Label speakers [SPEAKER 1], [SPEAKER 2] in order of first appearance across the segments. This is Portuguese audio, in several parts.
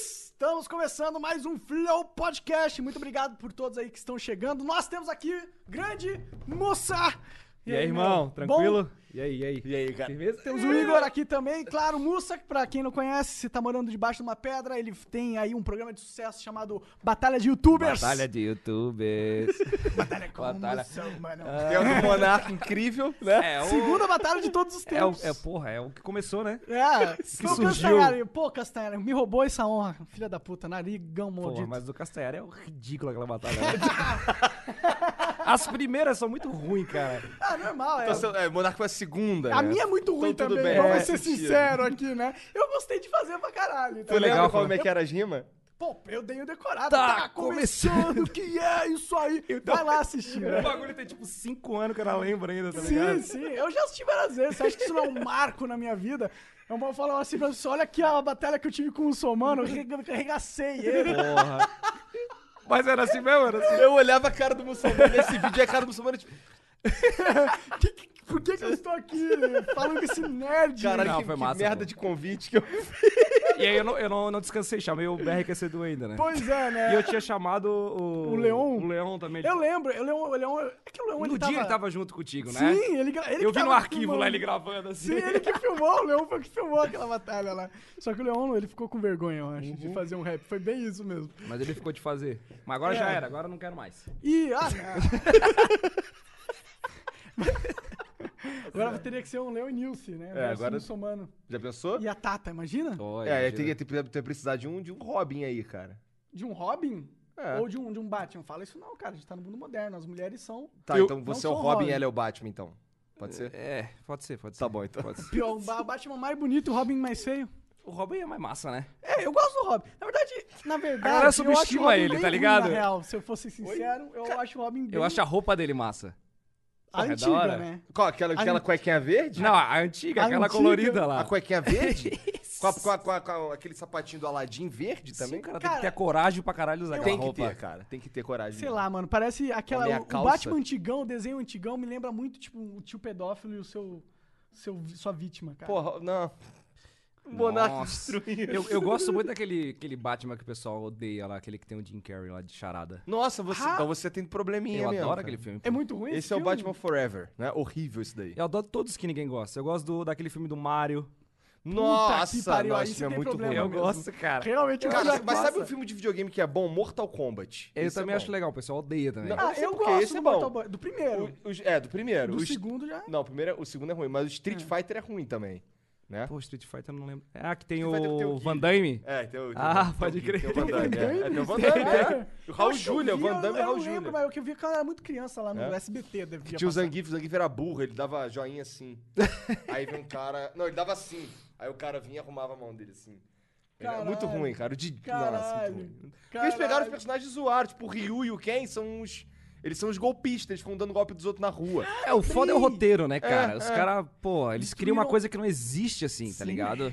[SPEAKER 1] Estamos começando mais um Flow Podcast. Muito obrigado por todos aí que estão chegando. Nós temos aqui grande Mussa.
[SPEAKER 2] E aí, irmão?
[SPEAKER 1] meu?
[SPEAKER 2] Tranquilo?
[SPEAKER 1] Bom, É.
[SPEAKER 2] E aí, e aí?
[SPEAKER 3] E aí, cara?
[SPEAKER 2] Firmeza?
[SPEAKER 1] temos o Igor aqui também. Claro, Mussa, que pra quem não conhece, se tá morando debaixo de uma pedra, ele tem aí um programa de sucesso chamado Batalha de Youtubers.
[SPEAKER 3] Batalha de youtubers.
[SPEAKER 1] Batalha com
[SPEAKER 3] Batalha.
[SPEAKER 1] Mussa, mano.
[SPEAKER 3] Tem o do Monarca incrível, né?
[SPEAKER 2] Ah, É o,
[SPEAKER 1] Segunda batalha de todos os
[SPEAKER 2] é o.
[SPEAKER 1] tempos.
[SPEAKER 2] É, porra, é o que começou, né?
[SPEAKER 1] É, que
[SPEAKER 2] surgiu.
[SPEAKER 1] Pô, Castanhari, me roubou essa honra. Filha da puta, narigão
[SPEAKER 2] Porra,
[SPEAKER 1] maldito.
[SPEAKER 2] mas o Castanhari é ridículo aquela batalha. né? As primeiras são muito ruins, cara.
[SPEAKER 1] Ah, normal, é.
[SPEAKER 3] Então, seu- é, o Monarca foi a segunda.
[SPEAKER 1] A
[SPEAKER 3] né?
[SPEAKER 1] minha é muito ruim
[SPEAKER 3] Então, tudo
[SPEAKER 1] também,
[SPEAKER 3] bem.
[SPEAKER 1] vamos
[SPEAKER 3] É,
[SPEAKER 1] ser
[SPEAKER 3] sentido.
[SPEAKER 1] sincero aqui, né? Eu gostei de fazer pra caralho. tá
[SPEAKER 3] Tu lembra
[SPEAKER 2] legal,
[SPEAKER 3] como
[SPEAKER 2] foi.
[SPEAKER 3] é que era a rima?
[SPEAKER 1] Pô, eu dei o decorado.
[SPEAKER 2] Tá Então-
[SPEAKER 1] começando, que é isso aí. Vai lá assistir,
[SPEAKER 2] O
[SPEAKER 1] né?
[SPEAKER 2] bagulho tem tipo 5 anos que eu não lembro ainda, tá ligado?
[SPEAKER 1] Sim, sim, eu já assisti várias vezes, eu acho que isso não é um marco na minha vida. Eu vou falar assim pra você, olha aqui a batalha que eu tive com o Somano, eu arrega- arregacei ele.
[SPEAKER 2] Porra. Mas era assim mesmo, era assim.
[SPEAKER 3] Eu olhava a cara do muçulmano nesse vídeo e a cara do muçulmano, tipo,
[SPEAKER 1] Que- que- por que que eu estou aqui falando com esse nerd?
[SPEAKER 3] caralho,
[SPEAKER 2] Não,
[SPEAKER 3] que,
[SPEAKER 2] foi
[SPEAKER 3] que
[SPEAKER 2] massa,
[SPEAKER 3] merda
[SPEAKER 2] pô.
[SPEAKER 3] de convite que eu
[SPEAKER 2] E aí eu não, eu não, não descansei, chamei o BRQC2 ainda, né?
[SPEAKER 1] Pois é,
[SPEAKER 2] E
[SPEAKER 1] né?
[SPEAKER 2] eu tinha chamado o.
[SPEAKER 1] O Leon?
[SPEAKER 2] O Leon também.
[SPEAKER 1] Eu lembro, eu lembro, o Leão, é que o Leão,
[SPEAKER 2] No
[SPEAKER 1] ele
[SPEAKER 2] dia ele tava junto contigo, né?
[SPEAKER 1] Sim, ele, gra- ele
[SPEAKER 2] eu
[SPEAKER 1] que
[SPEAKER 2] vi no
[SPEAKER 1] tava
[SPEAKER 2] arquivo
[SPEAKER 1] filmando.
[SPEAKER 2] lá ele gravando assim.
[SPEAKER 1] Sim, ele que filmou, o Leon foi que filmou aquela batalha lá. Só que o Leon, ele ficou com vergonha, eu acho, de fazer um rap. Foi bem isso mesmo.
[SPEAKER 2] Mas ele ficou de fazer. Mas agora
[SPEAKER 1] É.
[SPEAKER 2] já era, agora eu não quero mais.
[SPEAKER 1] E, ah, não. Agora teria que ser um Leon e Nilce, né? Versus
[SPEAKER 3] agora-
[SPEAKER 1] muçulmano.
[SPEAKER 3] Já pensou?
[SPEAKER 1] E a Tata, imagina?
[SPEAKER 3] é, eu teria teria- teria precisado de um, de um Robin aí, cara.
[SPEAKER 1] De um Robin?
[SPEAKER 3] É.
[SPEAKER 1] Ou de um, de um Batman? Fala isso não, cara. A gente tá no mundo moderno. As mulheres são
[SPEAKER 3] Tá,
[SPEAKER 2] Eu-
[SPEAKER 3] então
[SPEAKER 1] não
[SPEAKER 3] você é o
[SPEAKER 1] sou o
[SPEAKER 3] Robin
[SPEAKER 1] Robin.
[SPEAKER 3] e ela é o Batman, então. Pode ser?
[SPEAKER 2] É, pode ser, pode ser.
[SPEAKER 3] Tá bom, então.
[SPEAKER 2] Pode ser.
[SPEAKER 1] pior. O Ba- Batman mais bonito, o Robin mais feio.
[SPEAKER 2] O Robin é mais massa, né?
[SPEAKER 1] É, eu gosto do Robin. Na verdade, na verdade,
[SPEAKER 2] galera
[SPEAKER 1] eu
[SPEAKER 2] subestima
[SPEAKER 1] acho o Robin
[SPEAKER 2] ele,
[SPEAKER 1] bem
[SPEAKER 2] tá
[SPEAKER 1] ruim,
[SPEAKER 2] ligado?
[SPEAKER 1] na real, se eu fosse sincero, eu acho o Robin bem
[SPEAKER 2] Eu acho a roupa dele massa.
[SPEAKER 1] a
[SPEAKER 2] Porra, é da
[SPEAKER 1] antiga,
[SPEAKER 2] hora.
[SPEAKER 1] né?
[SPEAKER 3] Qual, aquela aquela
[SPEAKER 1] Ai,
[SPEAKER 3] cuequinha verde?
[SPEAKER 2] Não, a antiga,
[SPEAKER 1] A
[SPEAKER 2] aquela
[SPEAKER 1] antiga.
[SPEAKER 2] colorida lá.
[SPEAKER 3] A cuequinha verde? com, a- com a- com a- com a- aquele sapatinho do Aladim verde
[SPEAKER 2] Sim,
[SPEAKER 3] também?
[SPEAKER 2] cara, tem
[SPEAKER 1] Cara,
[SPEAKER 2] que ter a coragem pra caralho de usar aquela
[SPEAKER 3] tem que
[SPEAKER 2] roupa.
[SPEAKER 3] ter, cara. Tem que ter coragem.
[SPEAKER 1] Sei lá, mano, parece aquela.
[SPEAKER 3] Homem à
[SPEAKER 1] O, o
[SPEAKER 3] calça.
[SPEAKER 1] Batman antigão, o desenho antigão, me lembra muito, tipo, o tio pedófilo e o seu. seu sua vítima, cara.
[SPEAKER 3] Porra, não. Monarca
[SPEAKER 2] Nossa.
[SPEAKER 3] destruiu.
[SPEAKER 2] Eu, eu gosto muito daquele aquele Batman que o pessoal odeia lá, aquele que tem o Jim Carrey lá de charada.
[SPEAKER 3] Nossa, você,
[SPEAKER 1] Ah.
[SPEAKER 3] então você tem probleminha
[SPEAKER 2] Eu
[SPEAKER 3] mesmo.
[SPEAKER 2] adoro
[SPEAKER 3] cara.
[SPEAKER 2] aquele filme. pô.
[SPEAKER 1] é muito ruim
[SPEAKER 3] Esse,
[SPEAKER 1] esse
[SPEAKER 3] é o
[SPEAKER 1] filme?
[SPEAKER 3] Batman Forever, né? Horrível isso daí.
[SPEAKER 2] Eu adoro todos que ninguém gosta. Eu gosto do, daquele filme do Mario.
[SPEAKER 3] Nossa,
[SPEAKER 1] que pariu,
[SPEAKER 3] nossa,
[SPEAKER 1] aí
[SPEAKER 3] esse
[SPEAKER 1] você
[SPEAKER 3] filme é
[SPEAKER 1] tem
[SPEAKER 3] muito
[SPEAKER 1] problema.
[SPEAKER 3] ruim.
[SPEAKER 1] Eu
[SPEAKER 2] Eu
[SPEAKER 1] mesmo.
[SPEAKER 2] gosto, cara.
[SPEAKER 1] Realmente eu
[SPEAKER 3] Cara,
[SPEAKER 1] gosto.
[SPEAKER 3] mas sabe um filme de videogame que é bom? Mortal Kombat.
[SPEAKER 2] Eu
[SPEAKER 3] Esse
[SPEAKER 2] também
[SPEAKER 3] é
[SPEAKER 2] acho legal, o pessoal odeia também.
[SPEAKER 3] Não,
[SPEAKER 1] Ah,
[SPEAKER 3] Eu sei
[SPEAKER 1] eu
[SPEAKER 3] porque
[SPEAKER 1] gosto
[SPEAKER 3] esse é
[SPEAKER 1] do
[SPEAKER 3] bom.
[SPEAKER 1] Mortal Kombat. Do primeiro.
[SPEAKER 3] O- os- é, do primeiro.
[SPEAKER 1] do
[SPEAKER 3] Os-
[SPEAKER 1] segundo já.
[SPEAKER 3] Não, o, primeiro, o segundo é ruim, mas o Street Fighter é ruim também, né?
[SPEAKER 2] Pô, Street Fighter eu não lembro. Ah, que tem
[SPEAKER 3] Street Fighter tem o
[SPEAKER 2] o
[SPEAKER 3] Guile.
[SPEAKER 2] Van Damme?
[SPEAKER 3] É, tem o... tem
[SPEAKER 2] Ah,
[SPEAKER 3] o- tem o-
[SPEAKER 2] pode crer.
[SPEAKER 3] Tem o Van Damme, é. É, tem o Van Damme,
[SPEAKER 1] Sério?
[SPEAKER 3] é. O Raul
[SPEAKER 1] Eu
[SPEAKER 3] Júlia, o
[SPEAKER 1] vi, eu-
[SPEAKER 3] Van Damme e
[SPEAKER 1] eu
[SPEAKER 3] Raul
[SPEAKER 1] não lembro,
[SPEAKER 3] Júlia.
[SPEAKER 1] é um mas o que eu vi quando eu era muito criança lá no
[SPEAKER 3] É?
[SPEAKER 1] SBT. Devia
[SPEAKER 3] Tinha o
[SPEAKER 1] passar.
[SPEAKER 3] Zangief, o Zangief era burro, ele dava joinha assim. Aí vem um cara. Não, ele dava assim. Aí o cara vinha e arrumava a mão dele assim. Ele era muito
[SPEAKER 1] Caralho.
[SPEAKER 3] ruim, cara. O de... Nossa,
[SPEAKER 1] Caralho.
[SPEAKER 3] muito ruim. Porque eles pegaram os
[SPEAKER 1] Caralho.
[SPEAKER 3] personagens e zoaram. Tipo, o Ryu e o Ken são uns. Eles são os golpistas, eles ficam dando golpe dos outros na rua.
[SPEAKER 1] Ah,
[SPEAKER 2] É, o foda é o roteiro, né, cara?
[SPEAKER 3] É,
[SPEAKER 2] Os
[SPEAKER 3] é.
[SPEAKER 2] caras, pô, eles criam uma
[SPEAKER 1] Destruíram-
[SPEAKER 2] coisa que não existe assim, tá ligado?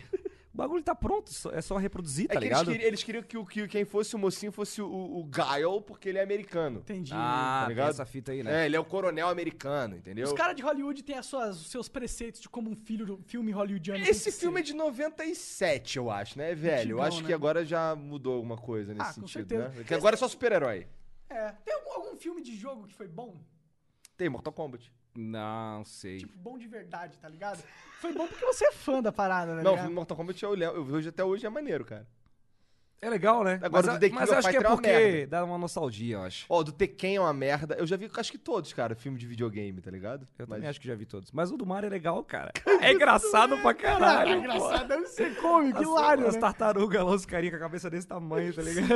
[SPEAKER 2] O bagulho tá pronto, só- é só reproduzir,
[SPEAKER 3] É
[SPEAKER 2] tá
[SPEAKER 3] que eles,
[SPEAKER 2] ligado?
[SPEAKER 3] queriam, eles queriam que, o, que quem fosse o mocinho fosse o, o Guile, porque ele é americano.
[SPEAKER 1] Entendi.
[SPEAKER 2] Ah,
[SPEAKER 3] tá
[SPEAKER 2] tem
[SPEAKER 3] ligado?
[SPEAKER 2] essa fita aí, né?
[SPEAKER 3] É, ele é o coronel americano, entendeu?
[SPEAKER 1] Os caras de Hollywood têm as suas, os seus preceitos de como um filho do filme hollywoodiano. tem
[SPEAKER 3] Esse
[SPEAKER 1] que
[SPEAKER 3] filme é
[SPEAKER 1] ser.
[SPEAKER 3] de 97, eu acho, né, velho?
[SPEAKER 1] Antigão,
[SPEAKER 3] eu acho
[SPEAKER 1] né?
[SPEAKER 3] que agora já mudou alguma coisa nesse
[SPEAKER 1] Ah, com
[SPEAKER 3] sentido,
[SPEAKER 1] certeza.
[SPEAKER 3] né? Porque agora é só super-herói.
[SPEAKER 1] É. Tem algum, algum filme de jogo que foi bom?
[SPEAKER 3] Tem Mortal Kombat.
[SPEAKER 2] Não sei.
[SPEAKER 1] Tipo, bom de verdade, tá ligado? Foi bom porque você é fã da parada, né?
[SPEAKER 3] Não, o
[SPEAKER 1] ligado?
[SPEAKER 3] filme Mortal Kombat eu lembro, eu vejo até hoje é maneiro, cara.
[SPEAKER 2] É legal, né?
[SPEAKER 3] Agora
[SPEAKER 2] mas
[SPEAKER 3] o The King
[SPEAKER 2] mas
[SPEAKER 3] of
[SPEAKER 2] eu acho que é
[SPEAKER 3] Fighter é uma
[SPEAKER 2] porque
[SPEAKER 3] merda.
[SPEAKER 2] dá uma nostalgia, eu acho.
[SPEAKER 3] Ó, do Tekken é uma merda. Eu já vi, acho que todos, cara, filme de videogame, tá ligado?
[SPEAKER 2] Eu
[SPEAKER 3] Mas-
[SPEAKER 2] também acho que já vi todos. Mas o do Mario é legal, cara. É engraçado pra caralho.
[SPEAKER 1] é
[SPEAKER 2] pô.
[SPEAKER 1] engraçado, deve ser cômico,
[SPEAKER 2] As-
[SPEAKER 1] hilário,
[SPEAKER 2] As
[SPEAKER 3] tá-
[SPEAKER 1] né?
[SPEAKER 2] tartarugas lá, os carinha com a cabeça desse tamanho, tá ligado?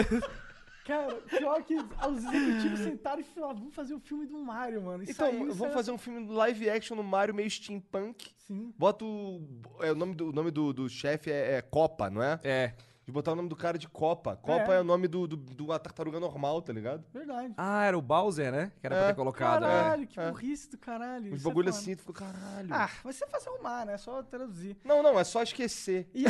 [SPEAKER 1] Cara, pior que os executivos sentaram e falaram, "Ah, vamos fazer o filme do Mario, mano. Isso
[SPEAKER 3] Então,
[SPEAKER 1] aí, isso
[SPEAKER 3] vamos
[SPEAKER 1] é-
[SPEAKER 3] fazer um filme live action no Mario meio steampunk.
[SPEAKER 1] assim. Sim.
[SPEAKER 3] Bota o. é, o nome do, o nome do, do chefe é, é Copa, não é?
[SPEAKER 2] É.
[SPEAKER 3] De botar o nome do cara de Copa. Copa
[SPEAKER 1] É.
[SPEAKER 3] é, o nome do, do, do- a tartaruga normal, tá ligado?
[SPEAKER 1] Verdade.
[SPEAKER 2] Ah, era o Bowser, né? Que era pra
[SPEAKER 3] É.
[SPEAKER 2] ter colocado, né?
[SPEAKER 1] caralho, que
[SPEAKER 3] é.
[SPEAKER 1] burrice do caralho.
[SPEAKER 3] Uns
[SPEAKER 1] isso é
[SPEAKER 3] bagulho
[SPEAKER 1] foda.
[SPEAKER 3] assim, tu ficou, caralho.
[SPEAKER 1] Ah, mas você faz arrumar, né? Só traduzir.
[SPEAKER 3] Não, não, é só esquecer.
[SPEAKER 1] E,
[SPEAKER 3] Né?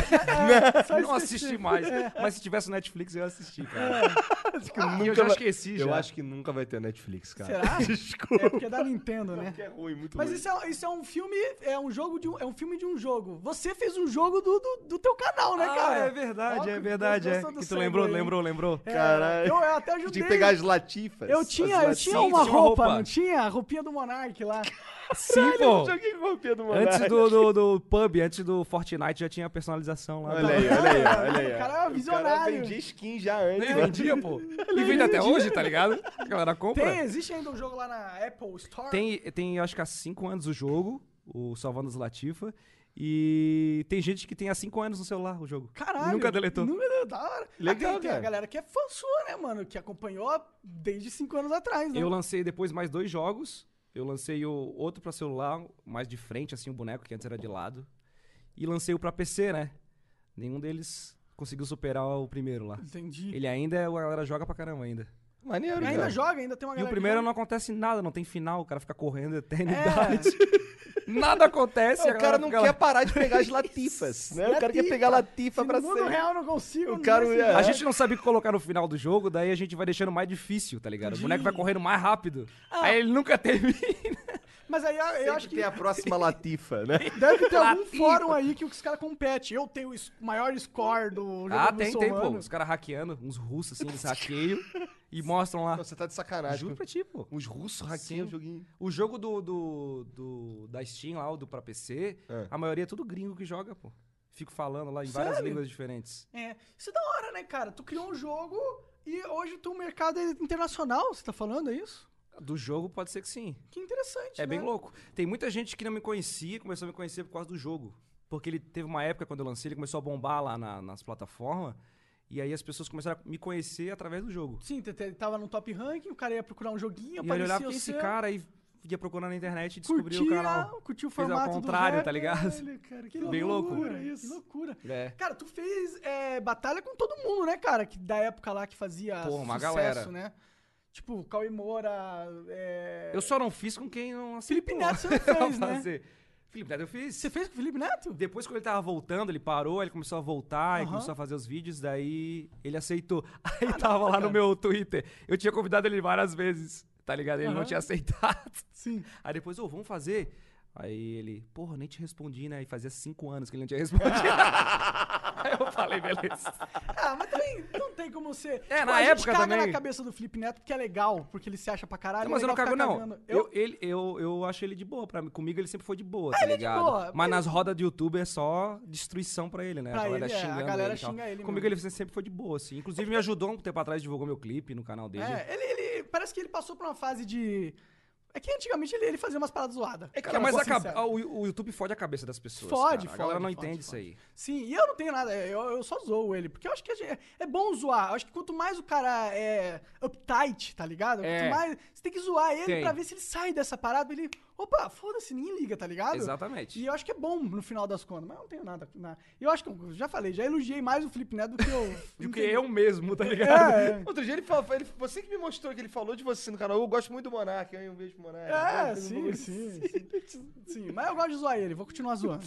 [SPEAKER 1] é, só
[SPEAKER 2] Não
[SPEAKER 1] esquecer.
[SPEAKER 2] assisti mais.
[SPEAKER 1] É.
[SPEAKER 2] Mas se tivesse o Netflix, eu ia assistir, cara.
[SPEAKER 3] Acho que
[SPEAKER 2] E eu já esqueci, já.
[SPEAKER 3] Eu acho que nunca vai ter Netflix, cara.
[SPEAKER 1] Será?
[SPEAKER 3] Desculpa.
[SPEAKER 1] É porque é da Nintendo, né?
[SPEAKER 3] Que é ruim, muito
[SPEAKER 1] Mas
[SPEAKER 3] ruim.
[SPEAKER 1] isso é, isso é um filme, é um jogo de um, é um filme de um jogo. Você fez um jogo do, do, do teu canal, né,
[SPEAKER 2] Ah,
[SPEAKER 1] cara?
[SPEAKER 2] é verdade,
[SPEAKER 1] álcool,
[SPEAKER 2] verdade, é verdade,
[SPEAKER 1] Deus
[SPEAKER 2] é.
[SPEAKER 1] do
[SPEAKER 2] Que tu
[SPEAKER 1] sangue
[SPEAKER 2] lembrou,
[SPEAKER 1] aí.
[SPEAKER 2] lembrou, lembrou.
[SPEAKER 1] É,
[SPEAKER 3] Caralho.
[SPEAKER 1] Eu até ajudei.
[SPEAKER 3] Tinha que pegar as latifas.
[SPEAKER 1] Eu
[SPEAKER 3] as
[SPEAKER 1] tinha, eu tinha
[SPEAKER 3] latifas.
[SPEAKER 1] uma
[SPEAKER 2] tinha uma
[SPEAKER 1] roupa,
[SPEAKER 2] roupa.
[SPEAKER 1] não tinha? A roupinha do Monark lá.
[SPEAKER 2] Sim,
[SPEAKER 3] Eu
[SPEAKER 1] um
[SPEAKER 2] pô.
[SPEAKER 1] é
[SPEAKER 3] joguei com a roupinha do Monark.
[SPEAKER 2] Antes do, do, do pub, antes do Fortnite, já tinha a personalização lá.
[SPEAKER 3] Olha aí, olha aí, olha aí.
[SPEAKER 1] O cara é
[SPEAKER 3] O cara
[SPEAKER 1] visionário.
[SPEAKER 3] vendia skin já antes. né?
[SPEAKER 2] Ele vendia, pô. E vende até hoje, tá ligado? A galera compra.
[SPEAKER 1] Tem, existe ainda um jogo lá na Apple Store?
[SPEAKER 2] Tem, tem, acho que há 5 anos o jogo, o Salvando os Latifa. E tem gente que tem há 5 anos no celular o jogo.
[SPEAKER 1] Caralho.
[SPEAKER 2] Nunca deletou.
[SPEAKER 1] Nunca deletou. Da hora.
[SPEAKER 3] Legal,
[SPEAKER 1] Ah, tem, tem a
[SPEAKER 3] cara.
[SPEAKER 1] galera que é fã sua, né, mano? Que acompanhou desde cinco anos atrás, né?
[SPEAKER 2] Eu lancei depois mais dois jogos. Eu lancei o outro pra celular, mais de frente, assim, o boneco, que antes era de lado. E lancei o pra PC, né? Nenhum deles conseguiu superar o primeiro lá.
[SPEAKER 1] Entendi.
[SPEAKER 2] Ele ainda, é- a galera joga pra caramba ainda.
[SPEAKER 3] Maneiro,
[SPEAKER 1] ainda
[SPEAKER 3] cara.
[SPEAKER 1] joga, ainda tem uma
[SPEAKER 2] E o
[SPEAKER 1] galera. que
[SPEAKER 2] primeiro
[SPEAKER 1] joga. É.
[SPEAKER 2] não acontece nada, não tem final, o cara fica correndo a eternidade. Nada acontece. a
[SPEAKER 3] O cara
[SPEAKER 2] galera
[SPEAKER 3] não
[SPEAKER 2] fica
[SPEAKER 3] quer parar de pegar as latifas, né? O cara quer
[SPEAKER 1] Latifa.
[SPEAKER 3] pegar latifa
[SPEAKER 1] Se
[SPEAKER 3] pra
[SPEAKER 1] No mundo
[SPEAKER 3] sempre.
[SPEAKER 1] real não consigo.
[SPEAKER 3] O
[SPEAKER 1] não
[SPEAKER 3] cara é.
[SPEAKER 1] sei.
[SPEAKER 3] ia-
[SPEAKER 2] A gente não sabe o que colocar no final do jogo, daí a gente vai deixando mais difícil, tá ligado? O boneco vai correndo mais rápido.
[SPEAKER 1] Ah.
[SPEAKER 2] Aí ele nunca termina.
[SPEAKER 1] Mas aí eu
[SPEAKER 3] Sempre
[SPEAKER 1] acho que
[SPEAKER 3] tem a próxima latifa, né?
[SPEAKER 1] deve ter algum
[SPEAKER 2] Latifa.
[SPEAKER 1] fórum aí que os caras competem. Eu tenho o es- maior score do jogo é
[SPEAKER 2] Ah, tem, tem, pô.
[SPEAKER 1] muçulmano.
[SPEAKER 2] Os caras hackeando, uns russos assim, eles hackeiam e mostram lá.
[SPEAKER 1] Ah.
[SPEAKER 3] Não, Você tá de sacanagem.
[SPEAKER 2] Juro pra ti, pô.
[SPEAKER 3] Uns russos hackeiam o
[SPEAKER 2] Sim.
[SPEAKER 3] joguinho.
[SPEAKER 2] O jogo do, do, do- da Steam lá, o do pra PC,
[SPEAKER 3] É.
[SPEAKER 2] a maioria é tudo gringo que joga, pô. Fico falando lá em várias
[SPEAKER 1] Sério?
[SPEAKER 2] línguas diferentes.
[SPEAKER 1] É, isso é da hora, né, cara? Tu criou um jogo e hoje tu um mercado internacional, você tá falando, é isso?
[SPEAKER 2] Do jogo pode ser que sim.
[SPEAKER 1] Que interessante,
[SPEAKER 2] É bem
[SPEAKER 1] né?
[SPEAKER 2] louco. Tem muita gente que não me conhecia, começou a me conhecer por causa do jogo. Porque ele teve uma época, quando eu lancei, ele começou a bombar lá na- nas plataformas. E aí as pessoas começaram a me conhecer através do jogo.
[SPEAKER 1] Sim, te- te- tava no top ranking, o cara ia procurar um joguinho,
[SPEAKER 2] e aí eu
[SPEAKER 1] aparecia
[SPEAKER 2] olhava quem é esse
[SPEAKER 1] você,
[SPEAKER 2] cara e ia procurando na internet e descobriu
[SPEAKER 1] curtia,
[SPEAKER 2] o canal.
[SPEAKER 1] curtia o
[SPEAKER 2] Fez ao
[SPEAKER 1] formato
[SPEAKER 2] contrário,
[SPEAKER 1] do rap,
[SPEAKER 2] tá ligado?
[SPEAKER 1] Caralho, cara, que
[SPEAKER 2] Bem louco.
[SPEAKER 1] loucura, isso. Que loucura.
[SPEAKER 2] É.
[SPEAKER 1] Cara, tu fez é, batalha com todo mundo, né, cara? Que da época lá que fazia
[SPEAKER 2] Porra, uma
[SPEAKER 1] sucesso,
[SPEAKER 2] galera.
[SPEAKER 1] né? Tipo, Cauê Moura, é...
[SPEAKER 2] Eu assim, só não fiz com quem não aceitou.
[SPEAKER 1] Felipe Neto você não fez, né?
[SPEAKER 2] Fazer. Felipe Neto eu fiz.
[SPEAKER 1] Você fez com o Felipe Neto?
[SPEAKER 2] Depois, quando ele tava voltando, ele parou, aí ele começou a voltar, aí
[SPEAKER 1] Aham. Ah,
[SPEAKER 2] começou a fazer os vídeos, daí ele aceitou. Aí tava lá no meu Twitter. Eu tinha convidado ele várias vezes, tá ligado? Ele
[SPEAKER 1] Aham.
[SPEAKER 2] não tinha aceitado.
[SPEAKER 1] Sim.
[SPEAKER 2] Aí depois, ô, vamos fazer. Aí ele, porra, nem te respondi, né? E fazia cinco anos que ele não tinha respondido. Aí eu falei, beleza.
[SPEAKER 1] Ah, mas também não tem como você.
[SPEAKER 2] É,
[SPEAKER 1] Tipo,
[SPEAKER 2] na
[SPEAKER 1] a gente
[SPEAKER 2] época
[SPEAKER 1] caga
[SPEAKER 2] também.
[SPEAKER 1] na cabeça do Felipe Neto porque é legal, porque ele se acha pra caralho.
[SPEAKER 2] Não, mas
[SPEAKER 1] é
[SPEAKER 2] eu não
[SPEAKER 1] legal
[SPEAKER 2] cago,
[SPEAKER 1] ficar
[SPEAKER 2] não.
[SPEAKER 1] cagando.
[SPEAKER 2] Eu, ele, eu, eu acho ele de boa. Pra mim. Comigo ele sempre foi de boa, tá
[SPEAKER 1] ele é de
[SPEAKER 2] ligado?
[SPEAKER 1] boa,
[SPEAKER 2] Mas
[SPEAKER 1] porque-
[SPEAKER 2] nas rodas de YouTube é só destruição pra ele, né?
[SPEAKER 1] Pra
[SPEAKER 2] a galera
[SPEAKER 1] ele, é, a
[SPEAKER 2] xingando
[SPEAKER 1] galera
[SPEAKER 2] ele, e tal.
[SPEAKER 1] xinga ele
[SPEAKER 2] Comigo
[SPEAKER 1] mesmo.
[SPEAKER 2] ele sempre foi de boa, assim. Inclusive me ajudou um tempo atrás, divulgou meu clipe no canal dele.
[SPEAKER 1] É, ele, ele- Parece que ele passou por uma fase de. É que antigamente ele, ele fazia umas paradas zoadas.
[SPEAKER 2] É, cara,
[SPEAKER 1] Cara,
[SPEAKER 2] mas
[SPEAKER 1] vou
[SPEAKER 2] a
[SPEAKER 1] ser
[SPEAKER 2] cabe-
[SPEAKER 1] sincero.
[SPEAKER 2] ah, o, o YouTube fode a cabeça das pessoas.
[SPEAKER 1] Fode,
[SPEAKER 2] cara. A
[SPEAKER 1] fode,
[SPEAKER 2] galera não
[SPEAKER 1] fode,
[SPEAKER 2] entende isso
[SPEAKER 1] fode.
[SPEAKER 2] aí.
[SPEAKER 1] Sim, e eu não tenho nada, eu, eu só zoo ele, porque eu acho que a gente- é bom zoar. Eu acho que quanto mais o cara é uptight, tá ligado?
[SPEAKER 2] É.
[SPEAKER 1] Quanto mais. Você tem que zoar ele
[SPEAKER 2] Tem.
[SPEAKER 1] pra ver se ele sai dessa parada. Ele. Opa, foda-se, ninguém liga, tá ligado?
[SPEAKER 2] Exatamente.
[SPEAKER 1] E eu acho que é bom no final das contas, mas eu não tenho nada. Na... Eu acho que eu já falei, já elogiei mais o Felipe Neto do que eu.
[SPEAKER 2] Do que eu mesmo, tá ligado?
[SPEAKER 1] É,
[SPEAKER 3] Outro dia ele falou, ele- você que me mostrou que ele falou de você no canal. Eu gosto muito do Monark, hein? um beijo pro Monark.
[SPEAKER 1] é,
[SPEAKER 3] Eu
[SPEAKER 1] sim,
[SPEAKER 3] gosto do
[SPEAKER 1] sim, sim. Sim, mas eu gosto de zoar ele, vou continuar zoando.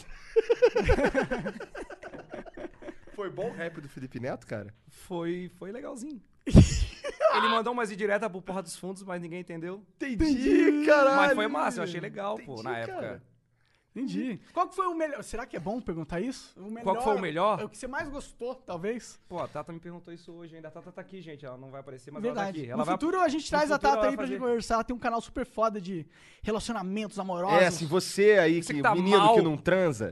[SPEAKER 3] Monark. Foi bom o rap do Felipe Neto, cara?
[SPEAKER 2] Foi, foi legalzinho. ele mandou umas indiretas pro Porra dos Fundos, mas ninguém entendeu.
[SPEAKER 3] Entendi, caralho.
[SPEAKER 2] Mas foi massa, eu achei legal, pô,
[SPEAKER 3] Entendi,
[SPEAKER 2] na
[SPEAKER 3] cara.
[SPEAKER 2] época.
[SPEAKER 1] Entendi. Qual que foi o melhor? Será que é bom perguntar isso? O melhor,
[SPEAKER 2] Qual que foi o melhor?
[SPEAKER 1] É o que você mais gostou, talvez.
[SPEAKER 2] Pô, a Tata me perguntou isso hoje ainda. A Tata tá aqui, gente. Ela não vai aparecer, mas ela tá
[SPEAKER 1] Verdade.
[SPEAKER 2] aqui. Ela
[SPEAKER 1] no
[SPEAKER 2] vai...
[SPEAKER 1] futuro a gente traz a
[SPEAKER 2] futuro ela
[SPEAKER 1] Tata aí
[SPEAKER 2] vai
[SPEAKER 1] pra gente
[SPEAKER 2] fazer.
[SPEAKER 1] conversar. Tem um canal super foda de relacionamentos amorosos.
[SPEAKER 3] É, assim, você aí,
[SPEAKER 2] Você
[SPEAKER 3] que,
[SPEAKER 2] que tá
[SPEAKER 3] menino
[SPEAKER 2] mal.
[SPEAKER 3] que não transa.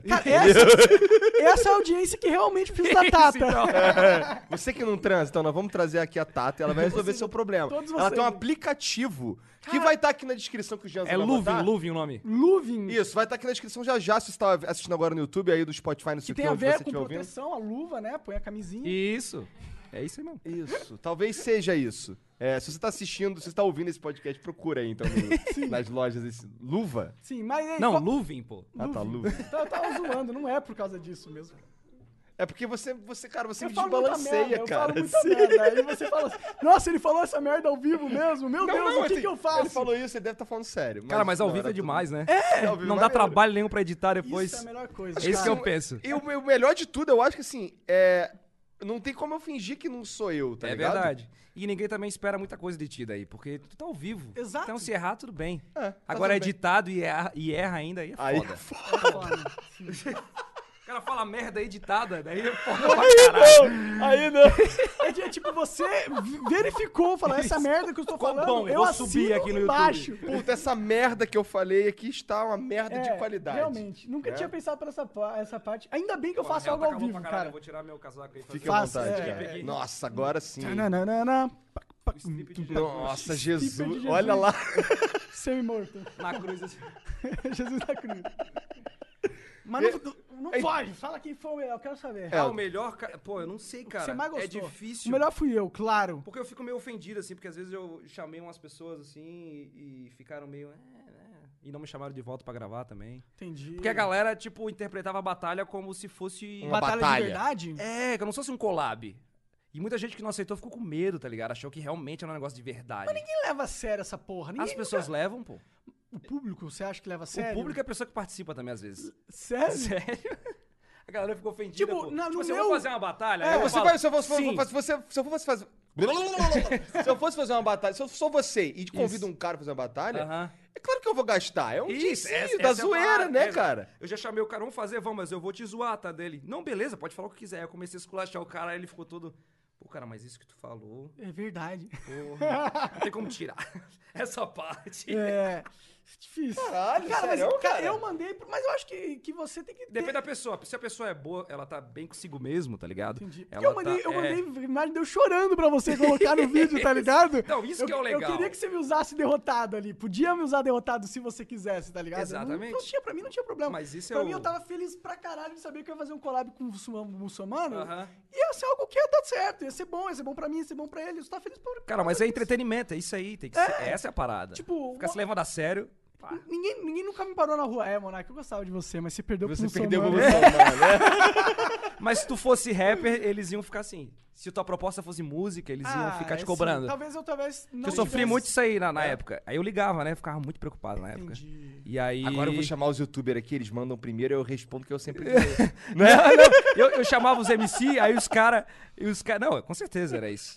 [SPEAKER 1] Cara, essa, essa é a audiência que realmente precisa da Tata.
[SPEAKER 2] Isso, então.
[SPEAKER 3] Você que não transa, então nós vamos trazer aqui a Tata e ela vai resolver seu problema.
[SPEAKER 1] todos
[SPEAKER 3] Ela tem um
[SPEAKER 1] vocês.
[SPEAKER 3] aplicativo que vai estar aqui na descrição que o Jean
[SPEAKER 2] É
[SPEAKER 3] vai
[SPEAKER 2] Luvin,
[SPEAKER 3] botar.
[SPEAKER 2] Luvin o nome.
[SPEAKER 1] Luvin,
[SPEAKER 3] Isso, vai estar aqui na descrição já já, se você tá assistindo agora no YouTube, aí do Spotify, não
[SPEAKER 1] que
[SPEAKER 3] sei o
[SPEAKER 1] tem
[SPEAKER 3] que,
[SPEAKER 1] a
[SPEAKER 3] onde
[SPEAKER 1] ver
[SPEAKER 3] você
[SPEAKER 1] com
[SPEAKER 3] estiver ouvindo.
[SPEAKER 1] proteção, a luva, né? Põe a camisinha.
[SPEAKER 2] Isso. É isso aí mesmo.
[SPEAKER 3] Isso, talvez seja isso. É, se você tá assistindo, se você tá ouvindo esse podcast, procura aí, então, no- nas lojas. Esse... Luva?
[SPEAKER 1] Sim, mas... aí,
[SPEAKER 2] Não,
[SPEAKER 1] qual-
[SPEAKER 2] Luvin, pô.
[SPEAKER 3] Ah, tá, luva.
[SPEAKER 1] Então eu tava zoando, não é por causa disso mesmo.
[SPEAKER 3] É porque você, você cara, você
[SPEAKER 1] Eu
[SPEAKER 3] me
[SPEAKER 1] falo muita
[SPEAKER 3] desbalanceia,
[SPEAKER 1] merda,
[SPEAKER 3] cara.
[SPEAKER 1] Eu falo muita
[SPEAKER 3] Sim.
[SPEAKER 1] merda. Aí você fala assim, nossa, ele falou essa merda ao vivo mesmo? Meu
[SPEAKER 3] Não,
[SPEAKER 1] Deus,
[SPEAKER 3] não,
[SPEAKER 1] o que,
[SPEAKER 3] assim,
[SPEAKER 1] que eu faço?
[SPEAKER 3] Ele falou isso, ele deve estar falando sério.
[SPEAKER 2] Cara, mas ao vivo é demais, né? É, não dá
[SPEAKER 3] trabalho.
[SPEAKER 2] trabalho nenhum pra editar
[SPEAKER 1] Isso
[SPEAKER 2] depois.
[SPEAKER 1] é a
[SPEAKER 2] É
[SPEAKER 1] melhor coisa,
[SPEAKER 2] isso que
[SPEAKER 1] cara.
[SPEAKER 2] eu penso.
[SPEAKER 3] E o, o melhor de tudo, eu acho que assim, é. Não tem como eu fingir que não sou eu, tá
[SPEAKER 2] é
[SPEAKER 3] ligado?
[SPEAKER 2] verdade. E ninguém também espera muita coisa de ti daí, porque tu tá ao vivo.
[SPEAKER 1] Exato.
[SPEAKER 2] Então se errar, tudo bem.
[SPEAKER 3] É, tá
[SPEAKER 2] Agora
[SPEAKER 3] tudo bem.
[SPEAKER 2] editado e erra, e erra ainda, aí é
[SPEAKER 3] Aí,
[SPEAKER 2] foda.
[SPEAKER 1] É foda.
[SPEAKER 2] Cara, é cara fala merda editada, daí é foda pra caralho.
[SPEAKER 4] Aí não.
[SPEAKER 1] É, de- é tipo, você v- verificou, falou, essa merda que eu estou
[SPEAKER 2] Ficou
[SPEAKER 1] falando,
[SPEAKER 2] bom,
[SPEAKER 1] eu
[SPEAKER 2] vou subir
[SPEAKER 1] assino
[SPEAKER 2] aqui no YouTube.
[SPEAKER 1] embaixo.
[SPEAKER 3] Puta, essa merda que eu falei aqui está uma merda
[SPEAKER 1] É,
[SPEAKER 3] de qualidade.
[SPEAKER 1] Realmente, nunca
[SPEAKER 3] né?
[SPEAKER 1] tinha pensado por essa, pa- essa parte. Ainda bem que eu faço
[SPEAKER 2] Ela
[SPEAKER 1] algo
[SPEAKER 2] tá
[SPEAKER 1] ao
[SPEAKER 2] calma pra
[SPEAKER 1] vivo,
[SPEAKER 2] caralho,
[SPEAKER 1] cara.
[SPEAKER 2] Eu vou tirar meu casaco aí. e
[SPEAKER 3] Fique
[SPEAKER 2] fazer
[SPEAKER 3] à
[SPEAKER 1] Faça,
[SPEAKER 3] vontade,
[SPEAKER 1] é.
[SPEAKER 3] cara.
[SPEAKER 2] Peguei.
[SPEAKER 3] Nossa, agora sim.
[SPEAKER 1] Tananana, pac, pac,
[SPEAKER 2] um strip de Jesus
[SPEAKER 3] Nossa,
[SPEAKER 1] Tipo de
[SPEAKER 3] Jesus.
[SPEAKER 1] Jesus.
[SPEAKER 3] Olha lá.
[SPEAKER 1] Seu imorto.
[SPEAKER 2] na cruz. assim.
[SPEAKER 1] Jesus da cruz. É, Mas não, não pode, fala quem foi o melhor, eu quero saber.
[SPEAKER 2] Ah, o melhor... ca- Pô, eu não sei, cara.
[SPEAKER 1] É. Você mais
[SPEAKER 2] É
[SPEAKER 1] gostou.
[SPEAKER 2] difícil.
[SPEAKER 1] O melhor fui eu, claro.
[SPEAKER 2] Porque eu fico meio ofendido, assim, porque às vezes eu chamei umas pessoas, assim, e, e ficaram meio... "É, é", e não me chamaram de volta pra gravar também.
[SPEAKER 1] Entendi.
[SPEAKER 2] Porque a galera, tipo, interpretava a batalha como se fosse...
[SPEAKER 3] Uma
[SPEAKER 1] Batalha,
[SPEAKER 3] batalha.
[SPEAKER 1] de verdade?
[SPEAKER 2] É, como se fosse um collab. E muita gente que não aceitou ficou com medo, tá ligado? Achou que realmente era um negócio de verdade.
[SPEAKER 1] Ninguém leva a sério essa porra. Ninguém,
[SPEAKER 2] As pessoas levam, pô.
[SPEAKER 1] O público, você acha que leva a sério?
[SPEAKER 2] O público é a pessoa que participa também, às vezes.
[SPEAKER 3] É?
[SPEAKER 1] Sério?
[SPEAKER 2] Sério? A galera ficou ofendida.
[SPEAKER 1] Tipo,
[SPEAKER 2] pô.
[SPEAKER 1] na-
[SPEAKER 2] tipo
[SPEAKER 1] no
[SPEAKER 2] assim, eu
[SPEAKER 1] meu-
[SPEAKER 2] vou fazer uma batalha.
[SPEAKER 1] É,
[SPEAKER 2] aí eu
[SPEAKER 3] Você
[SPEAKER 2] falo,
[SPEAKER 3] vai, se eu fosse, se eu
[SPEAKER 2] sim.
[SPEAKER 3] fosse- se você- se eu fosse fazer. se eu fosse fazer uma batalha, se eu sou você e te convido um cara pra fazer uma batalha,
[SPEAKER 2] Aham.
[SPEAKER 3] é claro que eu vou gastar. É um
[SPEAKER 2] Ah. Isso,
[SPEAKER 3] ticinho
[SPEAKER 2] essa- essa é
[SPEAKER 3] da
[SPEAKER 2] a
[SPEAKER 3] zoeira,
[SPEAKER 2] parada,
[SPEAKER 3] né,
[SPEAKER 2] é.
[SPEAKER 3] cara?
[SPEAKER 2] Eu já chamei o cara, vamos fazer, vamos, mas eu vou te zoar, tá? Dele. Não, beleza, pode falar o que quiser. Eu comecei a esculachar o cara, aí ele ficou todo. Pô, cara, mas isso que tu falou,
[SPEAKER 1] É verdade.
[SPEAKER 2] porra. não tem como tirar essa parte.
[SPEAKER 1] É. Difícil.
[SPEAKER 3] Caralho,
[SPEAKER 1] cara, mas
[SPEAKER 3] sério,
[SPEAKER 1] cara,
[SPEAKER 3] cara?
[SPEAKER 1] eu mandei, pro- mas eu acho que, que você tem que ter.
[SPEAKER 2] Depende da pessoa. Se a pessoa é boa, ela tá bem consigo mesmo, tá ligado?
[SPEAKER 1] Entendi. Porque
[SPEAKER 2] Ela
[SPEAKER 1] eu mandei,
[SPEAKER 2] tá-
[SPEAKER 1] eu
[SPEAKER 2] é.
[SPEAKER 1] mandei imagem de eu chorando pra você colocar no vídeo, tá ligado?
[SPEAKER 2] Não, isso
[SPEAKER 1] eu,
[SPEAKER 2] que é o legal.
[SPEAKER 1] Eu queria que você me usasse derrotado ali. Podia me usar derrotado se você quisesse, tá ligado?
[SPEAKER 2] Exatamente.
[SPEAKER 1] Não, não tinha, pra mim não tinha problema.
[SPEAKER 2] Mas isso é
[SPEAKER 1] pra
[SPEAKER 2] o-
[SPEAKER 1] mim eu tava feliz pra caralho de saber que eu ia fazer um collab com o muçulmano- muçulmano.
[SPEAKER 2] Aham.
[SPEAKER 1] E ia ser algo que ia dar certo. Ia ser bom, ia ser bom pra mim, ia ser bom pra ele. Eu tava feliz por
[SPEAKER 2] Cara, mas é assim. entretenimento, é isso aí. Tem que ser- Essa é a parada.
[SPEAKER 1] Tipo,
[SPEAKER 2] Ficar se levando a sério. pá.
[SPEAKER 1] Ninguém, ninguém nunca me parou na rua. É, Monark, eu gostava de você, mas você perdeu pro né?
[SPEAKER 3] Você perdeu né? o
[SPEAKER 1] muçulmano.
[SPEAKER 2] Mas se tu fosse rapper, eles iam ficar assim. Se tua proposta fosse música, eles iam
[SPEAKER 1] Ah,
[SPEAKER 2] ficar te
[SPEAKER 1] é,
[SPEAKER 2] cobrando.
[SPEAKER 1] sim. Talvez eu talvez não
[SPEAKER 2] eu sofri
[SPEAKER 1] tivesse- assim,
[SPEAKER 2] muito isso aí na, na época. Aí eu ligava, né? Ficava muito preocupado na época.
[SPEAKER 1] Entendi.
[SPEAKER 2] E aí.
[SPEAKER 3] Agora eu vou chamar os youtubers aqui, eles mandam primeiro, eu respondo que eu sempre. ganho.
[SPEAKER 2] Não,
[SPEAKER 1] Né?
[SPEAKER 2] não, eu, eu chamava os MC, aí os caras. Os cara, não, com certeza era isso.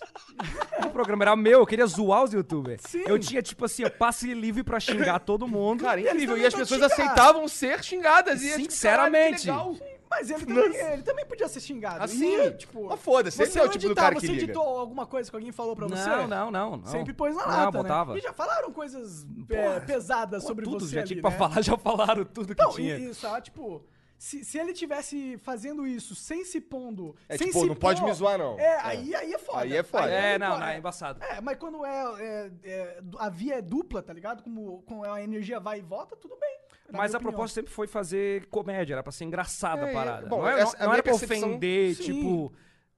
[SPEAKER 2] O programa era meu, eu queria zoar os youtubers.
[SPEAKER 1] Sim.
[SPEAKER 2] Eu tinha, tipo assim, eu passe livre pra xingar todo mundo.
[SPEAKER 3] cara, incrível. E as
[SPEAKER 1] também
[SPEAKER 3] pessoas
[SPEAKER 1] vão xingar.
[SPEAKER 3] aceitavam ser xingadas. E
[SPEAKER 2] Sinceramente.
[SPEAKER 3] Caralho, que legal.
[SPEAKER 1] Mas ele também, ele também podia ser xingado.
[SPEAKER 2] Ah,
[SPEAKER 3] Assim,
[SPEAKER 1] E, tipo,
[SPEAKER 3] mas foda-se, esse
[SPEAKER 1] você
[SPEAKER 3] é o
[SPEAKER 1] não
[SPEAKER 3] tipo do
[SPEAKER 1] editava,
[SPEAKER 3] cara que
[SPEAKER 1] Você
[SPEAKER 3] liga.
[SPEAKER 1] editou alguma coisa que alguém falou pra você?
[SPEAKER 2] Não, não, não, não.
[SPEAKER 1] Sempre pôs na
[SPEAKER 2] Não,
[SPEAKER 1] lata,
[SPEAKER 2] botava.
[SPEAKER 1] né? E já falaram coisas é, pesadas sobre
[SPEAKER 2] tudo,
[SPEAKER 1] você
[SPEAKER 2] já
[SPEAKER 1] ali,
[SPEAKER 2] tinha
[SPEAKER 1] né?
[SPEAKER 2] pra falar, já falaram tudo que
[SPEAKER 1] Não,
[SPEAKER 2] tinha.
[SPEAKER 1] e, e só, tipo... Se, se ele tivesse fazendo isso sem se pondo...
[SPEAKER 3] É,
[SPEAKER 1] sem
[SPEAKER 3] tipo,
[SPEAKER 1] se
[SPEAKER 3] não pode
[SPEAKER 1] pôr,
[SPEAKER 3] me zoar, não.
[SPEAKER 1] É,
[SPEAKER 3] É.
[SPEAKER 1] Aí, aí é foda.
[SPEAKER 3] Aí é foda.
[SPEAKER 2] É, não,
[SPEAKER 1] foda.
[SPEAKER 2] não, é embaçado.
[SPEAKER 1] É, mas quando é, é- é- a via é dupla, tá ligado? Como, como a energia vai e volta, tudo bem. na
[SPEAKER 2] Mas
[SPEAKER 1] minha
[SPEAKER 2] a
[SPEAKER 1] opinião.
[SPEAKER 2] proposta sempre foi fazer comédia, era pra ser engraçada
[SPEAKER 3] É,
[SPEAKER 2] a parada.
[SPEAKER 3] bom,
[SPEAKER 2] não era,
[SPEAKER 3] essa-
[SPEAKER 2] não-
[SPEAKER 3] a
[SPEAKER 2] não
[SPEAKER 3] minha
[SPEAKER 2] era pra
[SPEAKER 3] percepção-
[SPEAKER 2] ofender,
[SPEAKER 1] Sim.
[SPEAKER 2] tipo,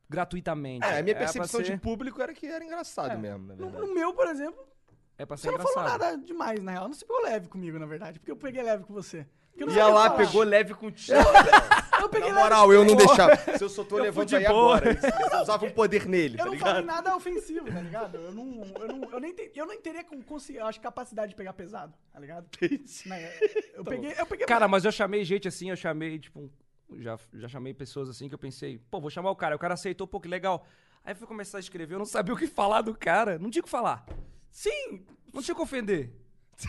[SPEAKER 2] gratuitamente.
[SPEAKER 3] É, a minha
[SPEAKER 2] Era pra
[SPEAKER 3] percepção
[SPEAKER 2] ser-
[SPEAKER 3] de público era que era engraçado mesmo, né? na
[SPEAKER 1] No,
[SPEAKER 3] verdade.
[SPEAKER 1] no meu, por exemplo,
[SPEAKER 2] É pra ser
[SPEAKER 1] você não falou
[SPEAKER 2] engraçado.
[SPEAKER 1] nada demais, na real. Não se pegou leve comigo, na verdade. Porque eu peguei leve com você. Porque eu não
[SPEAKER 3] Ia
[SPEAKER 1] sabia
[SPEAKER 3] lá,
[SPEAKER 1] falar.
[SPEAKER 3] pegou leve contigo.
[SPEAKER 1] Eu peguei
[SPEAKER 3] Na
[SPEAKER 1] leve.
[SPEAKER 3] moral, eu não deixava. Se eu sou tô
[SPEAKER 2] Eu fui
[SPEAKER 3] levando
[SPEAKER 2] de
[SPEAKER 3] aí
[SPEAKER 2] boa.
[SPEAKER 3] agora. Você usava um poder nele,
[SPEAKER 1] Eu
[SPEAKER 3] tá
[SPEAKER 1] não falei
[SPEAKER 3] ligado?
[SPEAKER 1] nada ofensivo, tá ligado? Eu não, eu não, eu nem, te- eu nem teria com, consci- eu acho, capacidade de pegar pesado, tá ligado? Não, eu- Eu peguei, eu peguei
[SPEAKER 2] Cara, mas eu chamei gente assim, eu chamei, tipo, um- já, já chamei pessoas assim que eu pensei, pô, vou chamar o cara. O cara aceitou, pô, que legal. Aí eu fui começar a escrever, eu não sabia o que falar do cara. Não tinha o que falar.
[SPEAKER 1] sim,
[SPEAKER 2] Não tinha o que ofender.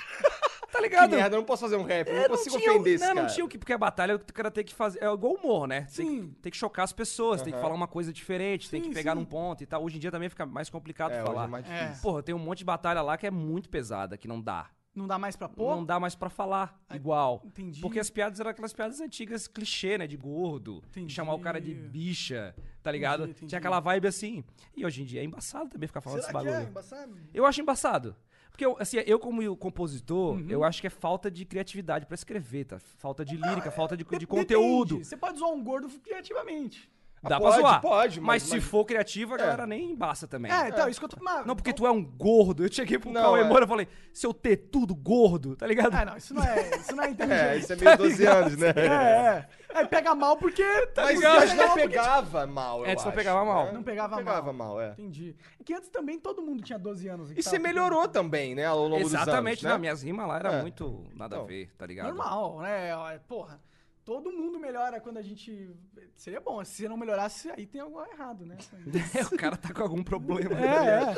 [SPEAKER 2] tá
[SPEAKER 3] Que
[SPEAKER 2] ligado?
[SPEAKER 3] merda, eu não posso fazer um rap, eu
[SPEAKER 2] É,
[SPEAKER 3] não consigo
[SPEAKER 2] tinha o-
[SPEAKER 3] ofender esse
[SPEAKER 2] não,
[SPEAKER 3] cara.
[SPEAKER 2] Não tinha o que, porque a batalha o cara tem que fazer. É igual humor, né? Tem
[SPEAKER 1] Sim.
[SPEAKER 2] que, tem que chocar as pessoas, tem que falar uma coisa diferente, tem
[SPEAKER 1] Sim,
[SPEAKER 2] que pegar
[SPEAKER 1] sim.
[SPEAKER 2] num ponto e tal. Hoje em dia também fica mais complicado
[SPEAKER 3] É, hoje
[SPEAKER 2] falar.
[SPEAKER 3] é mais
[SPEAKER 1] É.
[SPEAKER 3] difícil.
[SPEAKER 2] Porra, tem um monte de batalha lá que é muito pesada, que não dá.
[SPEAKER 1] não dá mais pra pôr.
[SPEAKER 2] Não dá mais pra falar igual.
[SPEAKER 1] entendi.
[SPEAKER 2] Porque as piadas eram aquelas piadas antigas, clichê, né? De gordo, de
[SPEAKER 1] Entendi.
[SPEAKER 2] chamar o cara de bicha, tá ligado?
[SPEAKER 1] Entendi, entendi.
[SPEAKER 2] Tinha aquela vibe assim. E hoje em dia é embaçado também ficar falando
[SPEAKER 1] Será
[SPEAKER 2] desse
[SPEAKER 1] que
[SPEAKER 2] bagulho.
[SPEAKER 1] é embaçado?
[SPEAKER 2] Eu acho embaçado. Porque, eu, assim, eu como compositor,
[SPEAKER 1] Uhum.
[SPEAKER 2] eu acho que é falta de criatividade pra escrever, tá? Falta de lírica,
[SPEAKER 3] Ah,
[SPEAKER 2] falta
[SPEAKER 3] é,
[SPEAKER 2] de, de
[SPEAKER 1] Dep-
[SPEAKER 2] conteúdo.
[SPEAKER 1] depende. Você pode zoar um gordo criativamente.
[SPEAKER 2] Dá
[SPEAKER 3] Pode,
[SPEAKER 2] pra zoar.
[SPEAKER 3] pode,
[SPEAKER 2] mas,
[SPEAKER 3] mas-
[SPEAKER 2] se
[SPEAKER 3] mas- É.
[SPEAKER 2] for criativa, a galera nem embaça também.
[SPEAKER 1] É, então, isso que eu tô... mas-
[SPEAKER 2] Não, porque tu é um gordo. Eu cheguei pro
[SPEAKER 3] Não,
[SPEAKER 2] Cauê
[SPEAKER 3] é.
[SPEAKER 2] Moura e falei, seu tetudo gordo, tá ligado?
[SPEAKER 1] Ah, não, isso não é, isso não é
[SPEAKER 3] É,
[SPEAKER 1] inteligente.
[SPEAKER 3] isso é meio 12
[SPEAKER 2] ligado?
[SPEAKER 3] anos, né?
[SPEAKER 1] É, é. Aí pega mal porque... Tá
[SPEAKER 3] Mas,
[SPEAKER 1] ligado?
[SPEAKER 3] mas
[SPEAKER 1] Pega
[SPEAKER 3] não
[SPEAKER 1] mal porque-
[SPEAKER 3] pegava mal, eu
[SPEAKER 2] É, tu não
[SPEAKER 3] acho,
[SPEAKER 2] pegava mal.
[SPEAKER 3] né?
[SPEAKER 1] Não pegava
[SPEAKER 3] Não pegava mal, é.
[SPEAKER 1] Entendi. É que antes também todo mundo tinha 12 anos. tá
[SPEAKER 3] E você melhorou também, né, ao longo dos anos,
[SPEAKER 2] Exatamente.
[SPEAKER 3] né?
[SPEAKER 2] Não, minhas rimas lá era
[SPEAKER 3] É.
[SPEAKER 2] muito nada a
[SPEAKER 3] Então,
[SPEAKER 2] ver, tá ligado?
[SPEAKER 1] Normal, né? Ó, Porra, todo mundo melhora quando a gente... Seria bom, se você não melhorasse, aí tem algo errado, né?
[SPEAKER 2] o cara tá com algum problema. tá ligado?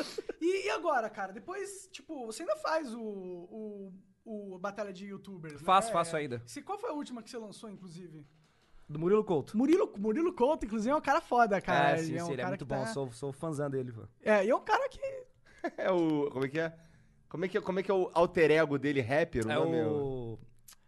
[SPEAKER 1] É, é. E, e agora, cara? Depois, tipo, você ainda faz o... o... o Batalha de Youtubers. né?
[SPEAKER 2] Faço,
[SPEAKER 1] É.
[SPEAKER 2] faço ainda.
[SPEAKER 1] Se, qual foi a última que você lançou, inclusive?
[SPEAKER 2] Do Murilo Couto.
[SPEAKER 1] Murilo, Murilo Couto, inclusive, é um cara foda, cara.
[SPEAKER 2] é, sim, sim,
[SPEAKER 1] um
[SPEAKER 2] ele é
[SPEAKER 1] cara
[SPEAKER 2] muito
[SPEAKER 1] que
[SPEAKER 2] bom.
[SPEAKER 1] tá-
[SPEAKER 2] Sou, sou fãzão dele, pô.
[SPEAKER 1] É, e é um cara que.
[SPEAKER 3] É o. Como é que é? Como é que é, como é, que é o alter ego dele, rapper?
[SPEAKER 2] É
[SPEAKER 3] nome
[SPEAKER 2] o...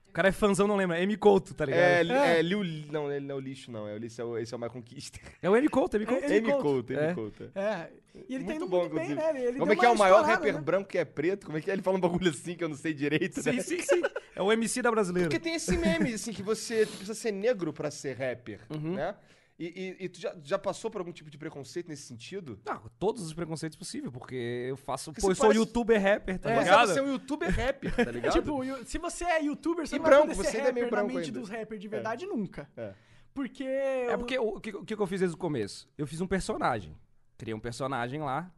[SPEAKER 2] O cara é fãzão, não lembra. É M. Couto, tá ligado?
[SPEAKER 3] É,
[SPEAKER 2] É,
[SPEAKER 3] é, é Liu. Não, ele não é o lixo, não. É o lixo, é o, esse é o Michael Kister.
[SPEAKER 2] o M. Couto, M. Couto.
[SPEAKER 1] Ele
[SPEAKER 3] M.
[SPEAKER 1] conta.
[SPEAKER 3] Couto,
[SPEAKER 2] É.
[SPEAKER 3] M. Couto. é.
[SPEAKER 1] É. E ele tá
[SPEAKER 3] Muito
[SPEAKER 1] indo
[SPEAKER 3] bom,
[SPEAKER 1] muito bem,
[SPEAKER 3] inclusive.
[SPEAKER 1] né? Ele
[SPEAKER 3] Como
[SPEAKER 1] deu
[SPEAKER 3] é que é
[SPEAKER 1] uma
[SPEAKER 3] o maior
[SPEAKER 1] estourada,
[SPEAKER 3] rapper
[SPEAKER 1] né?
[SPEAKER 3] branco que é preto? Como é que é? Ele fala um bagulho assim que eu não sei direito, né?
[SPEAKER 2] Sim, sim, sim. É o MC da brasileira.
[SPEAKER 3] Porque tem esse meme, assim, que você precisa ser negro pra ser rapper,
[SPEAKER 2] Uhum.
[SPEAKER 3] né? E, e- e tu já, já passou por algum tipo de preconceito nesse sentido?
[SPEAKER 2] Não, todos os preconceitos possíveis, porque eu faço.
[SPEAKER 3] Porque
[SPEAKER 2] pô,
[SPEAKER 3] você
[SPEAKER 2] eu sou
[SPEAKER 3] parece-
[SPEAKER 2] youtuber rapper, tá
[SPEAKER 3] Você
[SPEAKER 2] ligado?
[SPEAKER 3] ser um youtuber rapper, tá ligado?
[SPEAKER 1] Tipo, you- se você é youtuber, você
[SPEAKER 3] E
[SPEAKER 1] não
[SPEAKER 3] branco,
[SPEAKER 1] vai poder
[SPEAKER 3] você
[SPEAKER 1] ser
[SPEAKER 3] ainda é meio
[SPEAKER 1] rapper na
[SPEAKER 3] branco
[SPEAKER 1] mente
[SPEAKER 3] ainda.
[SPEAKER 1] dos rappers de verdade nunca.
[SPEAKER 3] É.
[SPEAKER 1] Porque...
[SPEAKER 2] É
[SPEAKER 1] eu-
[SPEAKER 2] porque o o que, o que eu fiz desde o começo? Eu fiz um personagem. Criei um personagem lá.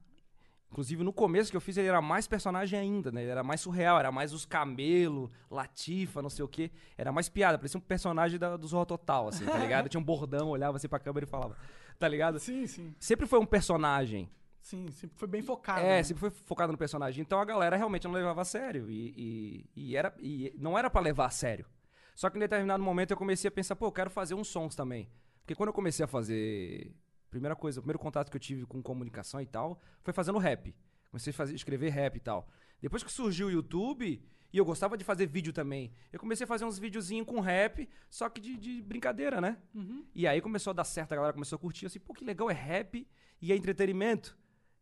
[SPEAKER 2] Inclusive, no começo que eu fiz, ele era mais personagem ainda, né? Ele era mais surreal, era mais os camelo, latifa, não sei o quê. Era mais piada, parecia um personagem da, do Zorro Total, assim, tá ligado? Tinha um bordão, olhava assim pra câmera e falava, tá ligado?
[SPEAKER 1] Sim, sim.
[SPEAKER 2] Sempre foi um personagem.
[SPEAKER 1] Sim, sempre foi bem focado.
[SPEAKER 2] É,
[SPEAKER 1] né?
[SPEAKER 2] sempre foi focado no personagem. Então a galera realmente não levava a sério. E, e- e era, e não era pra levar a sério. Só que em determinado momento eu comecei a pensar, pô, eu quero fazer uns sons também. Porque quando eu comecei a fazer. Primeira coisa, o primeiro contato que eu tive com comunicação e tal foi fazendo rap. Comecei a fazer, escrever rap e tal. Depois que surgiu o YouTube, e eu gostava de fazer vídeo também, eu comecei a fazer uns videozinhos com rap, só que de, de brincadeira, né?
[SPEAKER 1] Uhum,
[SPEAKER 2] E aí começou a dar certo, a galera começou a curtir, assim, pô, que legal, é rap e é entretenimento.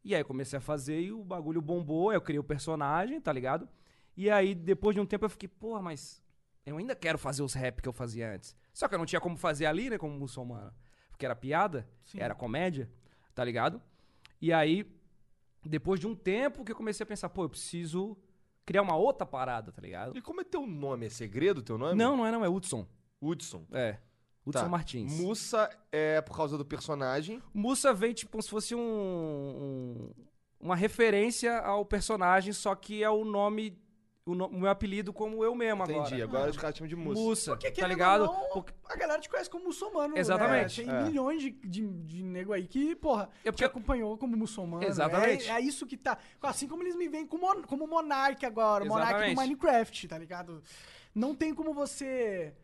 [SPEAKER 2] E aí eu comecei a fazer e o bagulho bombou, aí eu criei o personagem, tá ligado? E aí depois de um tempo eu fiquei, porra, mas eu ainda quero fazer os rap que eu fazia antes. Só que eu não tinha como fazer ali, né, como muçulmano. Porque era piada,
[SPEAKER 1] Sim.
[SPEAKER 2] era comédia, tá ligado? E aí, depois de um tempo que eu comecei a pensar, pô, eu preciso criar uma outra parada, tá ligado?
[SPEAKER 3] E como é teu nome? É segredo teu nome?
[SPEAKER 2] Não, não é não, é Hudson.
[SPEAKER 3] Hudson.
[SPEAKER 2] É, Hudson
[SPEAKER 3] Tá.
[SPEAKER 2] Martins.
[SPEAKER 3] Mussa é por causa do personagem.
[SPEAKER 2] Mussa vem tipo como se fosse um, um- uma referência ao personagem, só que é o nome, o, no- o meu apelido como eu mesmo
[SPEAKER 3] Entendi. Agora, é
[SPEAKER 2] agora.
[SPEAKER 3] os caras chamam de Mussa.
[SPEAKER 2] Mussa,
[SPEAKER 1] Porque,
[SPEAKER 2] tá
[SPEAKER 1] querendo
[SPEAKER 2] ligado?
[SPEAKER 1] ou não,
[SPEAKER 2] Porque-
[SPEAKER 1] A galera te conhece como muçulmano, né?
[SPEAKER 2] Exatamente.
[SPEAKER 1] Tem
[SPEAKER 3] É.
[SPEAKER 1] milhões de, de, de nego aí que, porra,
[SPEAKER 2] É
[SPEAKER 1] te
[SPEAKER 2] porque-
[SPEAKER 1] acompanhou como muçulmano.
[SPEAKER 2] Exatamente.
[SPEAKER 1] É, é isso que tá... Assim como eles me veem como, mon- como monarca agora, o monarca do
[SPEAKER 2] Exatamente.
[SPEAKER 1] Minecraft, tá ligado? Não tem como você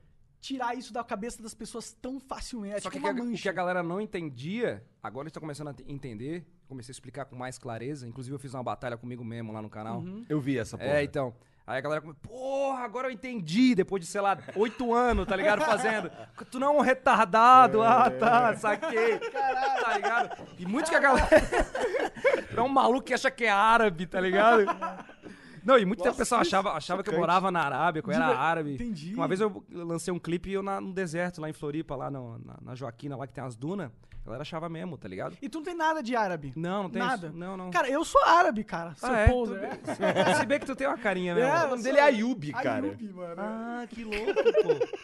[SPEAKER 1] tirar isso da cabeça das pessoas tão facilmente. É tipo
[SPEAKER 2] Só que,
[SPEAKER 1] uma
[SPEAKER 2] o que a- o que
[SPEAKER 1] mancha.
[SPEAKER 2] a galera não entendia, agora está começando a te- entender. Comecei a explicar com mais clareza. Inclusive, eu fiz uma batalha comigo mesmo lá no canal.
[SPEAKER 1] Uhum.
[SPEAKER 3] Eu vi essa porra.
[SPEAKER 2] É, então. Aí a galera come, porra, agora eu entendi, depois de, sei lá, oito anos, tá ligado? Fazendo. Tu não é um retardado,
[SPEAKER 1] É.
[SPEAKER 2] ah, tá, saquei. Caralho. Tá ligado? E muito que a galera. tu não é um maluco que acha que é árabe, tá ligado? Não, e muito tempo o pessoal achava, achava que eu morava na Arábia, que eu era
[SPEAKER 1] Diver-
[SPEAKER 2] árabe.
[SPEAKER 1] é Entendi.
[SPEAKER 2] Uma vez eu lancei um clipe e eu na, no deserto, lá em Floripa, lá no- na, na Joaquina, lá que tem as dunas. A galera achava mesmo, tá ligado?
[SPEAKER 1] E tu não tem nada de árabe?
[SPEAKER 2] Não, não tem
[SPEAKER 1] Nada.
[SPEAKER 2] isso. Não, não.
[SPEAKER 1] Cara, eu sou árabe, cara. Seu
[SPEAKER 2] ah, é?
[SPEAKER 1] poser,
[SPEAKER 2] Tudo
[SPEAKER 1] é?
[SPEAKER 2] bem. Se bem que tu tem uma carinha mesmo.
[SPEAKER 1] É,
[SPEAKER 3] O nome dele é Ayub, cara.
[SPEAKER 1] Ayub, mano.
[SPEAKER 2] Ah, que louco, pô.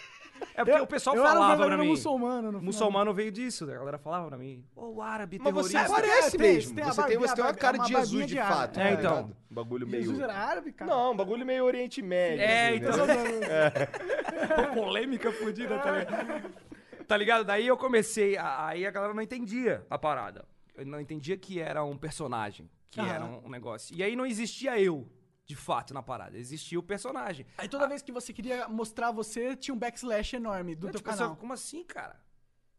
[SPEAKER 2] É porque o pessoal
[SPEAKER 1] eu era um
[SPEAKER 2] falava pra
[SPEAKER 1] verdadeiro
[SPEAKER 2] mim.
[SPEAKER 1] muçulmano. No final.
[SPEAKER 2] Muçulmano veio disso, né? a galera falava pra mim. Ô, árabe,
[SPEAKER 3] Mas você
[SPEAKER 2] terrorista.
[SPEAKER 3] parece
[SPEAKER 1] É, tem-
[SPEAKER 3] mesmo.
[SPEAKER 1] tem a
[SPEAKER 3] você, tem,
[SPEAKER 1] barbinha,
[SPEAKER 3] você tem uma
[SPEAKER 1] a
[SPEAKER 3] cara de
[SPEAKER 1] barbinha
[SPEAKER 3] Jesus
[SPEAKER 1] de
[SPEAKER 3] de,
[SPEAKER 1] árabe.
[SPEAKER 3] fato.
[SPEAKER 2] É,
[SPEAKER 3] tá
[SPEAKER 2] então.
[SPEAKER 3] ligado? Um bagulho meio.
[SPEAKER 1] Jesus era árabe, cara?
[SPEAKER 3] Não, um bagulho meio Oriente Médio.
[SPEAKER 2] É,
[SPEAKER 3] assim, né?
[SPEAKER 2] então.
[SPEAKER 1] é um
[SPEAKER 2] Pô, polêmica fodida, tá ligado? Tá ligado? Daí eu comecei, a- aí a galera não entendia a parada. Eu não entendia que era um personagem, que
[SPEAKER 1] Aham.
[SPEAKER 2] era um um negócio. E aí não existia eu, de fato, na parada. Existia o personagem.
[SPEAKER 1] Aí toda vez que você queria mostrar você, tinha um backslash enorme do
[SPEAKER 2] Eu,
[SPEAKER 1] teu
[SPEAKER 2] tipo, pensava,
[SPEAKER 1] canal.
[SPEAKER 2] como assim, cara?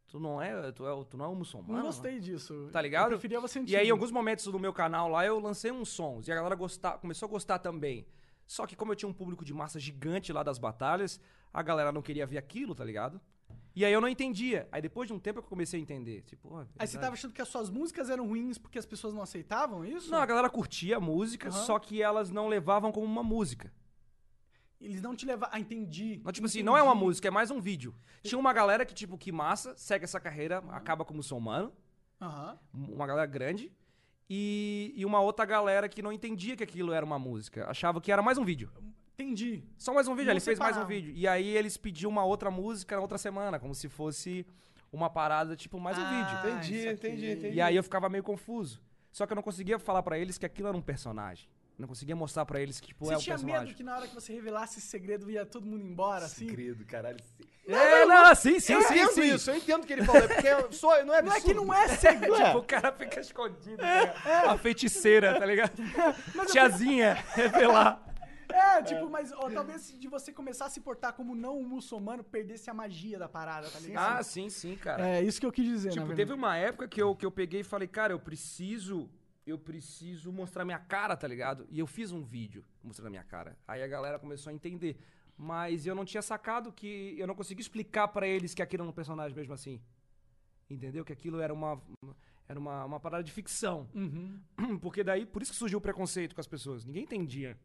[SPEAKER 2] Tu não é, tu é, tu não é um muçulmano?
[SPEAKER 1] Não
[SPEAKER 2] mano?"
[SPEAKER 1] gostei disso.
[SPEAKER 2] Tá ligado?
[SPEAKER 1] Eu preferia você
[SPEAKER 2] E aí, em alguns momentos do meu canal lá, eu lancei uns sons e a galera gostar, começou a gostar também. Só que como eu tinha um público de massa gigante lá das batalhas, a galera não queria ver aquilo, tá ligado? E aí eu não entendia. Aí depois de um tempo que eu comecei a entender. Tipo, ó,
[SPEAKER 1] Aí você
[SPEAKER 2] verdade.
[SPEAKER 1] tava achando que as suas músicas eram ruins porque as pessoas não aceitavam isso?
[SPEAKER 2] Não, a galera curtia a música,
[SPEAKER 1] Aham.
[SPEAKER 2] só que elas não levavam como uma música.
[SPEAKER 1] Eles não te levavam. Ah, entendi.
[SPEAKER 2] Não, tipo assim, não é uma música, é mais um vídeo. Tinha uma galera que, tipo, que massa, segue essa carreira, acaba como muçulmano.
[SPEAKER 1] Aham.
[SPEAKER 2] uma galera grande e, e uma outra galera que não entendia que aquilo era uma música, achava que era mais um vídeo.
[SPEAKER 1] Entendi.
[SPEAKER 2] Só mais um vídeo,
[SPEAKER 1] Não
[SPEAKER 2] aí ele fez mais um
[SPEAKER 1] separava.
[SPEAKER 2] vídeo. E aí eles pediam uma outra música na outra semana, como se fosse uma parada, tipo, mais um
[SPEAKER 1] Ah,
[SPEAKER 2] vídeo.
[SPEAKER 3] Entendi,
[SPEAKER 1] isso aqui.
[SPEAKER 3] entendi, entendi.
[SPEAKER 2] E aí eu ficava meio confuso. Só que eu não conseguia falar pra eles que aquilo era um personagem. Não conseguia mostrar pra eles que, tipo,
[SPEAKER 1] Você
[SPEAKER 2] é um
[SPEAKER 1] tinha
[SPEAKER 2] personagem.
[SPEAKER 1] medo que na hora que você revelasse esse segredo ia todo mundo embora, assim?
[SPEAKER 3] Segredo, caralho.
[SPEAKER 2] É, não, sim, sim,
[SPEAKER 3] eu
[SPEAKER 2] sim,
[SPEAKER 3] entendo
[SPEAKER 2] sim.
[SPEAKER 3] isso, eu entendo o que ele falou. É porque eu sou, não é
[SPEAKER 1] Não é
[SPEAKER 3] absurdo.
[SPEAKER 1] que não é segredo.
[SPEAKER 2] Tipo, o cara fica escondido, né? A feiticeira, tá ligado? Tiazinha, revelar.
[SPEAKER 1] É, tipo, mas ó, talvez se de você começar a se portar como não um muçulmano, perdesse a magia da parada, tá ligado?
[SPEAKER 2] Ah, sim, sim, cara.
[SPEAKER 1] é isso que eu quis dizer, na
[SPEAKER 2] Tipo,
[SPEAKER 1] verdade.
[SPEAKER 2] teve uma época que eu, que eu peguei e falei, cara, eu preciso. Eu preciso mostrar minha cara, tá ligado? E eu fiz um vídeo mostrando a minha cara. Aí a galera começou a entender. Mas eu não tinha sacado que. Eu não consegui explicar pra eles que aquilo era um personagem mesmo assim. Entendeu? Que aquilo era uma. Era uma, uma parada de ficção.
[SPEAKER 1] Uhum.
[SPEAKER 2] Porque daí, por isso que surgiu o preconceito com as pessoas. Ninguém entendia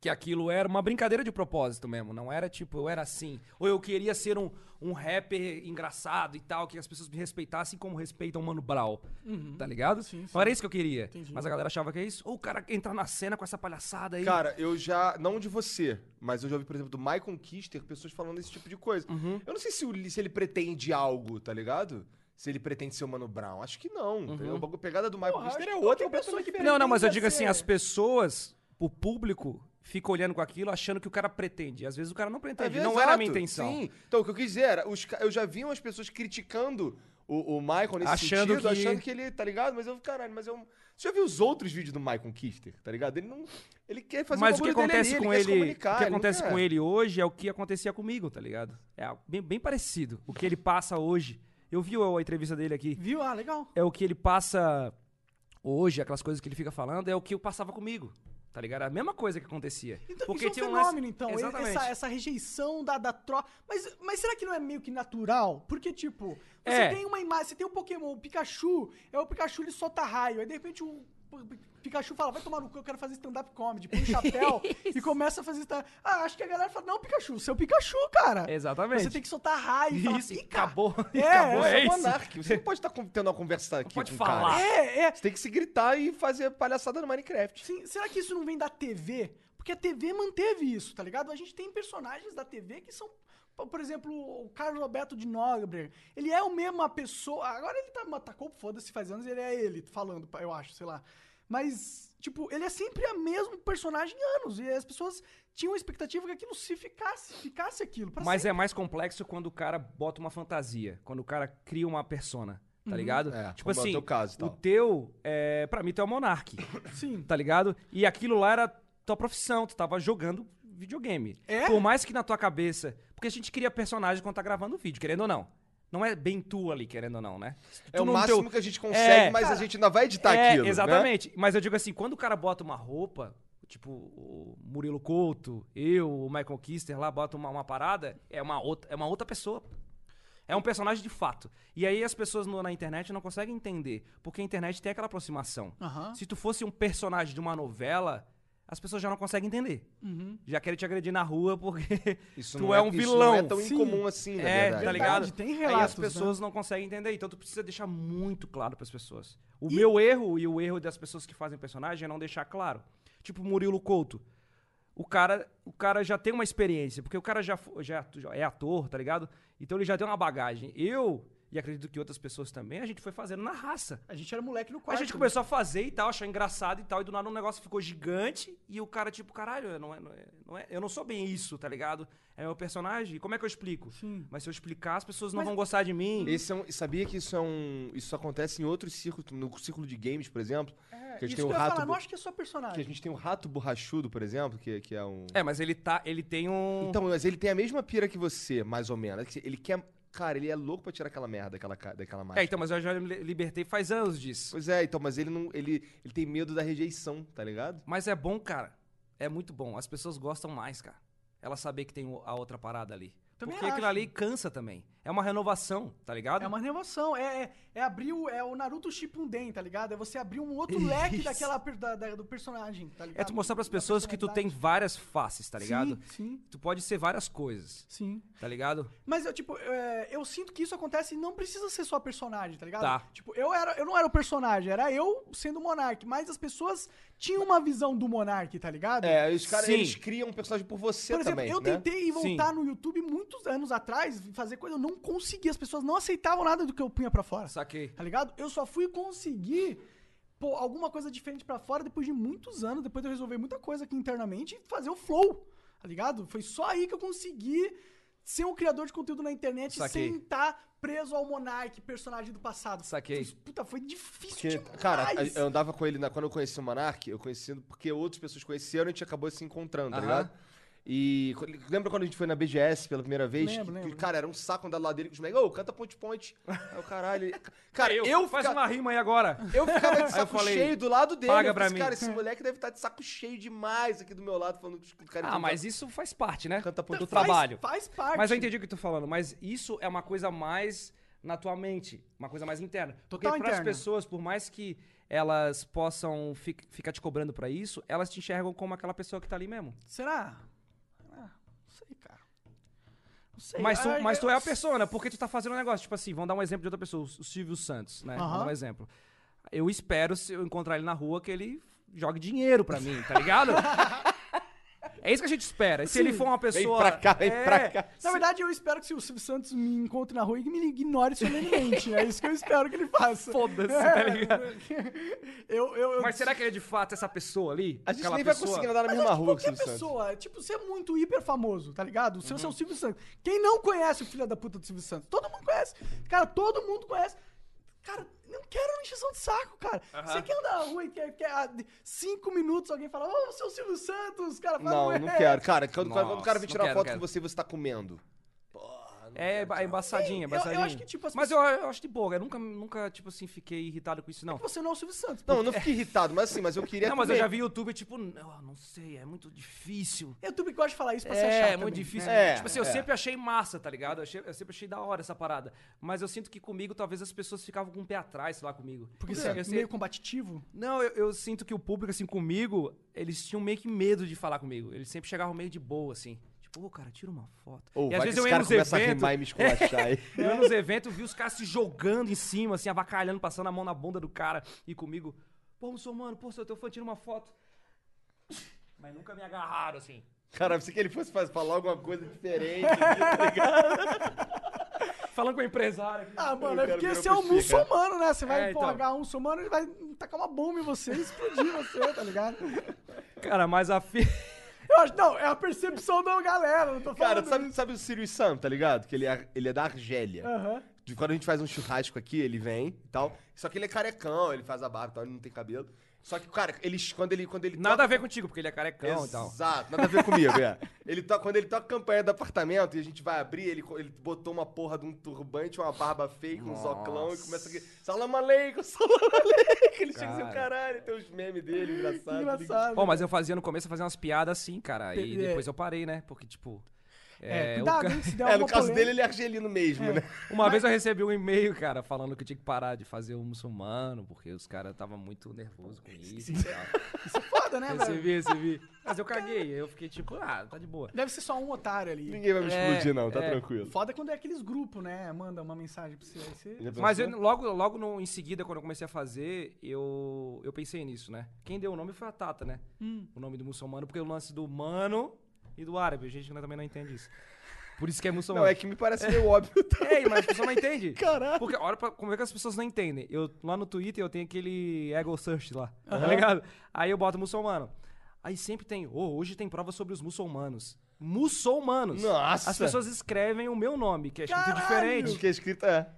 [SPEAKER 2] que aquilo era uma brincadeira de propósito mesmo. Não era tipo, eu era assim. Ou eu queria ser um, um rapper engraçado e tal, que as pessoas me respeitassem como respeitam o Mano Brown. Tá ligado?
[SPEAKER 1] Uhum. Sim, sim.
[SPEAKER 2] Não era isso que eu queria.
[SPEAKER 1] Entendi.
[SPEAKER 2] Mas a galera achava que é isso. Ou o cara entrar na cena com essa palhaçada aí.
[SPEAKER 3] Cara, eu já. Não de você, mas eu já ouvi, por exemplo, do Michael Kister, pessoas falando esse tipo de coisa.
[SPEAKER 2] Uhum.
[SPEAKER 3] Eu não sei se, o Li- se ele pretende algo, tá ligado? Se ele pretende ser o Mano Brown. Acho que não. tá
[SPEAKER 2] Uhum.
[SPEAKER 3] entendeu? A bagu- pegada do Michael Kister é outra completamente diferente.
[SPEAKER 2] não, não, mas eu digo assim, as pessoas, o público, fica olhando com aquilo achando que o cara pretende. Às vezes o cara não pretende.
[SPEAKER 3] É,
[SPEAKER 2] não
[SPEAKER 3] exato,
[SPEAKER 2] era a minha intenção.
[SPEAKER 3] Sim. Então, o que eu quis dizer era, os ca- eu já vi umas pessoas criticando o, o Michael nesse
[SPEAKER 2] Achando
[SPEAKER 3] sentido,
[SPEAKER 2] que-
[SPEAKER 3] achando que ele, tá ligado? Mas eu, caralho, mas eu. Você já viu os outros vídeos do Michael Kister, tá ligado? Ele não. Ele quer fazer
[SPEAKER 2] Mas o que
[SPEAKER 3] bagulho dele
[SPEAKER 2] acontece
[SPEAKER 3] ali,
[SPEAKER 2] com
[SPEAKER 3] quer
[SPEAKER 2] ele,
[SPEAKER 3] se
[SPEAKER 2] o que
[SPEAKER 3] comunicar, não
[SPEAKER 2] acontece
[SPEAKER 3] quer-
[SPEAKER 2] com ele hoje é o que acontecia comigo, tá ligado? É algo bem, bem parecido. O que ele passa hoje. Eu vi a entrevista dele aqui.
[SPEAKER 1] Viu? Ah, legal.
[SPEAKER 2] É o que ele passa hoje, aquelas coisas que ele fica falando, é o que eu passava comigo. Tá ligado? A mesma coisa que acontecia.
[SPEAKER 1] Então,
[SPEAKER 2] Porque
[SPEAKER 1] isso é
[SPEAKER 2] tinha
[SPEAKER 1] um
[SPEAKER 2] um lance-
[SPEAKER 1] fenômeno, então.
[SPEAKER 2] Exatamente.
[SPEAKER 1] Essa, essa rejeição da, da troca. Mas, mas será que não é meio que natural? Porque, tipo, você
[SPEAKER 2] É.
[SPEAKER 1] tem uma imagem, você tem um Pokémon, o Pikachu, é o Pikachu ele solta raio, aí de repente o. P- Pikachu fala, vai tomar no cu, eu quero fazer stand-up comedy. Põe o chapéu e começa a fazer stand-up. Ah, acho que a galera fala, não, Pikachu, seu Pikachu, cara.
[SPEAKER 2] É, Exatamente.
[SPEAKER 1] Você tem que soltar raio. e falar,
[SPEAKER 2] Isso, e
[SPEAKER 1] "Pica".
[SPEAKER 2] acabou.
[SPEAKER 1] É,
[SPEAKER 2] acabou,
[SPEAKER 1] essa
[SPEAKER 2] é
[SPEAKER 1] é
[SPEAKER 3] É um
[SPEAKER 2] isso.
[SPEAKER 3] anarque. Você não pode estar com- tendo uma conversa aqui
[SPEAKER 2] pode
[SPEAKER 3] com um
[SPEAKER 2] falar.
[SPEAKER 3] cara.
[SPEAKER 1] É, é.
[SPEAKER 3] Você tem que se gritar e fazer palhaçada no Minecraft.
[SPEAKER 1] Sim, será que isso não vem da TV? Porque a TV manteve isso, tá ligado? A gente tem personagens da TV que são. po- Por exemplo, o Carlos Alberto de Nobre. Ele é o mesmo a pessoa. Agora ele tá. Matacou, foda-se, faz anos, ele é ele falando, eu acho, sei lá. Mas, tipo, ele é sempre o mesmo personagem há anos. E as pessoas tinham a expectativa que aquilo se ficasse, ficasse aquilo. pra
[SPEAKER 2] Mas
[SPEAKER 1] sempre.
[SPEAKER 2] é mais complexo quando o cara bota uma fantasia, quando o cara cria uma persona, tá ligado?
[SPEAKER 3] É,
[SPEAKER 2] tipo
[SPEAKER 3] como é o
[SPEAKER 2] assim,
[SPEAKER 3] teu caso e
[SPEAKER 2] o
[SPEAKER 3] tal.
[SPEAKER 2] teu, é, pra mim, tu é o Monark,
[SPEAKER 1] Sim.
[SPEAKER 2] tá ligado? E aquilo lá era tua profissão, tu tava jogando videogame.
[SPEAKER 1] É?
[SPEAKER 2] Por mais que na tua cabeça. Porque a gente cria personagem quando tá gravando o vídeo, querendo ou não. Não é bem tu ali, querendo ou não, né? Se tu
[SPEAKER 3] É o
[SPEAKER 2] não
[SPEAKER 3] máximo
[SPEAKER 2] teu-
[SPEAKER 3] que a gente consegue,
[SPEAKER 2] É,
[SPEAKER 3] mas a gente ainda vai editar
[SPEAKER 2] é,
[SPEAKER 3] aquilo. né?
[SPEAKER 2] Exatamente. Mas eu digo assim, quando o cara bota uma roupa, tipo o Murilo Couto, eu, o Michael Kister lá, bota uma, uma parada, é uma, outra, é uma outra pessoa. É um personagem de fato. E aí as pessoas no- na internet não conseguem entender, porque a internet tem aquela aproximação.
[SPEAKER 1] Aham.
[SPEAKER 2] Se tu fosse um personagem de uma novela, as pessoas já não conseguem entender. Já querem te agredir na rua porque
[SPEAKER 3] Isso
[SPEAKER 2] tu
[SPEAKER 3] não
[SPEAKER 2] é, um vilão.
[SPEAKER 3] Isso não é tão
[SPEAKER 1] Sim.
[SPEAKER 3] incomum assim,
[SPEAKER 2] É,
[SPEAKER 3] na verdade.
[SPEAKER 2] tá
[SPEAKER 1] Verdade,
[SPEAKER 2] ligado?
[SPEAKER 1] tem
[SPEAKER 2] Aí as
[SPEAKER 1] relatos, né?
[SPEAKER 2] pessoas não conseguem entender. Então tu precisa deixar muito claro pras pessoas. O meu erro e o erro das pessoas que fazem personagem é não deixar claro. Tipo Murilo Couto. O cara, o cara já tem uma experiência, porque o cara já, fo- já, já é ator, tá ligado? Então ele já tem uma bagagem. Eu, e acredito que outras pessoas também, a gente foi fazendo na raça.
[SPEAKER 1] A gente era moleque no
[SPEAKER 2] A
[SPEAKER 1] quarto.
[SPEAKER 2] gente
[SPEAKER 1] né?
[SPEAKER 2] começou a fazer e tal, achar engraçado e tal, e do nada um negócio ficou gigante, e o cara, tipo, caralho, eu não, é- não é- não é- eu não sou bem isso, tá ligado? É meu personagem, e como é que eu explico?
[SPEAKER 1] Sim.
[SPEAKER 2] Mas se eu explicar, as pessoas não
[SPEAKER 1] Mas-
[SPEAKER 2] vão gostar de mim.
[SPEAKER 3] Esse é um- sabia que isso é um. Isso acontece em outros círculos, no círculo de games, por exemplo. que a gente
[SPEAKER 1] Isso
[SPEAKER 3] tem o
[SPEAKER 1] que eu ia
[SPEAKER 3] rato.
[SPEAKER 1] falar,
[SPEAKER 3] bu-
[SPEAKER 1] não acho que é só
[SPEAKER 3] que a
[SPEAKER 1] personagem.
[SPEAKER 3] gente tem o rato borrachudo, por exemplo, que, que é um.
[SPEAKER 2] É, mas ele tá. Ele tem um.
[SPEAKER 3] Então, mas ele tem a mesma pira que você, mais ou menos. É que Ele quer. Cara, ele é louco pra tirar aquela merda daquela, ca- daquela
[SPEAKER 2] é,
[SPEAKER 3] máscara.
[SPEAKER 2] então, mas eu já me li- libertei faz anos disso.
[SPEAKER 3] Pois é, então, mas ele não. Ele, ele tem medo da rejeição, tá ligado?
[SPEAKER 2] Mas é bom, cara. É muito bom. As pessoas gostam mais, cara. Ela saber que tem o- a outra parada ali.
[SPEAKER 1] Também
[SPEAKER 2] Porque aquilo
[SPEAKER 1] acho.
[SPEAKER 2] ali cansa também. É uma renovação, tá ligado?
[SPEAKER 1] É uma renovação, é, é, é abrir o, é o Naruto Shippuden, tá ligado? É você abrir um outro leque
[SPEAKER 2] Isso.
[SPEAKER 1] daquela, per- da- da- do personagem, tá ligado?
[SPEAKER 2] É tu mostrar pras
[SPEAKER 1] Da
[SPEAKER 2] pessoas que tu tem
[SPEAKER 1] personalidade.
[SPEAKER 2] várias faces, tá ligado?
[SPEAKER 1] Sim,
[SPEAKER 2] Tu pode ser várias coisas,
[SPEAKER 1] sim, sim.
[SPEAKER 2] tá ligado?
[SPEAKER 1] Mas eu, tipo, é, eu sinto que isso acontece e não precisa ser só personagem, tá ligado?
[SPEAKER 2] Tá.
[SPEAKER 1] Tipo, eu, era, eu não era o personagem, era eu sendo o Monark, mas as pessoas tinham uma visão do Monark, tá ligado?
[SPEAKER 3] É, os caras
[SPEAKER 2] Sim.
[SPEAKER 3] eles criam um personagem por você
[SPEAKER 1] Por exemplo,
[SPEAKER 3] também.
[SPEAKER 1] eu
[SPEAKER 3] né?
[SPEAKER 1] tentei voltar no YouTube muitos anos atrás, fazer coisa, eu não consegui, as pessoas não aceitavam nada do que eu punha pra fora.
[SPEAKER 2] Saquei.
[SPEAKER 1] Tá ligado? Eu só fui conseguir pôr alguma coisa diferente pra fora depois de muitos anos, depois de eu resolver muita coisa aqui internamente e fazer o flow, tá ligado? Foi só aí que eu consegui ser um criador de conteúdo na internet
[SPEAKER 2] Saquei.
[SPEAKER 1] sem estar preso ao Monark, personagem do passado.
[SPEAKER 2] Saquei.
[SPEAKER 1] Puta, foi difícil
[SPEAKER 3] Porque,
[SPEAKER 1] demais.
[SPEAKER 3] cara, a- eu andava com ele na, quando eu conheci o Monark, eu conheci porque outras pessoas conheceram e a gente acabou se encontrando, tá
[SPEAKER 2] Aham.
[SPEAKER 3] ligado? E co- lembra quando a gente foi na BGS pela primeira vez?
[SPEAKER 1] Lembro,
[SPEAKER 3] Que- que,
[SPEAKER 1] lembro.
[SPEAKER 3] Cara, era um saco andar lá dele com os molegas, ô, canta ponte ponte. Aí o caralho. ele- Cara, eu,
[SPEAKER 2] Faz
[SPEAKER 3] fica-
[SPEAKER 2] uma rima aí agora.
[SPEAKER 3] eu ficava de
[SPEAKER 2] Aí eu
[SPEAKER 3] saco
[SPEAKER 2] falei,
[SPEAKER 3] cheio do lado dele.
[SPEAKER 2] "Paga
[SPEAKER 3] eu
[SPEAKER 2] pra
[SPEAKER 3] falei,
[SPEAKER 2] mim."
[SPEAKER 3] Cara, esse moleque deve estar de saco cheio demais aqui do meu lado, falando que os caras
[SPEAKER 2] Ah, mas isso faz parte, né?
[SPEAKER 3] Canta
[SPEAKER 2] do
[SPEAKER 3] ponto
[SPEAKER 1] Faz-
[SPEAKER 2] trabalho.
[SPEAKER 1] Faz parte.
[SPEAKER 2] Mas eu entendi o que tu tá falando, mas isso é uma coisa mais na tua mente, uma coisa mais interna. Porque
[SPEAKER 1] Total
[SPEAKER 2] para as
[SPEAKER 1] interna.
[SPEAKER 2] pessoas, por mais que elas possam fi- ficar te cobrando pra isso, elas te enxergam como aquela pessoa que tá ali mesmo.
[SPEAKER 1] Será? Será? Não sei, cara. Não sei.
[SPEAKER 2] Mas tu,
[SPEAKER 1] Ah,
[SPEAKER 2] mas
[SPEAKER 1] eu-
[SPEAKER 2] tu é a persona, porque tu tá fazendo um negócio. Tipo assim, vamos dar um exemplo de outra pessoa, o Silvio Santos, né? Vamos
[SPEAKER 1] Aham.
[SPEAKER 2] dar um exemplo. Eu espero, se eu encontrar ele na rua, que ele jogue dinheiro pra mim, tá ligado? é isso que a gente espera. Se ele for uma pessoa.
[SPEAKER 3] pra cá, vem
[SPEAKER 2] é,
[SPEAKER 3] pra cá.
[SPEAKER 1] Na verdade, eu espero que o Silvio Santos me encontre na rua e que me ignore solenemente. né? É isso que eu espero que ele faça. É,
[SPEAKER 2] Foda-se, tá ligado?
[SPEAKER 1] Eu, eu, eu
[SPEAKER 2] Mas será que ele é de fato essa pessoa ali?
[SPEAKER 3] A gente
[SPEAKER 2] Aquela
[SPEAKER 3] nem vai
[SPEAKER 2] pessoa?
[SPEAKER 3] conseguir andar na
[SPEAKER 1] Mas
[SPEAKER 3] mesma
[SPEAKER 1] é de
[SPEAKER 3] rua que o
[SPEAKER 1] qualquer
[SPEAKER 3] Silvio Santos.
[SPEAKER 1] pessoa. Tipo, você é muito hiper famoso, tá ligado?
[SPEAKER 2] Uhum.
[SPEAKER 1] Você, você é o Silvio Santos. Quem não conhece o filho da puta do Silvio Santos? Todo mundo conhece. Cara, todo mundo conhece. Cara, não quero encheção de saco, cara. Você quer andar na rua e quer, quer ah, cinco minutos alguém fala, ô, você é o Silvio Santos, cara. Fala,
[SPEAKER 3] Não,
[SPEAKER 1] "Ué."
[SPEAKER 3] não quero. Cara, quando,
[SPEAKER 2] Nossa,
[SPEAKER 3] quando o cara vem
[SPEAKER 2] não
[SPEAKER 3] tirar
[SPEAKER 2] quero,
[SPEAKER 3] foto
[SPEAKER 2] não
[SPEAKER 3] com
[SPEAKER 2] quero.
[SPEAKER 3] você e você tá comendo.
[SPEAKER 2] É, é embaçadinha,
[SPEAKER 1] Eu- eu acho
[SPEAKER 2] embaçadinha.
[SPEAKER 1] que, tipo, as
[SPEAKER 2] Mas eu, eu acho de boa, eu nunca, nunca, tipo assim, fiquei irritado com isso, não.
[SPEAKER 1] Você não é o Silvio Santos.
[SPEAKER 3] Não, eu não fiquei irritado, mas assim, mas eu queria
[SPEAKER 2] Não, mas eu
[SPEAKER 3] comer.
[SPEAKER 2] já vi YouTube, tipo, não, não sei, é muito difícil.
[SPEAKER 1] Eu também gosto de falar isso pra ser
[SPEAKER 2] É,
[SPEAKER 1] Tá chato.
[SPEAKER 2] é muito
[SPEAKER 1] também,
[SPEAKER 2] difícil.
[SPEAKER 1] né?
[SPEAKER 3] É,
[SPEAKER 2] tipo assim, eu
[SPEAKER 3] é.
[SPEAKER 2] sempre achei massa, tá ligado? Eu, achei- eu sempre achei da hora essa parada. Mas eu sinto que comigo, talvez as pessoas ficavam com o pé atrás, sei lá, comigo.
[SPEAKER 1] Porque
[SPEAKER 2] Eu
[SPEAKER 1] você é
[SPEAKER 2] sei-
[SPEAKER 1] meio combativo.
[SPEAKER 2] Não, eu, eu sinto que o público, assim, comigo, eles tinham meio que medo de falar comigo. Eles sempre chegavam meio de boa, assim. Tipo, ô, cara, tira uma foto.
[SPEAKER 3] Ou
[SPEAKER 2] e às
[SPEAKER 3] vai que
[SPEAKER 2] vezes
[SPEAKER 3] esse
[SPEAKER 2] eu ia
[SPEAKER 3] cara
[SPEAKER 2] nos
[SPEAKER 3] começa a
[SPEAKER 2] eventos.
[SPEAKER 3] rimar e me esculachar aí.
[SPEAKER 2] Eu ia nos eventos, vi os caras se jogando em cima, assim, avacalhando, passando a mão na bunda do cara. E comigo, pô, muçulmano, pô, seu teu fã, tira uma foto. Mas nunca me agarraram, assim.
[SPEAKER 3] Cara, eu pensei que ele fosse faz- falar alguma coisa diferente.
[SPEAKER 2] Falando com o empresário. aqui.
[SPEAKER 1] Ah, mano, é
[SPEAKER 3] quero
[SPEAKER 1] porque
[SPEAKER 3] virar
[SPEAKER 1] esse é um
[SPEAKER 3] puxica.
[SPEAKER 1] muçulmano, né? Você vai
[SPEAKER 2] É, então.
[SPEAKER 1] empolgar um muçulmano, ele vai tacar uma bomba em você e explodir você, tá ligado?
[SPEAKER 2] Cara, mas a fi...
[SPEAKER 1] Eu acho, não, é a percepção da galera, não tô falando.
[SPEAKER 3] cara, sabe, sabe o Sirius Sam, tá ligado? Que ele é, ele é da Argélia.
[SPEAKER 1] Aham.
[SPEAKER 3] De Quando a gente faz um churrasco aqui, ele vem e tal. Só que ele é carecão, ele faz a barba e tal, ele não tem cabelo. Só que, cara, ele, quando ele. Quando ele
[SPEAKER 2] Nada a ver contigo, porque ele é carecão e tal.
[SPEAKER 3] Exato, nada a ver comigo, é. Ele to- quando ele toca a campanha do apartamento e a gente vai abrir, ele, co- ele botou uma porra de um turbante, uma barba fake, um zoclão e começa aqui. Salam aleikum, salam aleikum. Ele chega assim,
[SPEAKER 2] Cara.
[SPEAKER 3] caralho, tem os memes dele, engraçado.
[SPEAKER 1] Engraçado.
[SPEAKER 2] Pô, mas eu fazia no começo, eu fazia umas piadas assim, cara. E
[SPEAKER 1] Pe- é.
[SPEAKER 2] depois eu parei, né? Porque, tipo.
[SPEAKER 1] é,
[SPEAKER 2] é, o
[SPEAKER 1] cuidado,
[SPEAKER 2] ca-
[SPEAKER 1] hein, se der
[SPEAKER 3] É, no
[SPEAKER 1] alguma
[SPEAKER 3] caso
[SPEAKER 1] polêmica.
[SPEAKER 3] dele, ele é argelino mesmo, né?
[SPEAKER 2] Uma vez eu recebi um e-mail, cara, falando que eu tinha que parar de fazer o muçulmano, porque os caras estavam muito nervosos com isso e tal.
[SPEAKER 1] Isso é foda, né, velho?
[SPEAKER 2] Recebi, recebi. Mas eu caguei, eu fiquei tipo, ah, tá de boa.
[SPEAKER 1] Deve ser só um otário ali.
[SPEAKER 3] Ninguém vai me
[SPEAKER 2] É,
[SPEAKER 3] explodir, não, tá
[SPEAKER 2] é.
[SPEAKER 3] tranquilo.
[SPEAKER 1] Foda quando é aqueles grupos, né? Manda uma mensagem pra você. Aí você...
[SPEAKER 3] Já pensou?
[SPEAKER 2] Mas eu- logo, logo no- em seguida, quando eu comecei a fazer, eu, eu pensei nisso, né? Quem deu o nome foi a Tata, né? O nome do muçulmano, porque o lance do mano e do árabe. A gente também não entende isso. Por isso que é muçulmano.
[SPEAKER 3] Não, é que me parece meio óbvio. tá?
[SPEAKER 2] É, mas a pessoa não entende.
[SPEAKER 3] Caralho.
[SPEAKER 2] Porque olha pra, como é que as pessoas não entendem. Eu, lá no Twitter eu tenho aquele ego search lá, tá ligado? Aí eu boto muçulmano. Aí sempre tem, "Ô, hoje tem prova sobre os muçulmanos. Muçulmanos.
[SPEAKER 3] Nossa.
[SPEAKER 2] As pessoas escrevem o meu nome, que é escrito
[SPEAKER 1] Caralho.
[SPEAKER 2] diferente.
[SPEAKER 3] Que é escrito é.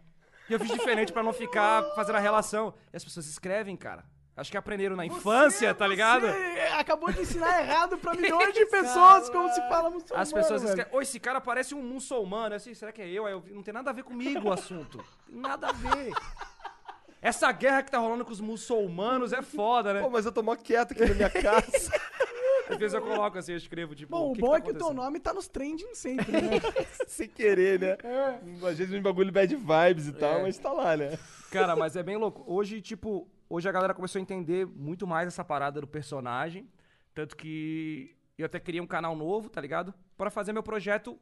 [SPEAKER 2] E eu fiz diferente pra não ficar fazendo a relação. E as pessoas escrevem, cara. Acho que aprenderam na infância, tá ligado?
[SPEAKER 1] é Você acabou de ensinar errado pra milhões de pessoas como se fala muçulmano.
[SPEAKER 2] As pessoas
[SPEAKER 1] velho.
[SPEAKER 2] escrevem, ô, esse cara parece um muçulmano, assim, será que é eu? Aí eu vi, não tem nada a ver comigo o assunto. Tem nada a ver. Essa guerra que tá rolando com os muçulmanos é foda,
[SPEAKER 3] Pô,
[SPEAKER 2] né?
[SPEAKER 3] mas eu tô mó quieto aqui na minha casa.
[SPEAKER 2] Às vezes eu coloco assim, eu escrevo, tipo,
[SPEAKER 1] Bom, o,
[SPEAKER 2] que
[SPEAKER 1] bom
[SPEAKER 2] tá
[SPEAKER 1] é que o teu
[SPEAKER 2] acontecendo?
[SPEAKER 1] nome tá nos trending sempre, né?
[SPEAKER 3] sem querer, né? Às vezes um bagulho bad vibes e tal,
[SPEAKER 2] É.
[SPEAKER 3] mas tá lá, né?
[SPEAKER 2] Cara, mas é bem louco. Hoje, tipo, hoje a galera começou a entender muito mais essa parada do personagem. Tanto que eu até queria um canal novo, tá ligado? Pra fazer meu projeto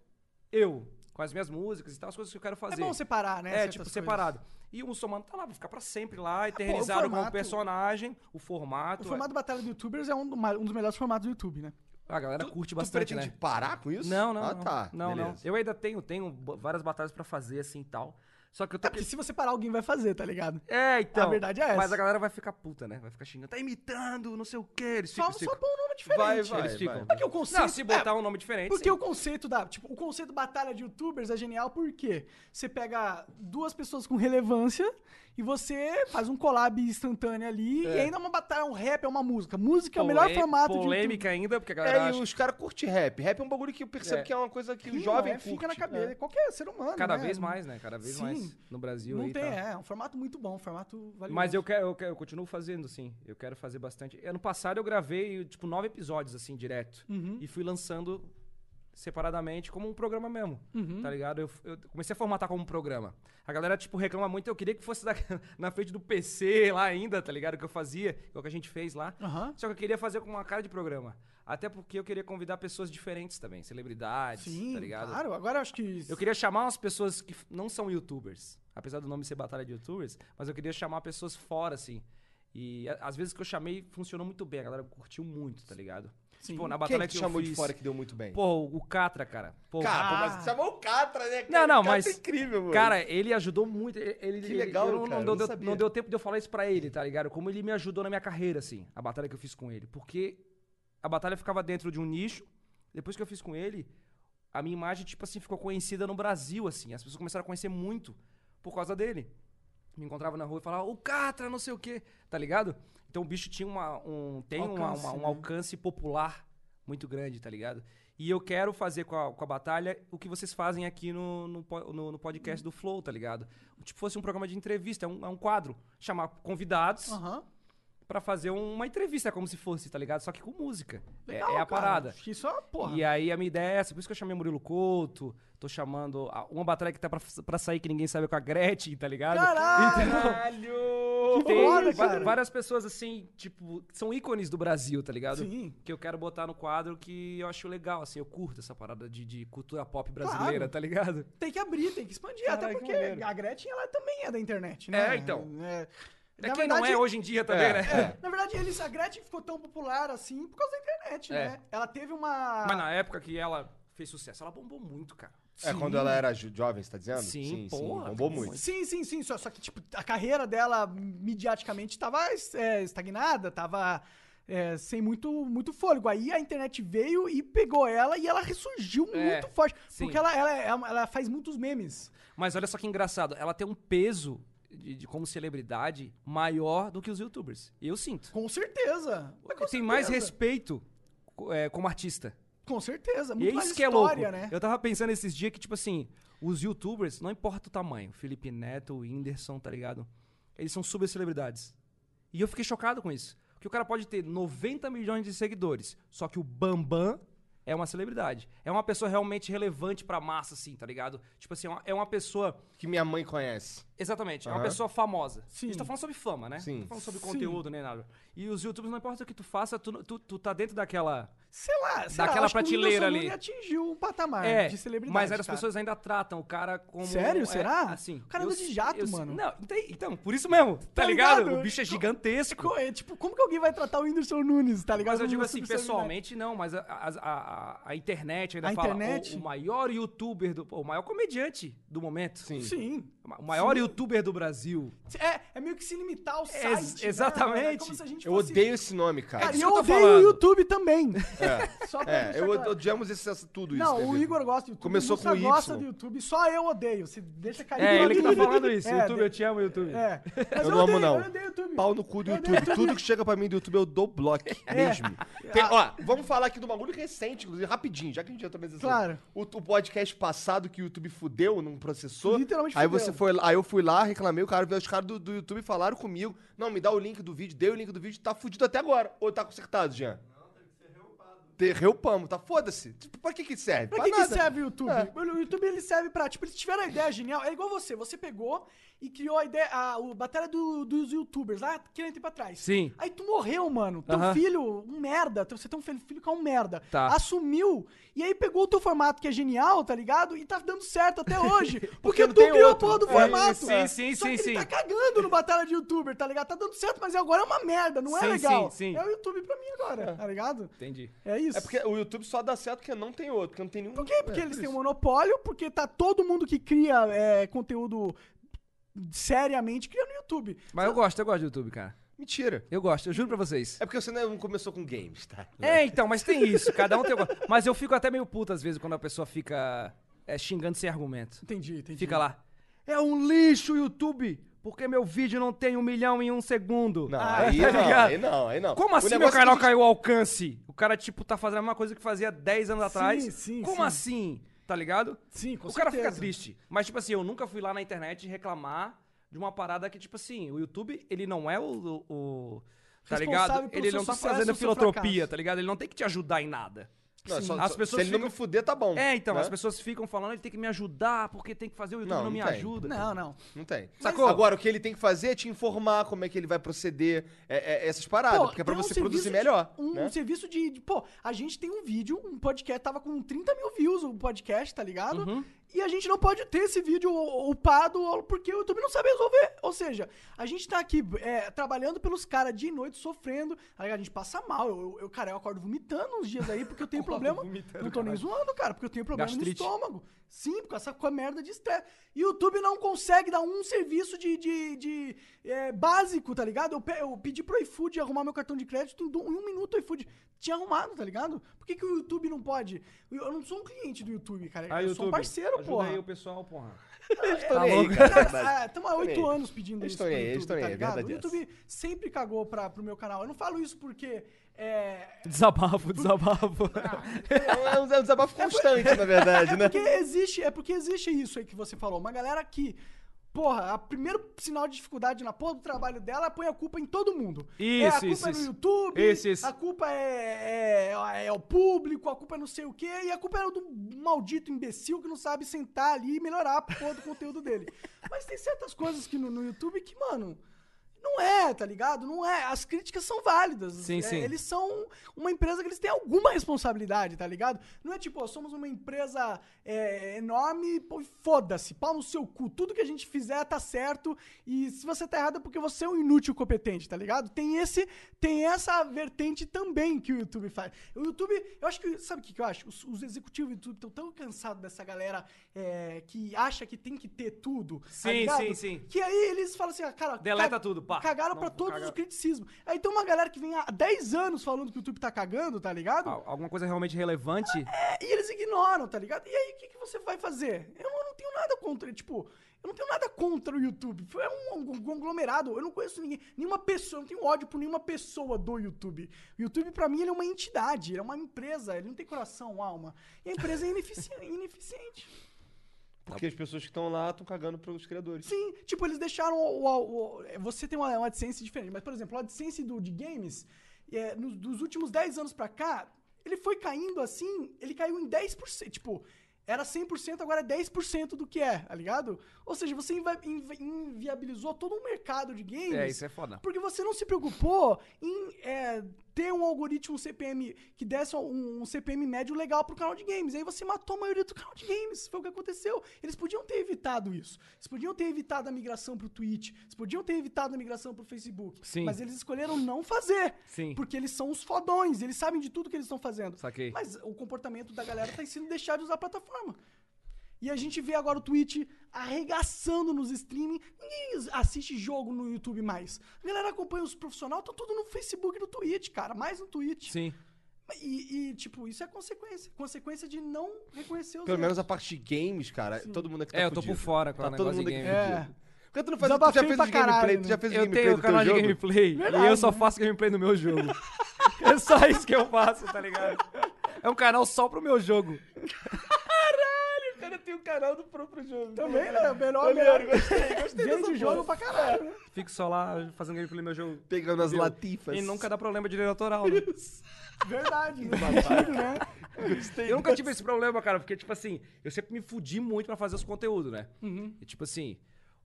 [SPEAKER 2] eu, com as minhas músicas e tal, as coisas que eu quero
[SPEAKER 1] É
[SPEAKER 2] fazer.
[SPEAKER 1] bom separar, né?
[SPEAKER 2] É,
[SPEAKER 1] certas
[SPEAKER 2] tipo,
[SPEAKER 1] coisas. É,
[SPEAKER 2] separado. E o muçulmano tá lá, vai ficar pra sempre lá, eternizado como
[SPEAKER 1] formato-
[SPEAKER 2] personagem, o formato.
[SPEAKER 1] O formato Batalha de Youtubers é um, do- uma- um dos melhores formatos do YouTube, né?
[SPEAKER 2] A galera curte bastante,
[SPEAKER 3] tu pretende
[SPEAKER 2] né?
[SPEAKER 3] parar com isso?
[SPEAKER 2] Não, não.
[SPEAKER 3] Ah,
[SPEAKER 2] não.
[SPEAKER 3] tá.
[SPEAKER 2] Não, não.
[SPEAKER 3] beleza.
[SPEAKER 2] Eu ainda tenho, tenho b- várias batalhas pra fazer, assim e tal. Só que eu
[SPEAKER 1] É
[SPEAKER 2] tô.
[SPEAKER 1] porque se você parar, alguém vai fazer, tá ligado?
[SPEAKER 2] É, então.
[SPEAKER 1] A verdade é essa.
[SPEAKER 2] Mas a galera vai ficar puta, né? Vai ficar xingando. Tá imitando, não sei o quê. Eles
[SPEAKER 1] Só,
[SPEAKER 2] ficam.
[SPEAKER 1] só
[SPEAKER 2] ficam.
[SPEAKER 1] põe um nome diferente.
[SPEAKER 3] Vai, vai.
[SPEAKER 2] Eles ficam.
[SPEAKER 1] Porque o conceito.
[SPEAKER 2] Não, se botar um nome
[SPEAKER 1] é,
[SPEAKER 2] diferente.
[SPEAKER 1] porque
[SPEAKER 2] sim.
[SPEAKER 1] o conceito da. Tipo, o conceito batalha de youtubers é genial porque você pega duas pessoas com relevância e você faz um collab instantâneo ali e ainda é uma batalha, é um rap, é uma música. Música é o melhor
[SPEAKER 2] Polê-
[SPEAKER 1] formato de. YouTube.
[SPEAKER 2] Polêmica ainda, porque a galera.
[SPEAKER 3] É, e
[SPEAKER 2] acha-
[SPEAKER 3] os caras curtem rap. Rap é um bagulho que eu percebo
[SPEAKER 2] É.
[SPEAKER 3] que é uma coisa que o
[SPEAKER 1] Sim,
[SPEAKER 3] jovem
[SPEAKER 1] é, fica na
[SPEAKER 3] curte. né?
[SPEAKER 1] cabeça. Qualquer ser humano.
[SPEAKER 2] né? Cada
[SPEAKER 1] né?
[SPEAKER 2] vez mais, né? Cada vez
[SPEAKER 1] Sim.
[SPEAKER 2] mais no Brasil.
[SPEAKER 1] Não
[SPEAKER 2] aí,
[SPEAKER 1] tem,
[SPEAKER 2] tá.
[SPEAKER 1] é. É um formato muito bom, um formato valioso.
[SPEAKER 2] Mas eu quero, eu quero- eu continuo fazendo, sim. Eu quero fazer bastante. Ano passado eu gravei, tipo, nove episódios, assim, direto.
[SPEAKER 1] Uhum,
[SPEAKER 2] E fui lançando separadamente como um programa mesmo.
[SPEAKER 1] uhum.
[SPEAKER 2] Tá ligado? Eu, eu comecei a formatar como um programa. A galera, tipo, reclama muito. Eu queria que fosse da- na frente do PC lá ainda, tá ligado? Que eu fazia, igual que a gente fez lá.
[SPEAKER 1] Aham.
[SPEAKER 2] Só que eu queria fazer com uma cara de programa. Até porque eu queria convidar pessoas diferentes também, celebridades,
[SPEAKER 1] Sim,
[SPEAKER 2] tá ligado?
[SPEAKER 1] claro. Agora eu acho que.
[SPEAKER 2] Eu queria chamar umas pessoas que f- não são youtubers. Apesar do nome ser Batalha de Youtubers, mas eu queria chamar pessoas fora, assim. E a- às vezes que eu chamei, funcionou muito bem. A galera curtiu muito, tá ligado?
[SPEAKER 1] Sim.
[SPEAKER 2] Tipo, na
[SPEAKER 3] Quem é
[SPEAKER 2] batalha que,
[SPEAKER 3] que te
[SPEAKER 2] eu
[SPEAKER 3] chamou
[SPEAKER 2] fiz...
[SPEAKER 3] de fora que deu muito bem?
[SPEAKER 2] Pô, o Catra, cara. Pô,
[SPEAKER 3] Cara,
[SPEAKER 1] Ah.
[SPEAKER 3] pô, mas você chamou o Catra, né?
[SPEAKER 2] Não, não,
[SPEAKER 3] O Catra
[SPEAKER 2] mas-
[SPEAKER 3] é incrível, mano.
[SPEAKER 2] Cara, ele ajudou muito. Ele, ele-
[SPEAKER 3] Que legal,
[SPEAKER 2] ele- eu não,
[SPEAKER 3] cara,
[SPEAKER 2] não
[SPEAKER 3] eu não
[SPEAKER 2] deu,
[SPEAKER 3] sabia.
[SPEAKER 2] não deu tempo de eu falar isso pra ele, tá ligado? Como ele me ajudou na minha carreira, assim, a batalha que eu fiz com ele. Porque a batalha ficava dentro de um nicho. Depois que eu fiz com ele, a minha imagem, tipo assim, ficou conhecida no Brasil, assim. As pessoas começaram a conhecer muito por causa dele. Me encontrava na rua e falava, o Catra, não sei o quê, tá ligado? Então o bicho tinha uma, um, tem uma-
[SPEAKER 1] Alcance,
[SPEAKER 2] uma- um
[SPEAKER 1] né?
[SPEAKER 2] alcance popular muito grande, tá ligado? E eu quero fazer com a, com a batalha o que vocês fazem aqui no, no, po- no- no podcast do Flow, tá ligado? Tipo, fosse um programa de entrevista, é um, é um quadro. Chamar convidados pra
[SPEAKER 1] Aham.
[SPEAKER 2] fazer um, uma entrevista, como se fosse, tá ligado? Só que com música. É-
[SPEAKER 1] Legal,
[SPEAKER 2] é,
[SPEAKER 1] cara.
[SPEAKER 2] a parada.
[SPEAKER 1] Acho que isso é uma porra.
[SPEAKER 2] E aí a minha ideia é essa, por isso que eu chamei Murilo Couto, tô chamando a- uma batalha que tá pra, pra sair que ninguém sabe é com a Gretchen, tá ligado?
[SPEAKER 1] Caralho!
[SPEAKER 3] Caralho!
[SPEAKER 1] Que
[SPEAKER 2] Tem
[SPEAKER 1] foda,
[SPEAKER 2] va-
[SPEAKER 1] cara.
[SPEAKER 2] várias pessoas assim, tipo, que são ícones do Brasil, tá ligado?
[SPEAKER 1] Sim.
[SPEAKER 2] Que eu quero botar no quadro que eu acho legal, assim, eu curto essa parada de, de cultura pop brasileira,
[SPEAKER 1] Claro.
[SPEAKER 2] tá ligado?
[SPEAKER 1] Tem que abrir, tem que expandir.
[SPEAKER 3] Caralho,
[SPEAKER 1] até
[SPEAKER 3] que
[SPEAKER 1] porque
[SPEAKER 3] maneiro.
[SPEAKER 1] a Gretchen, ela também é da internet, né?
[SPEAKER 2] É, então.
[SPEAKER 1] É,
[SPEAKER 2] É
[SPEAKER 1] na
[SPEAKER 2] quem não
[SPEAKER 1] verdade,
[SPEAKER 2] é hoje em dia também,
[SPEAKER 3] É,
[SPEAKER 2] né?
[SPEAKER 3] é.
[SPEAKER 1] Na verdade, eles, a Gretchen ficou tão popular assim por causa da internet,
[SPEAKER 2] É.
[SPEAKER 1] né? Ela teve uma.
[SPEAKER 2] Mas na época que ela fez sucesso, ela bombou muito, cara.
[SPEAKER 3] É quando ela era jo- jovem, você tá dizendo?
[SPEAKER 2] Sim, porra,
[SPEAKER 3] bombou
[SPEAKER 2] tem
[SPEAKER 3] muito.
[SPEAKER 2] muito.
[SPEAKER 1] Sim, sim, sim. Só, só que, tipo, a carreira dela midiaticamente tava é, estagnada, tava é, sem muito, muito fôlego. Aí a internet veio e pegou ela e ela ressurgiu
[SPEAKER 2] É,
[SPEAKER 1] muito forte.
[SPEAKER 2] sim.
[SPEAKER 1] Porque ela, ela, é uma- ela faz muitos memes.
[SPEAKER 2] Mas olha só que engraçado, ela tem um peso de, de como celebridade maior do que os youtubers. Eu sinto.
[SPEAKER 1] Com certeza. Mas com
[SPEAKER 2] tem mais
[SPEAKER 1] certeza.
[SPEAKER 2] respeito co- é, como artista.
[SPEAKER 1] Com certeza.
[SPEAKER 2] E
[SPEAKER 1] Muito
[SPEAKER 2] é
[SPEAKER 1] mais
[SPEAKER 2] isso que é
[SPEAKER 1] história,
[SPEAKER 2] louco.
[SPEAKER 1] né?
[SPEAKER 2] Eu tava pensando esses dias que, tipo assim, os youtubers, não importa o tamanho, Felipe Neto, o Whindersson, tá ligado? Eles são super celebridades. E eu fiquei chocado com isso. Porque o cara pode ter 90 milhões de seguidores, só que o Bambam é uma celebridade. É uma pessoa realmente relevante pra massa, assim, tá ligado? Tipo assim, é uma- é uma pessoa
[SPEAKER 3] Que minha mãe conhece.
[SPEAKER 2] Exatamente, é uma
[SPEAKER 3] Aham.
[SPEAKER 2] pessoa famosa.
[SPEAKER 1] Sim.
[SPEAKER 2] A gente tá falando sobre fama, né?
[SPEAKER 3] Sim.
[SPEAKER 2] Não tá falando sobre conteúdo nem nada. E os youtubers, não importa o que tu faça, tu, tu, tu tá dentro daquela.
[SPEAKER 1] Sei lá, sei
[SPEAKER 2] Daquela
[SPEAKER 1] lá, acho que o Whindersson
[SPEAKER 2] prateleira ali.
[SPEAKER 1] Nunes atingiu um patamar
[SPEAKER 2] é,
[SPEAKER 1] de celebridade.
[SPEAKER 2] mas aí as
[SPEAKER 1] cara.
[SPEAKER 2] pessoas ainda tratam o cara como.
[SPEAKER 1] Sério?
[SPEAKER 2] é,
[SPEAKER 1] Será?
[SPEAKER 2] Assim.
[SPEAKER 1] O cara
[SPEAKER 2] eu
[SPEAKER 1] anda de
[SPEAKER 2] si-
[SPEAKER 1] jato,
[SPEAKER 2] eu si-
[SPEAKER 1] mano.
[SPEAKER 2] Não, então, então, por isso mesmo, tá,
[SPEAKER 1] Tá
[SPEAKER 2] ligado?
[SPEAKER 1] ligado?
[SPEAKER 2] O bicho é
[SPEAKER 1] Co-
[SPEAKER 2] gigantesco.
[SPEAKER 1] Co- é, tipo, como que alguém vai tratar o Whindersson Nunes, tá ligado?
[SPEAKER 2] Mas eu digo
[SPEAKER 1] Uma
[SPEAKER 2] assim,
[SPEAKER 1] subcelebridade.
[SPEAKER 2] pessoalmente não, mas a, a, a- a internet ainda
[SPEAKER 1] A
[SPEAKER 2] fala. o-
[SPEAKER 1] internet?
[SPEAKER 2] O, maior youtuber, do, o maior comediante do momento.
[SPEAKER 3] Sim.
[SPEAKER 1] Sim.
[SPEAKER 2] O maior youtuber do Brasil.
[SPEAKER 1] É, é meio que se limitar ao site. né?
[SPEAKER 2] exatamente.
[SPEAKER 1] É como se a gente
[SPEAKER 2] Tipo
[SPEAKER 3] Eu
[SPEAKER 2] assim,
[SPEAKER 1] fosse-
[SPEAKER 3] odeio esse nome, cara.
[SPEAKER 1] Cara,
[SPEAKER 2] disso
[SPEAKER 1] e
[SPEAKER 2] que
[SPEAKER 1] eu
[SPEAKER 2] eu tô
[SPEAKER 1] odeio o
[SPEAKER 2] falando.
[SPEAKER 1] YouTube também.
[SPEAKER 3] É,
[SPEAKER 1] Só pra
[SPEAKER 3] é
[SPEAKER 1] deixar
[SPEAKER 3] eu
[SPEAKER 1] claro.
[SPEAKER 3] od- odiamos esse, esse- tudo isso.
[SPEAKER 1] Não,
[SPEAKER 3] né,
[SPEAKER 1] o
[SPEAKER 3] Vitor?
[SPEAKER 1] Igor gosta do YouTube.
[SPEAKER 3] Começou
[SPEAKER 1] o Mussa
[SPEAKER 3] com Y.
[SPEAKER 1] gosta do YouTube. Só eu odeio. Se deixa cair.
[SPEAKER 2] É, ele que tá
[SPEAKER 1] YouTube.
[SPEAKER 2] falando isso.
[SPEAKER 1] É,
[SPEAKER 2] YouTube, eu
[SPEAKER 1] de-
[SPEAKER 2] te amo, YouTube.
[SPEAKER 1] É. Mas
[SPEAKER 3] Eu não amo,
[SPEAKER 1] odeio,
[SPEAKER 3] não.
[SPEAKER 1] Eu odeio o YouTube.
[SPEAKER 3] Pau no cu do YouTube. Tudo que chega pra mim do YouTube eu dou bloco
[SPEAKER 1] É.
[SPEAKER 3] mesmo. Tem-
[SPEAKER 1] Ah.
[SPEAKER 3] ó, vamos falar aqui do bagulho recente, inclusive, rapidinho, já que a gente já tá pensando.
[SPEAKER 1] Claro.
[SPEAKER 3] O, o podcast passado que o YouTube fudeu, não processou.
[SPEAKER 1] Literalmente
[SPEAKER 3] aí
[SPEAKER 1] fudeu.
[SPEAKER 3] você foi lá- aí eu fui lá, reclamei, o cara veio os caras do, do YouTube falaram comigo. Não, me dá o link do vídeo, dei o link do vídeo, tá fudido até agora. Ou tá consertado, Jean? Não, teve que ser reupado. Reupamos, tá foda-se. Tipo, pra que que serve?
[SPEAKER 1] Pra que, que
[SPEAKER 3] nada.
[SPEAKER 1] serve o YouTube?
[SPEAKER 3] É.
[SPEAKER 1] O YouTube ele serve pra. Tipo, eles tiveram a ideia genial. É igual você. Você pegou e criou a ideia. A, o batalha do- dos youtubers lá, que nem tempo atrás.
[SPEAKER 2] Sim.
[SPEAKER 1] Aí tu morreu, mano. Teu
[SPEAKER 2] Aham.
[SPEAKER 1] filho, um merda. Teu- Você tem um filho filho que é um merda.
[SPEAKER 2] Tá.
[SPEAKER 1] Assumiu. E aí pegou o teu formato que é genial, tá ligado? E tá dando certo até hoje. porque
[SPEAKER 2] Porque não
[SPEAKER 1] tu
[SPEAKER 2] tem
[SPEAKER 1] criou a
[SPEAKER 2] outro.
[SPEAKER 1] porra do
[SPEAKER 2] É,
[SPEAKER 1] formato.
[SPEAKER 2] sim,
[SPEAKER 1] É.
[SPEAKER 2] sim,
[SPEAKER 1] Só
[SPEAKER 2] sim,
[SPEAKER 1] que ele
[SPEAKER 2] sim.
[SPEAKER 1] tá cagando no batalha de youtuber, tá ligado? Tá dando certo, mas agora é uma merda. Não é
[SPEAKER 2] Sim,
[SPEAKER 1] legal.
[SPEAKER 2] sim, sim.
[SPEAKER 1] É o YouTube pra mim agora, tá ligado?
[SPEAKER 2] Entendi.
[SPEAKER 1] É isso.
[SPEAKER 3] É porque o YouTube só dá certo porque não
[SPEAKER 2] é,
[SPEAKER 1] um
[SPEAKER 3] tem outro, porque não tem nenhum.
[SPEAKER 1] Por quê? Porque eles têm um monopólio, porque tá todo mundo que cria é, conteúdo seriamente criando YouTube.
[SPEAKER 2] Mas eu gosto, eu gosto do YouTube, cara.
[SPEAKER 3] Mentira.
[SPEAKER 2] Eu gosto, eu juro pra vocês.
[SPEAKER 3] É porque você não começou com games, tá?
[SPEAKER 2] É, então, mas tem isso, cada um tem o go- Mas eu fico até meio puto às vezes quando a pessoa fica é, xingando sem argumento.
[SPEAKER 1] Entendi, entendi.
[SPEAKER 2] Fica lá. É um lixo, YouTube! Porque meu vídeo não tem um milhão em um segundo.
[SPEAKER 3] Não,
[SPEAKER 1] Ah,
[SPEAKER 3] aí,
[SPEAKER 2] tá
[SPEAKER 3] não
[SPEAKER 2] ligado?
[SPEAKER 3] aí não, aí não.
[SPEAKER 2] Como
[SPEAKER 3] O
[SPEAKER 2] assim meu
[SPEAKER 3] negócio
[SPEAKER 1] é
[SPEAKER 2] canal
[SPEAKER 3] que-
[SPEAKER 2] caiu o alcance? O cara, tipo, tá fazendo a mesma coisa que fazia 10 anos atrás.
[SPEAKER 1] sim,
[SPEAKER 2] Como
[SPEAKER 1] sim.
[SPEAKER 2] assim? Tá ligado?
[SPEAKER 1] Sim, com
[SPEAKER 2] o cara fica
[SPEAKER 1] certeza.
[SPEAKER 2] triste. Mas, tipo assim, eu nunca fui lá na internet reclamar de uma parada que, tipo assim, o YouTube, ele não é o. o- o- tá
[SPEAKER 1] Responsável
[SPEAKER 2] ligado?
[SPEAKER 1] pelo
[SPEAKER 2] Ele
[SPEAKER 1] seu
[SPEAKER 2] não tá
[SPEAKER 1] sucesso
[SPEAKER 2] fazendo
[SPEAKER 1] ou seu
[SPEAKER 2] filantropia,
[SPEAKER 1] fracasso.
[SPEAKER 2] tá ligado? Ele não tem que te ajudar em nada.
[SPEAKER 3] Não,
[SPEAKER 2] Sim.
[SPEAKER 3] só-
[SPEAKER 2] As
[SPEAKER 3] só-
[SPEAKER 2] pessoas
[SPEAKER 3] se ele não
[SPEAKER 2] ficam-
[SPEAKER 3] me fuder, tá bom.
[SPEAKER 2] É, então,
[SPEAKER 3] né?
[SPEAKER 2] as pessoas ficam falando, ele tem que me ajudar, porque tem que fazer, o YouTube não,
[SPEAKER 3] Não,
[SPEAKER 2] me
[SPEAKER 3] não tem.
[SPEAKER 2] ajuda.
[SPEAKER 1] Não, não.
[SPEAKER 3] Não tem.
[SPEAKER 2] Sacou?
[SPEAKER 3] Agora, o que ele tem que fazer é te informar como é que ele vai proceder é, é, essas paradas,
[SPEAKER 1] Pô,
[SPEAKER 3] porque é pra
[SPEAKER 1] tem um
[SPEAKER 3] você
[SPEAKER 1] serviço
[SPEAKER 3] produzir
[SPEAKER 1] de-
[SPEAKER 3] melhor.
[SPEAKER 1] Um
[SPEAKER 3] né?
[SPEAKER 1] serviço de, de- Pô, a gente tem um vídeo, um podcast, tava com 30 mil views o podcast, tá ligado?
[SPEAKER 3] Uhum.
[SPEAKER 1] E a gente não pode ter esse vídeo upado porque o YouTube não sabe resolver. Ou seja, a gente tá aqui é, trabalhando pelos caras dia e noite, sofrendo. tá ligado? A gente passa mal. Eu, eu- eu, cara, eu acordo vomitando uns dias aí porque eu tenho problema. Não tô nem Tá zoando, cara, porque eu tenho problema
[SPEAKER 2] Gastrite.
[SPEAKER 1] no estômago. Sim, porque essa com a merda de estresse. E o YouTube não consegue dar um serviço de, de, de, é, básico, tá ligado? Eu, pe- eu pedi pro iFood arrumar meu cartão de crédito em, do- em um minuto o iFood tinha arrumado, tá ligado? Por que, que o YouTube não pode? Eu, eu não sou um cliente do YouTube, cara. eu sou um parceiro,
[SPEAKER 2] Ah, ajuda
[SPEAKER 1] porra.
[SPEAKER 2] aí o pessoal, porra.
[SPEAKER 3] Tô nem aí,
[SPEAKER 1] um
[SPEAKER 2] louco?
[SPEAKER 3] Tá cara, verdade.
[SPEAKER 1] Estamos há oito
[SPEAKER 3] aí.
[SPEAKER 1] anos pedindo
[SPEAKER 3] Eles
[SPEAKER 1] isso
[SPEAKER 3] tão
[SPEAKER 1] pro
[SPEAKER 3] aí, eles
[SPEAKER 1] YouTube,
[SPEAKER 3] tão aí,
[SPEAKER 1] tá
[SPEAKER 3] é
[SPEAKER 1] ligado? O
[SPEAKER 3] verdade
[SPEAKER 1] YouTube sempre cagou pra, pro meu canal. Eu não falo isso porque... É,
[SPEAKER 2] Desabafo, desabafo.
[SPEAKER 3] É um, é um desabafo constante, na verdade, né?
[SPEAKER 1] porque existe, é porque existe isso aí que você falou. Uma galera que, porra, o primeiro sinal de dificuldade na porra do trabalho dela põe a culpa em todo mundo. é, a
[SPEAKER 2] Isso,
[SPEAKER 1] culpa
[SPEAKER 2] isso,
[SPEAKER 1] é
[SPEAKER 2] isso.
[SPEAKER 1] no YouTube,
[SPEAKER 2] Isso, isso.
[SPEAKER 1] a culpa é, é, é o público, a culpa é não sei o quê, e a culpa é do maldito imbecil que não sabe sentar ali e melhorar a porra do conteúdo dele. Mas tem certas coisas que no, no YouTube que, mano. Não é, tá ligado? Não é. As críticas são válidas.
[SPEAKER 2] Sim,
[SPEAKER 1] É,
[SPEAKER 2] sim.
[SPEAKER 1] Eles são uma empresa que eles têm alguma responsabilidade, tá ligado? Não é tipo, ó, somos uma empresa é, enorme, pô, e foda-se, pau no seu cu. Tudo que a gente fizer tá certo e se você tá errado é porque você é um inútil competente, tá ligado? Tem esse, tem essa vertente também que o YouTube faz. O YouTube, eu acho que, sabe o que, que eu acho? Os, os executivos do YouTube estão tão cansados dessa galera é, que acha que tem que ter tudo. tá
[SPEAKER 2] Sim,
[SPEAKER 1] ligado?
[SPEAKER 2] sim, sim.
[SPEAKER 1] Que aí eles falam assim, ah, cara,
[SPEAKER 2] Deleta
[SPEAKER 1] ca-
[SPEAKER 2] tudo, pá.
[SPEAKER 1] Cagaram
[SPEAKER 2] Não,
[SPEAKER 1] pra
[SPEAKER 2] vou
[SPEAKER 1] todos
[SPEAKER 2] cagar.
[SPEAKER 1] os criticismos. Aí tem uma galera que vem há 10 anos falando que o YouTube tá cagando, tá ligado?
[SPEAKER 2] Al- Alguma coisa realmente relevante?
[SPEAKER 1] É, e eles ignoram, tá ligado? E aí, o que, que você vai fazer? Eu não, eu não tenho nada contra, tipo, eu não tenho nada contra o YouTube. Foi um, um conglomerado, eu não conheço ninguém, nenhuma pessoa, eu não tenho ódio por nenhuma pessoa do YouTube. O YouTube, pra mim, ele é uma entidade, ele é uma empresa, ele não tem coração, alma. E a empresa é inefici- ineficiente.
[SPEAKER 3] Porque as pessoas que estão lá estão cagando pros criadores.
[SPEAKER 1] Sim, tipo, eles deixaram o, o- o- Você tem uma, uma AdSense diferente, mas, por exemplo, o AdSense do, de games, é, nos, dos últimos 10 anos pra cá, ele foi caindo assim, ele caiu em 10%. Tipo, era 100%, agora é 10% do que é, tá ligado? Ou seja, você invi- invi- inviabilizou todo um mercado de games.
[SPEAKER 2] é, isso é foda.
[SPEAKER 1] Porque você não se preocupou em é, ter um algoritmo CPM que desse um, um CPM médio legal pro canal de games. Aí você matou a maioria do canal de games. Foi o que aconteceu. Eles podiam ter evitado isso. Eles podiam ter evitado a migração pro Twitch. Eles podiam ter evitado a migração pro Facebook.
[SPEAKER 2] Sim.
[SPEAKER 1] Mas eles escolheram não fazer.
[SPEAKER 2] Sim.
[SPEAKER 1] Porque eles são os fodões. Eles sabem de tudo que eles estão fazendo.
[SPEAKER 2] Saquei.
[SPEAKER 1] Mas o comportamento da galera tá sendo deixar de usar a plataforma. E a gente vê agora o Twitch arregaçando nos streaming. Ninguém assiste jogo no YouTube mais. A galera acompanha os profissionais, tá tudo no Facebook e no Twitch, cara. Mais no Twitch.
[SPEAKER 2] Sim.
[SPEAKER 1] E, e, tipo, isso é consequência. Consequência de não reconhecer os
[SPEAKER 3] Pelo menos
[SPEAKER 1] erros.
[SPEAKER 3] a parte de games, cara, todo mundo aqui tá
[SPEAKER 2] É, eu tô por
[SPEAKER 3] fudido.
[SPEAKER 2] fora com o
[SPEAKER 3] Tá todo
[SPEAKER 2] negócio
[SPEAKER 3] mundo
[SPEAKER 2] de
[SPEAKER 3] aqui
[SPEAKER 2] game.
[SPEAKER 1] É.
[SPEAKER 3] fudido. Por que tu não faz tu já
[SPEAKER 1] Desabafei
[SPEAKER 3] fez
[SPEAKER 1] pra
[SPEAKER 3] os gameplay,
[SPEAKER 1] caralho,
[SPEAKER 3] tu já fez os
[SPEAKER 2] Eu
[SPEAKER 3] gameplay
[SPEAKER 2] tenho
[SPEAKER 3] do
[SPEAKER 2] canal
[SPEAKER 3] teu
[SPEAKER 2] de
[SPEAKER 3] jogo?
[SPEAKER 2] gameplay
[SPEAKER 1] Verdade,
[SPEAKER 2] e eu só
[SPEAKER 1] né?
[SPEAKER 2] faço gameplay no meu jogo. é só isso que eu faço, tá ligado? É um canal só pro meu jogo.
[SPEAKER 3] O cara tem o canal do próprio jogo.
[SPEAKER 1] Também, né? Melhor,
[SPEAKER 3] Olha,
[SPEAKER 1] melhor.
[SPEAKER 3] gostei, gostei
[SPEAKER 1] Vende
[SPEAKER 3] dessa
[SPEAKER 1] jogo
[SPEAKER 3] jogo.
[SPEAKER 1] pra caralho. né?
[SPEAKER 2] Fico só lá fazendo gameplay no meu jogo.
[SPEAKER 3] Pegando as
[SPEAKER 2] Entendeu?
[SPEAKER 3] latifas.
[SPEAKER 2] E nunca dá problema de direito autoral. Né?
[SPEAKER 1] Verdade. né? Sentido, né?
[SPEAKER 2] Eu nunca tive esse problema, cara, porque, tipo assim, eu sempre me fudi muito pra fazer os conteúdos, né? E, tipo assim,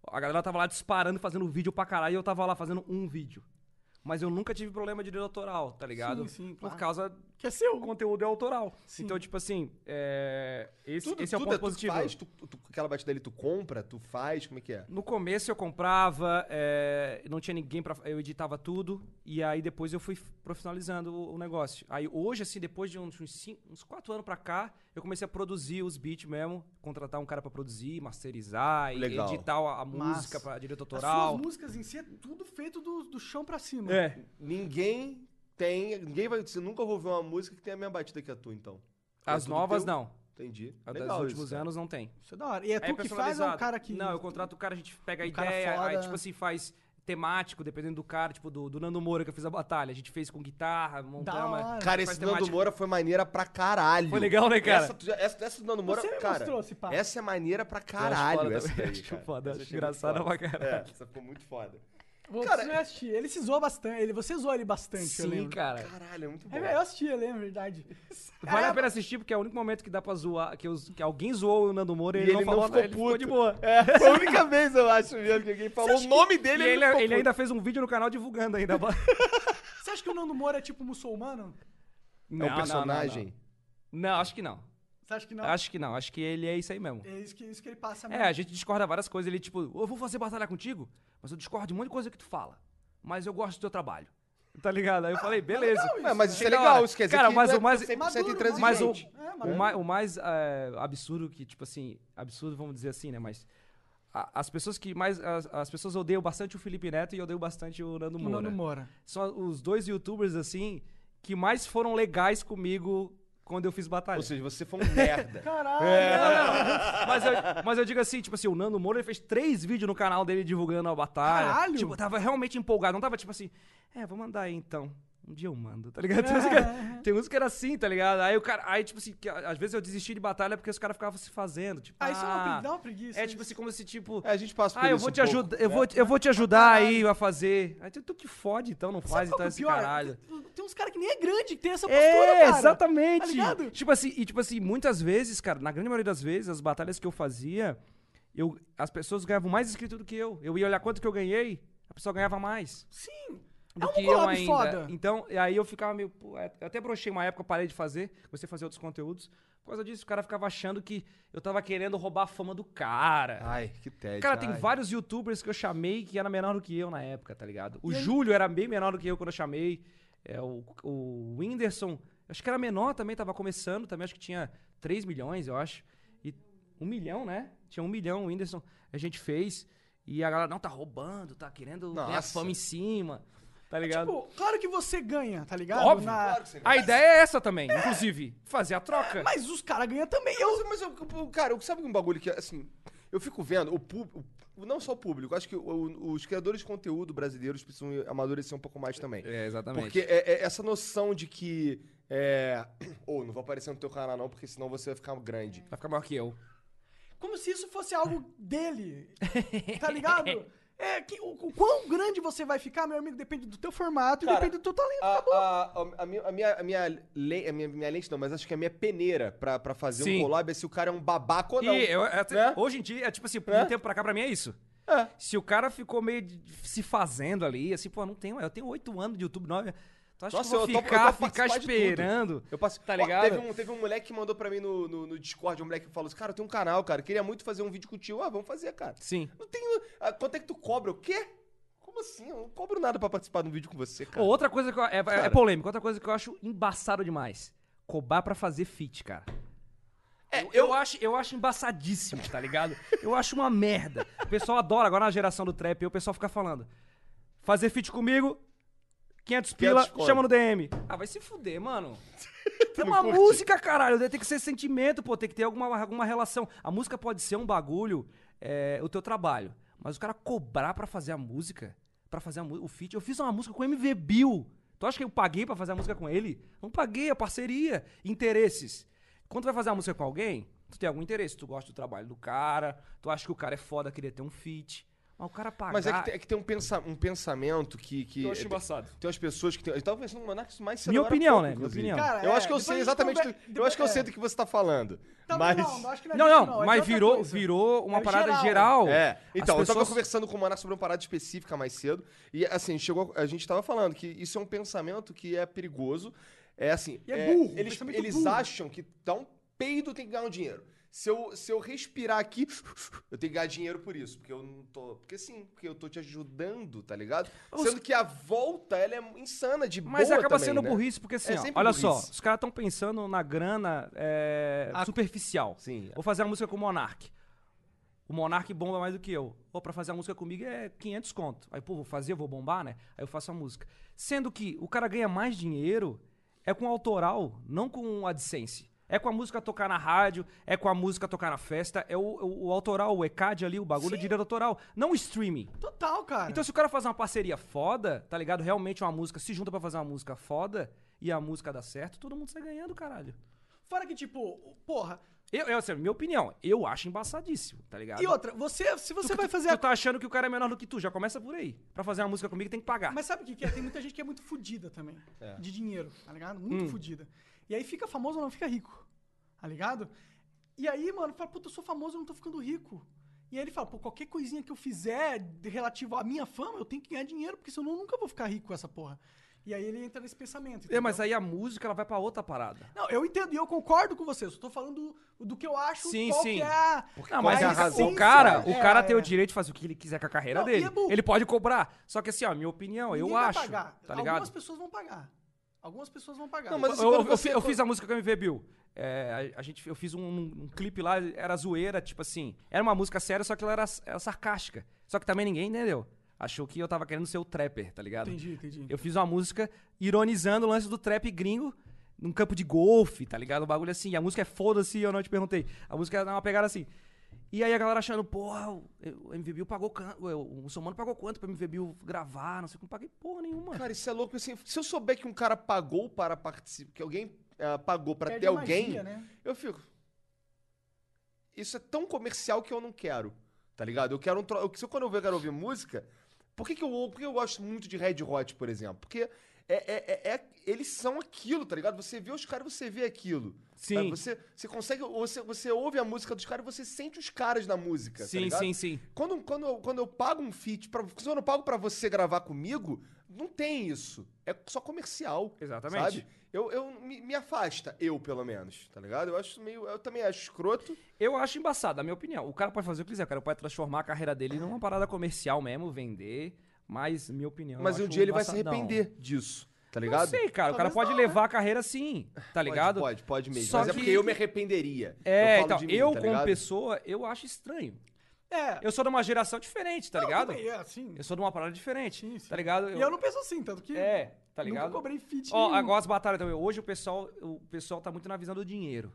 [SPEAKER 2] a galera tava lá disparando, fazendo vídeo pra caralho, e eu tava lá fazendo um vídeo. Mas eu nunca tive problema de direito autoral, tá ligado?
[SPEAKER 1] Sim, sim,
[SPEAKER 2] Por
[SPEAKER 1] claro.
[SPEAKER 2] causa
[SPEAKER 1] Que é seu.
[SPEAKER 2] o conteúdo é autoral.
[SPEAKER 1] Sim.
[SPEAKER 2] Então, tipo assim, é, esse,
[SPEAKER 3] Tudo,
[SPEAKER 2] esse é o
[SPEAKER 3] tudo
[SPEAKER 2] ponto
[SPEAKER 3] tu
[SPEAKER 2] positivo.
[SPEAKER 3] Faz, tu, tu, aquela batida ali tu compra, tu faz, como é que é?
[SPEAKER 2] No começo eu comprava, é, não tinha ninguém pra. Eu editava tudo, e aí depois eu fui profissionalizando o, o negócio. Aí hoje, assim, depois de uns, uns, cinco, uns quatro anos pra cá, eu comecei a produzir os beats mesmo, contratar um cara pra produzir, masterizar, e
[SPEAKER 3] Legal.
[SPEAKER 2] editar a, a
[SPEAKER 1] Massa.
[SPEAKER 2] música pra direito
[SPEAKER 1] As
[SPEAKER 2] autoral.
[SPEAKER 1] suas músicas em si é tudo feito do, do chão pra cima.
[SPEAKER 2] É.
[SPEAKER 3] Ninguém tem. Ninguém vai. Você nunca ouviu uma música que tem a mesma batida que a tua, então. É
[SPEAKER 2] As
[SPEAKER 3] tudo
[SPEAKER 2] novas,
[SPEAKER 3] teu?
[SPEAKER 2] não.
[SPEAKER 3] Entendi.
[SPEAKER 2] A
[SPEAKER 3] Legal
[SPEAKER 2] dos
[SPEAKER 3] isso,
[SPEAKER 2] últimos
[SPEAKER 3] cara.
[SPEAKER 2] anos não tem.
[SPEAKER 1] Isso é da hora. E é tu
[SPEAKER 2] Aí
[SPEAKER 1] que faz ou é um
[SPEAKER 2] personalizado.
[SPEAKER 1] cara que...
[SPEAKER 2] Não, eu contrato o cara, a gente pega a
[SPEAKER 1] Um cara
[SPEAKER 2] ideia, aí
[SPEAKER 1] foda.
[SPEAKER 2] tipo assim, faz temático, dependendo do cara, tipo do, do Nando Moura que eu fiz a batalha. A gente fez com guitarra,
[SPEAKER 1] Da
[SPEAKER 2] montamos. é,
[SPEAKER 1] hora.
[SPEAKER 3] Cara,
[SPEAKER 2] Faz
[SPEAKER 3] esse Nando
[SPEAKER 2] temática.
[SPEAKER 3] Moura foi maneira pra caralho.
[SPEAKER 2] Foi legal, né, cara?
[SPEAKER 3] Essa, tu já- essa, essa do Nando Moura,
[SPEAKER 1] Você me
[SPEAKER 3] cara.
[SPEAKER 1] mostrou esse papo.
[SPEAKER 3] Essa é maneira pra caralho.
[SPEAKER 2] foda
[SPEAKER 3] Essa
[SPEAKER 2] também,
[SPEAKER 3] daí,
[SPEAKER 2] acho
[SPEAKER 3] cara.
[SPEAKER 2] foda,
[SPEAKER 3] Essa eu
[SPEAKER 2] acho
[SPEAKER 3] achei
[SPEAKER 2] engraçada
[SPEAKER 3] muito
[SPEAKER 2] pra
[SPEAKER 3] foda.
[SPEAKER 2] caralho.
[SPEAKER 3] É, essa ficou muito foda.
[SPEAKER 1] Você
[SPEAKER 3] Cara,
[SPEAKER 1] eu assisti. Ele se zoou bastante. Ele, você zoou ele bastante, eu
[SPEAKER 2] Sim,
[SPEAKER 1] lembro.
[SPEAKER 2] cara.
[SPEAKER 3] Caralho, é muito bom.
[SPEAKER 1] É,
[SPEAKER 2] assim.
[SPEAKER 1] eu assisti, eu lembro, verdade.
[SPEAKER 2] Vale a pena assistir, porque é o único momento que dá pra zoar, que, os- que alguém zoou o Nando Moura e,
[SPEAKER 3] E
[SPEAKER 2] ele, não
[SPEAKER 3] ele não
[SPEAKER 2] falou
[SPEAKER 3] ficou
[SPEAKER 2] nada, ele ficou de
[SPEAKER 3] puto.
[SPEAKER 2] boa.
[SPEAKER 3] É, foi a única vez, eu acho mesmo, que alguém falou o nome dele
[SPEAKER 2] e ele,
[SPEAKER 3] ficou
[SPEAKER 2] ele
[SPEAKER 3] puto.
[SPEAKER 2] ainda fez um vídeo no canal divulgando ainda. não,
[SPEAKER 1] Você acha que o Nando Moura é tipo muçulmano?
[SPEAKER 2] Ah, não,
[SPEAKER 3] É
[SPEAKER 2] não,
[SPEAKER 3] um personagem.
[SPEAKER 2] Não, Não, acho que não.
[SPEAKER 1] Você acha que não?
[SPEAKER 2] Acho que não, acho que ele é isso aí mesmo.
[SPEAKER 1] É isso que, isso que ele passa
[SPEAKER 2] É, a gente discorda várias coisas. Ele, tipo, eu vou fazer batalha contigo, mas eu discordo de um monte de coisa que tu fala. Mas eu gosto do teu trabalho. Tá ligado? Aí eu falei, beleza.
[SPEAKER 3] Ué, mas isso é
[SPEAKER 2] Chega a
[SPEAKER 3] legal,
[SPEAKER 2] hora.
[SPEAKER 3] isso quer dizer
[SPEAKER 2] Cara,
[SPEAKER 3] que
[SPEAKER 2] mas
[SPEAKER 3] ele
[SPEAKER 2] o mais-
[SPEAKER 3] é 100% intransigente.
[SPEAKER 2] mas o-
[SPEAKER 1] né? É,
[SPEAKER 2] O
[SPEAKER 1] maduro.
[SPEAKER 2] mais, o mais é, absurdo que, tipo assim, absurdo, vamos dizer assim, né? Mas a- as pessoas que mais. As, as pessoas odeiam bastante o Felipe Neto e odeiam bastante o Nando
[SPEAKER 1] O
[SPEAKER 2] Moura.
[SPEAKER 1] Nando Moura.
[SPEAKER 2] São os dois youtubers, assim, que mais foram legais comigo quando eu fiz batalha.
[SPEAKER 3] Ou seja, você foi um merda.
[SPEAKER 1] Caralho.
[SPEAKER 2] É. Mas eu, mas eu digo assim, tipo assim, o Nando Moura ele fez três vídeos no canal dele divulgando a batalha.
[SPEAKER 1] Caralho!
[SPEAKER 2] Tipo, tava realmente empolgado. Não tava tipo assim, é, vou mandar aí então. Um dia eu mando, tá ligado? Tem uns que- Tem uns que era assim, tá ligado? Aí o cara. Aí, tipo assim, que a- às vezes eu desisti de batalha porque os caras ficavam se fazendo. Tipo,
[SPEAKER 1] Ah, isso é uma
[SPEAKER 2] ah,
[SPEAKER 1] pregui- dá uma preguiça. isso.
[SPEAKER 2] É
[SPEAKER 1] É.
[SPEAKER 2] tipo assim, como se, tipo.
[SPEAKER 3] É, a gente passa por
[SPEAKER 2] Ah, eu
[SPEAKER 3] isso
[SPEAKER 2] vou
[SPEAKER 3] um
[SPEAKER 2] te
[SPEAKER 3] pouco.
[SPEAKER 2] ajudar, eu vou, eu vou te ajudar aí a fazer. Aí tu, tu que fode, então, não
[SPEAKER 1] Sabe
[SPEAKER 2] faz
[SPEAKER 1] qual que
[SPEAKER 2] então
[SPEAKER 1] é o
[SPEAKER 2] esse
[SPEAKER 1] pior?
[SPEAKER 2] caralho.
[SPEAKER 1] Tem uns caras que nem é grande, que tem essa postura,
[SPEAKER 2] É,
[SPEAKER 1] cara. Tá
[SPEAKER 2] exatamente.
[SPEAKER 1] ligado?
[SPEAKER 2] tipo assim, e tipo assim, muitas vezes, cara, na grande maioria das vezes, as batalhas que eu fazia, eu, as pessoas ganhavam mais inscrito do que eu. Eu ia olhar quanto que eu ganhei, a pessoa ganhava mais.
[SPEAKER 1] Sim.
[SPEAKER 2] Do
[SPEAKER 1] É um
[SPEAKER 2] que eu
[SPEAKER 1] collab
[SPEAKER 2] ainda.
[SPEAKER 1] foda.
[SPEAKER 2] Então, e aí eu ficava meio. pô, é, eu até brochei uma época, parei de fazer, comecei a fazer outros conteúdos. Por causa disso, o cara ficava achando que eu tava querendo roubar a fama do cara.
[SPEAKER 3] Ai, que tédio.
[SPEAKER 2] Cara, tem
[SPEAKER 3] ai.
[SPEAKER 2] vários youtubers que eu chamei que era menor do que eu na época, tá ligado? O
[SPEAKER 1] E aí-
[SPEAKER 2] Júlio era bem menor do que eu quando eu chamei. É, o, o Whindersson, acho que era menor também, tava começando também, acho que tinha 3 milhões, eu acho. E um milhão, né? Tinha um milhão, o Whindersson. A gente fez. E a galera, não, tá roubando, tá querendo ganhar
[SPEAKER 3] Nossa.
[SPEAKER 2] fama em cima. Tá ligado?
[SPEAKER 1] Tipo, claro que você ganha, tá ligado?
[SPEAKER 2] Óbvio.
[SPEAKER 1] Na-
[SPEAKER 2] a ideia é essa também, inclusive. Fazer a troca.
[SPEAKER 1] Mas os caras ganham também. Eu...
[SPEAKER 3] Mas, mas eu- cara, eu- sabe um bagulho que, assim, eu fico vendo, o público, não só o público, acho que o- o- os criadores de conteúdo brasileiros precisam amadurecer um pouco mais também.
[SPEAKER 2] É, exatamente.
[SPEAKER 3] Porque é- é essa noção de que, é, ou não vou aparecer no teu canal não, porque senão você vai ficar grande.
[SPEAKER 2] Vai ficar maior que eu.
[SPEAKER 1] Como se isso fosse algo dele, tá ligado? É, que, o, o quão grande você vai ficar, meu amigo, depende do teu formato e
[SPEAKER 3] Cara,
[SPEAKER 1] depende do teu talento.
[SPEAKER 3] A, a- a- a minha, a, minha, a, minha le- a minha- minha lente não, mas acho que é a minha peneira pra, pra fazer
[SPEAKER 2] Sim.
[SPEAKER 3] um collab é se o cara é um babaca ou não.
[SPEAKER 2] E eu- até-
[SPEAKER 3] Né?
[SPEAKER 2] hoje em dia, é tipo assim, de um
[SPEAKER 3] Né?
[SPEAKER 2] tempo pra cá, pra mim é isso.
[SPEAKER 3] É.
[SPEAKER 2] Se o cara ficou meio de- se fazendo ali, assim, pô, não tenho, eu tenho oito anos de YouTube, nove. Tu acha
[SPEAKER 3] Nossa,
[SPEAKER 2] que eu vou
[SPEAKER 3] eu topo- eu
[SPEAKER 2] ficar,
[SPEAKER 3] topo
[SPEAKER 2] ficar
[SPEAKER 3] participar de tudo.
[SPEAKER 2] esperando?
[SPEAKER 3] Eu passo,
[SPEAKER 2] Tá
[SPEAKER 3] Ó,
[SPEAKER 2] ligado?
[SPEAKER 3] teve, um, teve um moleque que mandou pra mim no, no, no Discord, um moleque que falou assim, cara, eu tenho um canal, cara, queria muito fazer um vídeo contigo. Ah, vamos fazer, cara.
[SPEAKER 2] Sim.
[SPEAKER 3] Não tenho... ah, quanto é que tu cobra? O quê? Como assim? Eu não cobro nada pra participar de um vídeo com você, cara.
[SPEAKER 2] Ô, outra coisa que eu, é, é
[SPEAKER 3] Cara.
[SPEAKER 2] polêmico, outra coisa que eu acho embaçado demais. Cobrar pra fazer fit, cara.
[SPEAKER 3] É,
[SPEAKER 2] eu, eu acho, eu acho embaçadíssimo, tá ligado? Eu acho uma merda. O pessoal adora, agora na geração do trap, aí o pessoal fica falando. Fazer fit comigo, 500 pila,
[SPEAKER 3] 500 conto.
[SPEAKER 2] chama no DM. Ah, vai se fuder, mano. É
[SPEAKER 3] não
[SPEAKER 2] uma
[SPEAKER 3] curte?
[SPEAKER 2] música, caralho. Tem que ser sentimento, pô. Tem que ter alguma, alguma relação. A música pode ser um bagulho, é, o teu trabalho. Mas o cara cobrar pra fazer a música, pra fazer a mu- o feat. Eu fiz uma música com o MV Bill. Tu acha que eu paguei pra fazer a música com ele? Não paguei, é parceria. Interesses. Quando tu vai fazer uma música com alguém, tu tem algum interesse. Tu gosta do trabalho do cara, tu acha que o cara é foda, queria ter um feat. Mas Mas o cara pagar...
[SPEAKER 3] Mas é que, tem- é que tem um, pensa, um pensamento que. que é
[SPEAKER 2] Eu acho embaçado.
[SPEAKER 3] tem umas pessoas que. Tem, então, eu tava conversando com o Monark isso um mais cedo
[SPEAKER 2] Minha
[SPEAKER 3] agora há
[SPEAKER 2] opinião,
[SPEAKER 3] pouco,
[SPEAKER 2] né? Minha
[SPEAKER 3] inclusive.
[SPEAKER 2] opinião.
[SPEAKER 1] Cara,
[SPEAKER 3] Eu
[SPEAKER 1] é,
[SPEAKER 3] acho que eu
[SPEAKER 1] depois
[SPEAKER 3] sei
[SPEAKER 1] a gente
[SPEAKER 3] exatamente.
[SPEAKER 1] conver-
[SPEAKER 3] do- eu
[SPEAKER 1] depois-
[SPEAKER 3] acho que eu
[SPEAKER 1] é.
[SPEAKER 3] sei do que você tá falando.
[SPEAKER 1] Tá,
[SPEAKER 3] mas.
[SPEAKER 1] Não, acho que é
[SPEAKER 2] Não,
[SPEAKER 1] disso,
[SPEAKER 2] não,
[SPEAKER 1] é de
[SPEAKER 2] mas
[SPEAKER 1] outra
[SPEAKER 2] virou,
[SPEAKER 1] coisa.
[SPEAKER 2] virou uma
[SPEAKER 1] É
[SPEAKER 2] parada
[SPEAKER 1] geral.
[SPEAKER 2] geral.
[SPEAKER 3] É,
[SPEAKER 2] As
[SPEAKER 3] então, eu tava
[SPEAKER 2] pessoas-
[SPEAKER 3] conversando com o Monark sobre uma parada específica mais cedo, e assim, chegou, a gente tava falando que isso é um pensamento que é perigoso, é assim...
[SPEAKER 1] E é burro, um
[SPEAKER 3] Eles,
[SPEAKER 1] pensamento
[SPEAKER 3] eles
[SPEAKER 1] burro.
[SPEAKER 3] acham que dá um peido tem que ganhar um dinheiro. Se eu, se eu respirar aqui, eu tenho que ganhar dinheiro por isso, porque eu não tô... Porque sim, porque eu tô te ajudando, tá ligado?
[SPEAKER 2] Os-
[SPEAKER 3] Sendo que a volta, ela é insana, de
[SPEAKER 2] Mas
[SPEAKER 3] boa
[SPEAKER 2] acaba
[SPEAKER 3] também,
[SPEAKER 2] sendo
[SPEAKER 3] né?
[SPEAKER 2] burrice, porque assim,
[SPEAKER 3] É
[SPEAKER 2] ó,
[SPEAKER 3] sempre
[SPEAKER 2] olha só,
[SPEAKER 3] burrice.
[SPEAKER 2] os caras estão pensando na grana é,
[SPEAKER 1] A-
[SPEAKER 2] superficial.
[SPEAKER 3] Sim.
[SPEAKER 2] Vou fazer a música com o Monark. O Monark bomba mais do que eu. Pô, pra fazer a música comigo é 500 conto. Aí, pô, vou fazer, vou bombar, né? Aí eu faço a música. Sendo que o cara ganha mais dinheiro é com autoral, não com AdSense. É com a música tocar na rádio, é com a música tocar na festa, é o, o- o autoral, o ECAD ali, o bagulho é direito autoral, não o streaming.
[SPEAKER 1] Total, cara.
[SPEAKER 2] Então, se o cara faz uma parceria foda, tá ligado? Realmente uma música, se junta pra fazer uma música foda e a música dá certo, todo mundo sai ganhando, caralho.
[SPEAKER 1] Fora que, tipo, porra.
[SPEAKER 2] Eu, eu, assim, minha opinião, eu acho embaçadíssimo, tá ligado?
[SPEAKER 1] E outra, você, se você
[SPEAKER 2] Tu-
[SPEAKER 1] vai
[SPEAKER 2] tu-
[SPEAKER 1] fazer
[SPEAKER 2] tu,
[SPEAKER 1] a
[SPEAKER 2] tá achando que o cara é menor do que tu, já começa por aí. Pra fazer uma música comigo tem que pagar.
[SPEAKER 1] Mas sabe o que, que é? Tem muita gente que é muito fodida também.
[SPEAKER 2] É.
[SPEAKER 1] De dinheiro, tá ligado?
[SPEAKER 2] Hum.
[SPEAKER 1] Muito fodida. E aí fica famoso ou não fica rico. Tá ligado? E aí, mano, fala, puta, eu sou famoso, eu não tô ficando rico. E aí ele fala, pô, qualquer coisinha que eu fizer de- relativo à minha fama, eu tenho que ganhar dinheiro, porque senão eu nunca vou ficar rico com essa porra. E aí ele entra nesse pensamento.
[SPEAKER 2] É, mas
[SPEAKER 1] entendeu?
[SPEAKER 2] aí a música ela vai pra outra parada.
[SPEAKER 1] Não, eu entendo e eu concordo com você. Eu só tô falando do, do que eu acho
[SPEAKER 2] Sim,
[SPEAKER 1] qual
[SPEAKER 2] sim.
[SPEAKER 1] que é a...
[SPEAKER 2] não,
[SPEAKER 1] qual
[SPEAKER 2] mas
[SPEAKER 1] é a
[SPEAKER 2] o- o
[SPEAKER 1] essência,
[SPEAKER 2] cara,
[SPEAKER 1] né?
[SPEAKER 2] o cara
[SPEAKER 1] É,
[SPEAKER 2] tem
[SPEAKER 1] é.
[SPEAKER 2] o direito de fazer o que ele quiser com a carreira
[SPEAKER 1] Não, e
[SPEAKER 2] dele.
[SPEAKER 1] é burro.
[SPEAKER 2] ele pode cobrar. Só que assim, ó, minha opinião,
[SPEAKER 1] Ninguém
[SPEAKER 2] eu
[SPEAKER 1] vai
[SPEAKER 2] acho,
[SPEAKER 1] pagar.
[SPEAKER 2] tá ligado?
[SPEAKER 1] Algumas pessoas vão pagar. Algumas pessoas vão pagar.
[SPEAKER 3] Não, mas assim,
[SPEAKER 2] eu,
[SPEAKER 3] quando
[SPEAKER 2] eu
[SPEAKER 3] você-
[SPEAKER 2] fi- eu fiz a música com o MV Bill. É, a, a gente, eu fiz um, um clipe lá, era zoeira, tipo assim. Era uma música séria, só que ela era, era sarcástica. Só que também ninguém entendeu. Achou que eu tava querendo ser o trapper, tá ligado?
[SPEAKER 1] Entendi, entendi.
[SPEAKER 2] Eu fiz uma música ironizando o lance do trap gringo num campo de golfe, tá ligado? O bagulho assim. E a música é foda-se, eu não te perguntei. A música era uma pegada assim. E aí a galera achando, porra, o o MV Bill pagou quanto? O muçulmano pagou quanto pra MV Bill gravar? Não sei como, paguei porra nenhuma.
[SPEAKER 3] Cara, isso é louco, assim, se eu souber que um cara pagou para participar, que alguém ah, pagou para
[SPEAKER 1] Perde
[SPEAKER 3] ter
[SPEAKER 1] a
[SPEAKER 3] alguém...
[SPEAKER 1] magia, né?
[SPEAKER 3] Eu fico. Isso é tão comercial que eu não quero, tá ligado? Eu quero um tro... eu- Se eu quando eu quero ouvir música, por que, que eu ou- por que eu gosto muito de Red Hot, por exemplo? Porque é- é- é- é- eles são aquilo, tá ligado? Você vê os caras, você vê aquilo.
[SPEAKER 2] Sim.
[SPEAKER 3] Tá? Você, você consegue, você, você ouve a música dos caras, você sente os caras na música. tá
[SPEAKER 2] sim,
[SPEAKER 3] ligado?
[SPEAKER 2] sim, sim.
[SPEAKER 3] Quando, quando, eu, quando eu pago um feat, pra, se eu não pago pra você gravar comigo, não tem isso. É só comercial.
[SPEAKER 2] Exatamente.
[SPEAKER 3] Sabe? Eu, eu me, me afasta, eu pelo menos, tá ligado? Eu acho meio. Eu também acho escroto.
[SPEAKER 2] Eu acho embaçado, a minha opinião. O cara pode fazer o que quiser, o cara pode transformar a carreira dele numa parada comercial mesmo, vender. Mas, minha opinião.
[SPEAKER 3] mas
[SPEAKER 2] eu
[SPEAKER 3] um
[SPEAKER 2] acho
[SPEAKER 3] dia ele vai se
[SPEAKER 2] embaçadão.
[SPEAKER 3] arrepender disso, tá
[SPEAKER 2] Não
[SPEAKER 3] ligado?
[SPEAKER 2] sei, cara. o cara
[SPEAKER 1] Talvez
[SPEAKER 2] pode
[SPEAKER 1] não, né?
[SPEAKER 2] levar a carreira sim, tá ligado?
[SPEAKER 3] Pode, pode, pode mesmo.
[SPEAKER 2] Só
[SPEAKER 3] mas é
[SPEAKER 2] que-
[SPEAKER 3] porque eu me arrependeria.
[SPEAKER 2] É,
[SPEAKER 3] eu falo
[SPEAKER 2] então,
[SPEAKER 3] de mim,
[SPEAKER 2] eu
[SPEAKER 3] tá
[SPEAKER 2] como
[SPEAKER 3] ligado?
[SPEAKER 2] pessoa, eu acho estranho.
[SPEAKER 1] É.
[SPEAKER 2] Eu sou de uma geração diferente, tá
[SPEAKER 1] Não,
[SPEAKER 2] ligado?
[SPEAKER 1] também, é, assim.
[SPEAKER 2] Eu sou de uma parada diferente,
[SPEAKER 1] Sim, sim.
[SPEAKER 2] tá ligado?
[SPEAKER 1] E eu não penso assim, tanto que.
[SPEAKER 2] É, tá ligado?
[SPEAKER 1] Nunca cobrei fit.
[SPEAKER 2] Ó,
[SPEAKER 1] nenhum.
[SPEAKER 2] agora as batalhas também. Hoje o pessoal, o pessoal tá muito na visão do dinheiro.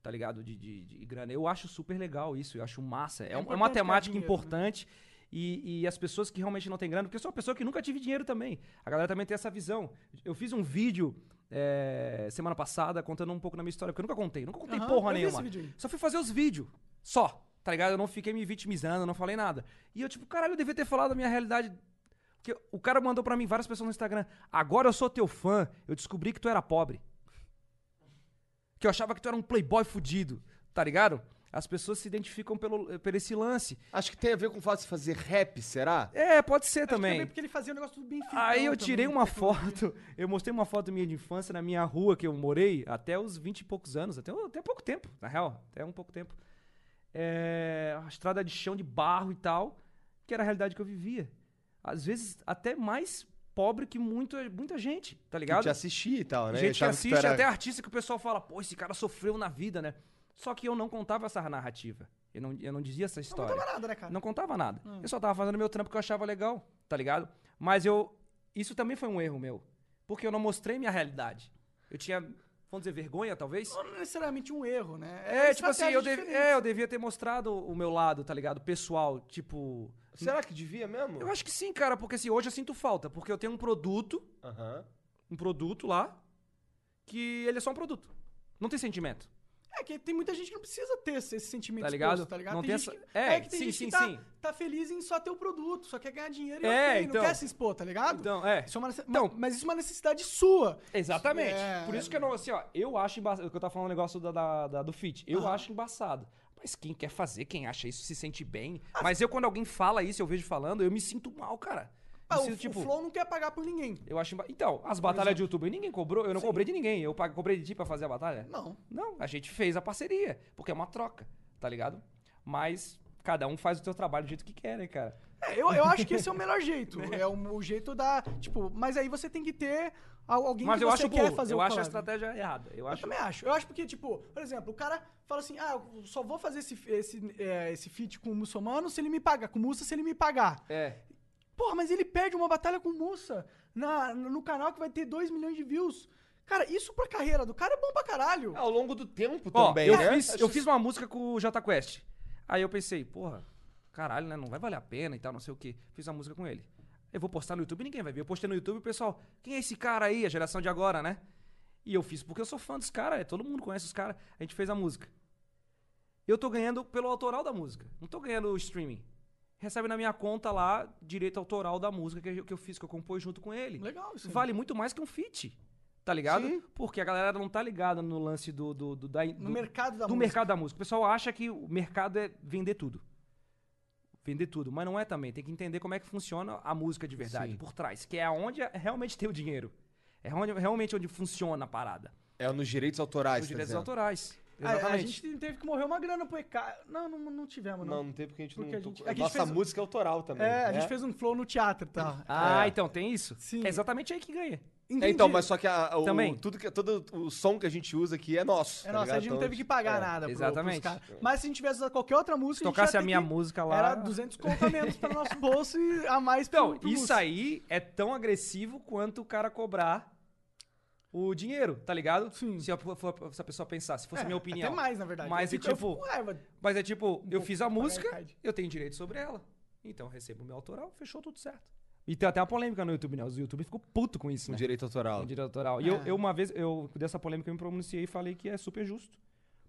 [SPEAKER 2] Tá ligado? De, de, de grana. Eu acho super legal isso, eu acho massa. É, um- é
[SPEAKER 1] importante
[SPEAKER 2] uma
[SPEAKER 1] ganhar
[SPEAKER 2] temática
[SPEAKER 1] dinheiro, né?
[SPEAKER 2] importante. E, e as pessoas que realmente não têm grana, porque eu sou uma pessoa que nunca tive dinheiro também. A galera também tem essa visão. Eu fiz um vídeo é, semana passada contando um pouco da minha história, porque eu nunca contei, nunca contei
[SPEAKER 1] Aham,
[SPEAKER 2] porra
[SPEAKER 1] eu vi
[SPEAKER 2] nenhuma.
[SPEAKER 1] esse vídeo aí.
[SPEAKER 2] Só fui fazer os vídeos. Só. Tá ligado? Eu não fiquei me vitimizando, eu não falei nada. E eu, tipo, caralho, eu devia ter falado a minha realidade. Porque o cara mandou pra mim várias pessoas no Instagram. Agora eu sou teu fã, eu descobri que tu era pobre. Que eu achava que tu era um playboy fudido. Tá ligado? As pessoas se identificam pelo, pelo esse lance.
[SPEAKER 3] Acho que tem a ver com o fato de fazer rap, será?
[SPEAKER 2] É, pode ser
[SPEAKER 1] Acho que
[SPEAKER 2] também.
[SPEAKER 1] Porque ele fazia um negócio tudo bem né? feito.
[SPEAKER 2] Aí eu tirei
[SPEAKER 1] É
[SPEAKER 2] uma foto, eu mostrei uma foto minha de infância na minha rua que eu morei até os 20 e poucos anos, até, até pouco tempo, na real, até um pouco tempo. É, uma estrada de chão de barro e tal, que era a realidade que eu vivia. Às vezes até mais pobre que muito, muita gente, tá
[SPEAKER 3] Eu te
[SPEAKER 2] ligado?
[SPEAKER 3] assisti e tal, né? Eu
[SPEAKER 2] Gente que
[SPEAKER 3] achava tu
[SPEAKER 2] assiste,
[SPEAKER 3] era-
[SPEAKER 2] até artista que o pessoal fala, pô, esse cara sofreu na vida, né? Só que eu não contava essa narrativa. Eu não, eu não dizia essa
[SPEAKER 1] Não
[SPEAKER 2] história.
[SPEAKER 1] contava nada, né, cara? Hum.
[SPEAKER 2] Não contava nada. Eu só tava fazendo meu trampo que eu achava legal, tá ligado? Mas eu. Isso também foi um erro meu. Porque eu não mostrei minha realidade. Eu tinha, vamos dizer, vergonha, talvez?
[SPEAKER 1] Não é necessariamente um erro, né?
[SPEAKER 2] É, tipo assim, eu, deve-
[SPEAKER 1] deveria.
[SPEAKER 2] é, eu devia ter mostrado o meu lado, tá ligado? Pessoal, tipo.
[SPEAKER 3] Será que devia mesmo?
[SPEAKER 2] Eu acho que sim, cara, porque assim, hoje eu sinto falta. Porque eu tenho um produto,
[SPEAKER 3] Aham.
[SPEAKER 2] um produto lá, que ele é só um produto. Não tem sentimento.
[SPEAKER 1] É que tem muita gente que não precisa ter esse esse sentimento
[SPEAKER 2] Tá ligado?
[SPEAKER 1] exposto, tá ligado?
[SPEAKER 2] Não
[SPEAKER 1] tem
[SPEAKER 2] tem
[SPEAKER 1] gente
[SPEAKER 2] essa-
[SPEAKER 1] que,
[SPEAKER 2] é,
[SPEAKER 1] que tem
[SPEAKER 2] sim,
[SPEAKER 1] gente
[SPEAKER 2] sim,
[SPEAKER 1] que tá,
[SPEAKER 2] sim.
[SPEAKER 1] tá feliz em só ter o produto, só quer ganhar dinheiro e
[SPEAKER 2] É,
[SPEAKER 1] ok,
[SPEAKER 2] então.
[SPEAKER 1] não quer se expor, tá ligado?
[SPEAKER 2] Então, é.
[SPEAKER 1] Isso é uma nece-
[SPEAKER 2] Então-
[SPEAKER 1] ma- mas isso é uma necessidade sua.
[SPEAKER 2] Exatamente.
[SPEAKER 1] É.
[SPEAKER 2] Por isso que eu não, assim, ó, eu acho embaçado. que eu tava falando o negócio da, da- da- do fit. Eu acho embaçado. Mas quem quer fazer, quem acha isso, se sente bem. Mas eu, quando alguém fala isso, eu vejo falando, eu me sinto mal, cara.
[SPEAKER 1] Ah,
[SPEAKER 2] Me
[SPEAKER 1] o,
[SPEAKER 2] sinto, tipo,
[SPEAKER 1] o Flow não quer pagar por ninguém.
[SPEAKER 2] Eu acho. emba- Então, as batalhas de YouTube ninguém cobrou. Eu não cobrei de ninguém. Eu pa- cobrei de ti pra fazer a batalha?
[SPEAKER 1] Não.
[SPEAKER 2] Não, a gente fez a parceria. Porque é uma troca, tá ligado? Mas cada um faz o seu trabalho do jeito que quer, né, cara?
[SPEAKER 1] É, eu, eu acho que esse é o melhor jeito. É o, o jeito da. Tipo, mas aí você tem que ter al- alguém
[SPEAKER 2] Mas
[SPEAKER 1] que
[SPEAKER 2] eu
[SPEAKER 1] você
[SPEAKER 2] acho
[SPEAKER 1] quer
[SPEAKER 2] burro.
[SPEAKER 1] fazer
[SPEAKER 2] Eu
[SPEAKER 1] o
[SPEAKER 2] acho a
[SPEAKER 1] collab.
[SPEAKER 2] estratégia errada. Eu
[SPEAKER 1] Eu
[SPEAKER 2] acho.
[SPEAKER 1] também acho. Eu acho porque, tipo, por exemplo, o cara fala assim: ah, eu só vou fazer esse, esse, é, esse feat com o muçulmano se ele me pagar, com o Mussa se ele me pagar.
[SPEAKER 2] É.
[SPEAKER 1] Porra, mas ele perde uma batalha com o Mussa na, no canal que vai ter 2 milhões de views. Cara, isso pra carreira do cara é bom pra caralho.
[SPEAKER 3] Ao longo do tempo
[SPEAKER 2] Ó,
[SPEAKER 3] também,
[SPEAKER 2] eu,
[SPEAKER 3] né?
[SPEAKER 2] fiz,
[SPEAKER 3] Acho
[SPEAKER 2] eu
[SPEAKER 3] que
[SPEAKER 2] fiz uma música com o Jota Quest. Aí eu pensei, porra, caralho, né? Não vai valer a pena e tal, não sei o quê. Fiz uma música com ele. Eu vou postar no YouTube e ninguém vai ver. Eu postei no YouTube e o pessoal, quem é esse cara aí? A geração de agora, né? E eu fiz porque eu sou fã dos caras, é, todo mundo conhece os caras. A gente fez a música. Eu tô ganhando pelo autoral da música. Não tô ganhando o streaming. Recebe na minha conta lá direito autoral da música que eu, que eu fiz, que eu compus junto com ele.
[SPEAKER 1] Legal isso aí.
[SPEAKER 2] Vale muito mais que um feat. Tá ligado? Porque a galera não tá ligada no lance do, do, do, da,
[SPEAKER 1] No
[SPEAKER 2] do-
[SPEAKER 1] mercado da
[SPEAKER 2] do
[SPEAKER 1] música.
[SPEAKER 2] mercado da música. O pessoal acha que o mercado é vender tudo. Vender tudo, mas não é também. Tem que entender como é que funciona a música de verdade, por trás, que é onde realmente tem o dinheiro. É onde, realmente onde funciona a parada.
[SPEAKER 3] É nos direitos
[SPEAKER 1] Ah,
[SPEAKER 3] autorais,
[SPEAKER 2] Os
[SPEAKER 3] tá
[SPEAKER 2] direitos
[SPEAKER 3] dizendo?
[SPEAKER 2] autorais.
[SPEAKER 1] A- A,
[SPEAKER 2] Exatamente.
[SPEAKER 1] gente teve que morrer uma grana pro EK. Não, não, não tivemos, não.
[SPEAKER 3] Não, não tem porque a gente
[SPEAKER 1] Porque
[SPEAKER 3] não...
[SPEAKER 1] a gente-
[SPEAKER 3] tocou-
[SPEAKER 1] é que a gente
[SPEAKER 3] Nossa
[SPEAKER 1] fez-
[SPEAKER 3] música é autoral também,
[SPEAKER 1] é, a
[SPEAKER 3] né?
[SPEAKER 1] gente fez um flow no teatro, tá?
[SPEAKER 2] Ah,
[SPEAKER 3] É.
[SPEAKER 2] então tem isso?
[SPEAKER 1] Sim.
[SPEAKER 2] É exatamente aí que ganha.
[SPEAKER 3] É,
[SPEAKER 1] Entendi.
[SPEAKER 3] então, mas só que a- o,
[SPEAKER 2] Também.
[SPEAKER 3] Tudo que, todo o som que a gente usa aqui é nosso.
[SPEAKER 2] tá
[SPEAKER 3] Então,
[SPEAKER 1] É, nossa, a gente não teve que pagar nada pro,
[SPEAKER 2] Então, exatamente.
[SPEAKER 1] pros caras. Mas se a gente tivesse usado qualquer outra
[SPEAKER 2] Se
[SPEAKER 1] música, a gente
[SPEAKER 2] tocasse
[SPEAKER 1] ia
[SPEAKER 2] a
[SPEAKER 1] ter
[SPEAKER 2] minha
[SPEAKER 1] que-
[SPEAKER 2] música lá.
[SPEAKER 1] Era 200 conto a menos para nosso bolso e a mais pro-
[SPEAKER 2] Então,
[SPEAKER 1] pro
[SPEAKER 2] isso
[SPEAKER 1] Lúcio.
[SPEAKER 2] aí é tão agressivo quanto o cara cobrar o dinheiro, tá ligado?
[SPEAKER 1] Sim. É,
[SPEAKER 2] Se a, for- se a pessoa pensar, se fosse a minha opinião.
[SPEAKER 1] Até mais, na verdade.
[SPEAKER 2] Mas
[SPEAKER 1] eu
[SPEAKER 2] é
[SPEAKER 1] fico, eu
[SPEAKER 2] tipo-
[SPEAKER 1] fico com raiva.
[SPEAKER 2] Mas é tipo, eu
[SPEAKER 1] pouco
[SPEAKER 2] fiz a
[SPEAKER 1] pra pagar
[SPEAKER 2] música,
[SPEAKER 1] o card.
[SPEAKER 2] eu tenho direito sobre ela. Então eu recebo o meu autoral, fechou tudo certo. E tem até uma polêmica no YouTube, né? Os YouTube ficou puto com isso,
[SPEAKER 3] Um
[SPEAKER 2] né?
[SPEAKER 3] direito autoral.
[SPEAKER 2] Com direito autoral. E eu,
[SPEAKER 1] Ah.
[SPEAKER 2] eu, uma vez, eu dessa polêmica eu me pronunciei e falei que é super justo.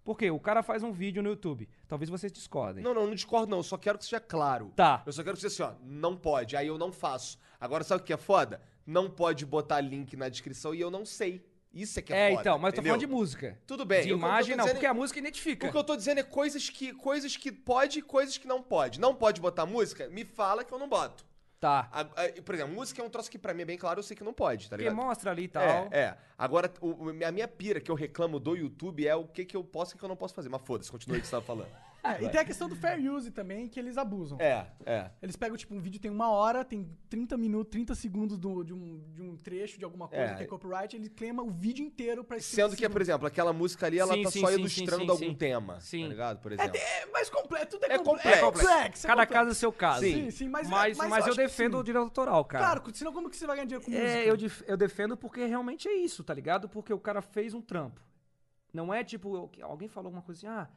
[SPEAKER 2] Porque o cara faz um vídeo no YouTube. Talvez vocês discordem.
[SPEAKER 3] Não, não, não discordo não. Eu só quero que seja claro.
[SPEAKER 2] Tá.
[SPEAKER 3] Eu só quero que seja assim, ó. Não pode. Aí eu não faço. Agora sabe o que é foda? Não pode botar link na descrição e eu não sei. Isso é que é,
[SPEAKER 2] é,
[SPEAKER 3] foda.
[SPEAKER 2] então, mas eu tô
[SPEAKER 3] entendeu?
[SPEAKER 2] falando de música.
[SPEAKER 3] Tudo bem.
[SPEAKER 2] De
[SPEAKER 3] Eu- eu tô
[SPEAKER 2] imagem, não,
[SPEAKER 3] dizendo- é-
[SPEAKER 2] porque a música identifica.
[SPEAKER 3] O que eu tô dizendo é coisas que, coisas que pode e coisas que não pode. Não pode botar música? Me fala que eu não boto.
[SPEAKER 2] Tá.
[SPEAKER 3] A- a- por exemplo, música é um troço que pra mim é bem claro, eu sei que não pode, tá
[SPEAKER 2] Porque
[SPEAKER 3] ligado?
[SPEAKER 2] mostra ali e tal.
[SPEAKER 3] É, é. Agora, o- o- a minha pira que eu reclamo do YouTube é o que, que eu posso e o que eu não posso fazer. Mas foda-se, continua o que você tava falando.
[SPEAKER 1] É, e tem a questão do fair use também, que eles abusam.
[SPEAKER 3] É, é.
[SPEAKER 1] Eles pegam, tipo, um vídeo tem uma hora, tem 30 minutos, 30 segundos do- de, um, de um trecho, de alguma coisa
[SPEAKER 3] É.
[SPEAKER 1] que é copyright, ele clama o vídeo inteiro pra esse
[SPEAKER 2] é
[SPEAKER 3] Sendo que, por exemplo, aquela música ali, ela
[SPEAKER 2] Sim,
[SPEAKER 3] tá
[SPEAKER 2] sim,
[SPEAKER 3] só
[SPEAKER 2] sim,
[SPEAKER 3] ilustrando
[SPEAKER 2] sim, sim,
[SPEAKER 3] algum
[SPEAKER 2] sim.
[SPEAKER 3] tema.
[SPEAKER 2] Sim.
[SPEAKER 3] Tá ligado? Por exemplo.
[SPEAKER 1] É mais completo, tudo é,
[SPEAKER 3] É
[SPEAKER 1] compl-
[SPEAKER 3] complexo.
[SPEAKER 1] complexo, é
[SPEAKER 2] Cada
[SPEAKER 1] complexo.
[SPEAKER 2] caso é seu caso.
[SPEAKER 3] Sim.
[SPEAKER 1] Sim, sim, mas, é-
[SPEAKER 2] Mas, mas eu
[SPEAKER 1] acho que
[SPEAKER 2] defendo
[SPEAKER 1] sim.
[SPEAKER 2] o direito autoral, cara.
[SPEAKER 1] Claro, senão como que você vai ganhar dinheiro com música?
[SPEAKER 2] É, eu, def- eu defendo porque realmente é isso, tá ligado? Porque o cara fez um trampo. Não é tipo, eu- que alguém falou alguma coisa assim, ah,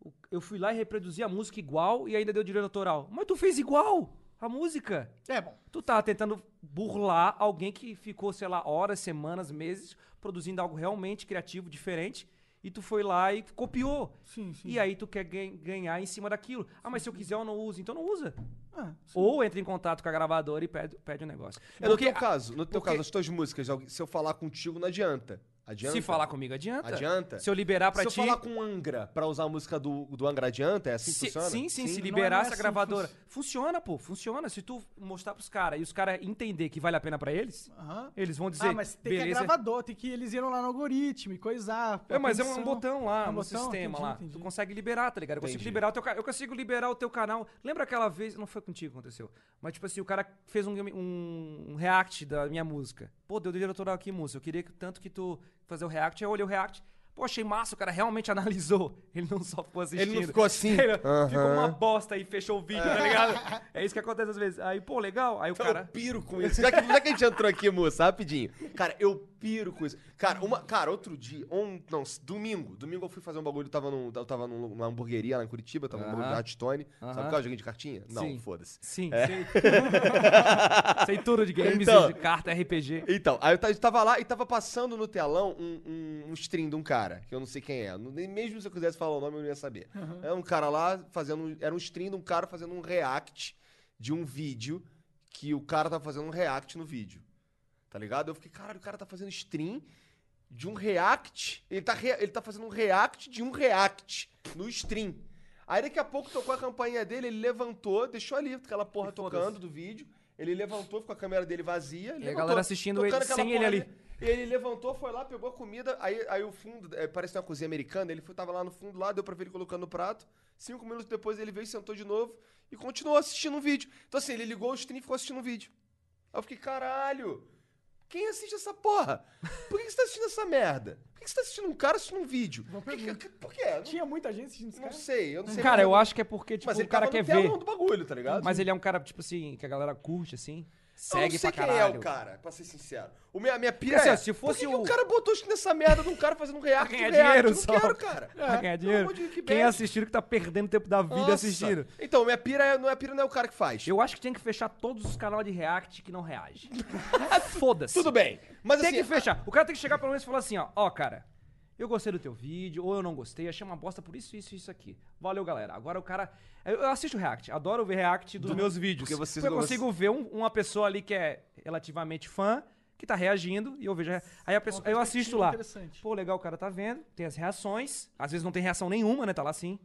[SPEAKER 2] o- eu fui lá e reproduzi a música igual e ainda deu direito autoral. Mas tu fez igual a música.
[SPEAKER 1] É bom.
[SPEAKER 2] Tu tá tentando burlar alguém que ficou, sei lá, horas, semanas, meses produzindo algo realmente criativo, diferente, e tu foi lá e copiou.
[SPEAKER 1] Sim, sim.
[SPEAKER 2] E aí tu quer gan- ganhar em cima daquilo. Ah, mas se eu quiser eu não uso, então não usa.
[SPEAKER 1] Ah,
[SPEAKER 2] Ou entra em contato com a gravadora e pede, pede o negócio.
[SPEAKER 3] É, no teu caso, no teu
[SPEAKER 2] porque-
[SPEAKER 3] caso, as tuas músicas, alguém- se eu falar contigo, não adianta. Adianta.
[SPEAKER 2] Se falar comigo, adianta.
[SPEAKER 3] Adianta?
[SPEAKER 2] Se eu liberar pra
[SPEAKER 3] Se eu
[SPEAKER 2] ti.
[SPEAKER 3] falar com Angra pra usar a música do, do Angra, adianta? É assim que
[SPEAKER 2] se-
[SPEAKER 3] funciona?
[SPEAKER 2] sim, sim, se
[SPEAKER 1] não é-
[SPEAKER 2] liberar
[SPEAKER 1] não é
[SPEAKER 2] essa
[SPEAKER 1] assim que
[SPEAKER 2] gravadora. Funciona, pô, funciona. Se tu mostrar pros caras e os caras entender que vale a pena pra eles,
[SPEAKER 1] aham.
[SPEAKER 2] eles vão dizer.
[SPEAKER 1] Ah, mas tem que
[SPEAKER 2] beleza.
[SPEAKER 1] é gravador, tem que eles iram lá no algoritmo e coisar.
[SPEAKER 2] É, mas é um
[SPEAKER 1] produção.
[SPEAKER 2] botão lá,
[SPEAKER 1] É
[SPEAKER 2] um
[SPEAKER 1] um botão?
[SPEAKER 2] sistema
[SPEAKER 1] Entendi,
[SPEAKER 2] lá.
[SPEAKER 1] entendi.
[SPEAKER 2] Tu consegue liberar, tá ligado? Eu consigo
[SPEAKER 3] Entendi.
[SPEAKER 2] liberar o teu canal. Eu consigo liberar o teu canal. Lembra aquela vez. Não foi contigo que aconteceu. Mas, tipo assim, o cara fez um, um- um react da minha música. Pô, deu direito autoral aqui, música. Eu queria que, tanto que tu fazer o react. Eu olhei o react. Pô, achei massa, o cara realmente analisou. Ele não só ficou assistindo.
[SPEAKER 3] Ele não ficou assim.
[SPEAKER 2] Ele Ficou
[SPEAKER 3] Aham.
[SPEAKER 2] uma bosta e fechou o vídeo, tá ligado? É isso que acontece às vezes. Aí, pô, legal. Aí o
[SPEAKER 3] Então,
[SPEAKER 2] cara.
[SPEAKER 3] Eu piro com isso. Já que, já que a gente entrou aqui, moça, rapidinho. Cara, eu piro com isso. Cara, uma, cara outro dia, um, não, s- domingo, domingo eu fui fazer um bagulho, eu tava, num, eu tava num- numa hamburgueria lá em Curitiba, tava num
[SPEAKER 2] Aham.
[SPEAKER 3] bagulho de Hearthstone.
[SPEAKER 2] Aham.
[SPEAKER 3] Sabe qual é o joguinho de cartinha?
[SPEAKER 2] Sim.
[SPEAKER 3] Não, foda-se.
[SPEAKER 2] Sim, sei. sei tudo de games,
[SPEAKER 3] É. Então-
[SPEAKER 2] de carta, RPG.
[SPEAKER 3] Então, aí eu ta- tava lá e tava passando no telão um, um, um stream de um cara, que eu não sei quem é. Não- Nem mesmo se eu quisesse falar o nome, eu não ia saber. Era um cara lá fazendo. um- Era um stream de um cara fazendo um react de um vídeo que o cara tava fazendo um react no vídeo. Tá ligado? Eu fiquei, caralho, o cara tá fazendo stream de um react. Ele tá, rea- ele tá fazendo um react de um react no stream. Aí daqui a pouco tocou a campainha dele, ele levantou, deixou ali aquela porra tocando do vídeo. Ele levantou, ficou a câmera dele vazia. ele
[SPEAKER 2] E a
[SPEAKER 3] levantou,
[SPEAKER 2] galera assistindo
[SPEAKER 3] tocando
[SPEAKER 2] ele
[SPEAKER 3] aquela
[SPEAKER 2] sem ele
[SPEAKER 3] porra
[SPEAKER 2] ali.
[SPEAKER 3] Ele levantou, foi lá, pegou a comida, aí, aí o fundo, é, parece uma cozinha americana, ele foi, tava lá no fundo lá, deu pra ver ele colocando no prato. Cinco minutos depois ele veio, sentou de novo e continuou assistindo um vídeo. Então assim, ele ligou o stream e ficou assistindo um vídeo. Aí eu fiquei, caralho, quem assiste essa porra? Por que que você tá assistindo essa merda? Por que que você tá assistindo um cara assistindo um vídeo? Por que? que- Por que? Eu
[SPEAKER 1] Tinha muita gente assistindo esse
[SPEAKER 3] Não, não
[SPEAKER 1] cara.
[SPEAKER 3] sei, eu não sei.
[SPEAKER 2] Cara,
[SPEAKER 3] mas-
[SPEAKER 2] eu acho que é porque, tipo,
[SPEAKER 3] Mas ele
[SPEAKER 2] o cara
[SPEAKER 3] tava
[SPEAKER 2] quer
[SPEAKER 3] no
[SPEAKER 2] ver.
[SPEAKER 3] telão do bagulho, tá ligado?
[SPEAKER 2] Mas ele é um cara, tipo assim, que a galera curte, assim.
[SPEAKER 3] Eu
[SPEAKER 2] Segue
[SPEAKER 3] não
[SPEAKER 2] pra
[SPEAKER 3] sei quem
[SPEAKER 2] caralho.
[SPEAKER 3] é o cara, pra ser sincero. O minha, minha pira
[SPEAKER 2] Porque,
[SPEAKER 3] é,
[SPEAKER 2] assim, ó, se fosse
[SPEAKER 3] por que que
[SPEAKER 2] o-
[SPEAKER 3] o... cara botou isso nessa merda de um cara fazendo um react?
[SPEAKER 2] Pra ganhar
[SPEAKER 3] um react?
[SPEAKER 2] dinheiro
[SPEAKER 3] eu não
[SPEAKER 2] só.
[SPEAKER 3] quero, cara.
[SPEAKER 2] Pra ganhar dinheiro. Quem assistindo que tá perdendo tempo da vida
[SPEAKER 3] Nossa.
[SPEAKER 2] assistindo.
[SPEAKER 3] Então, minha pira é, não é a pira, não é o cara que faz.
[SPEAKER 2] Eu acho que tinha que fechar todos os canais de react que não reage. Foda-se.
[SPEAKER 3] Tudo bem. Mas
[SPEAKER 2] tem
[SPEAKER 3] assim,
[SPEAKER 2] é que fechar. O cara tem que chegar pelo menos e falar assim, ó, ó, cara, eu gostei do teu vídeo, ou eu não gostei, achei uma bosta por isso, isso e isso aqui. Valeu, galera. Agora o cara. Eu eu assisto React, adoro ver React dos meus vídeos.
[SPEAKER 3] porque vocês
[SPEAKER 2] eu
[SPEAKER 3] não-
[SPEAKER 2] consigo ver um- uma pessoa ali que é relativamente fã, que tá reagindo, e eu vejo. a- Aí a pessoa, aí eu assisto lá.
[SPEAKER 1] Interessante.
[SPEAKER 2] Pô, legal, o cara tá vendo, tem as reações. Às vezes não tem reação nenhuma, né? Tá lá assim.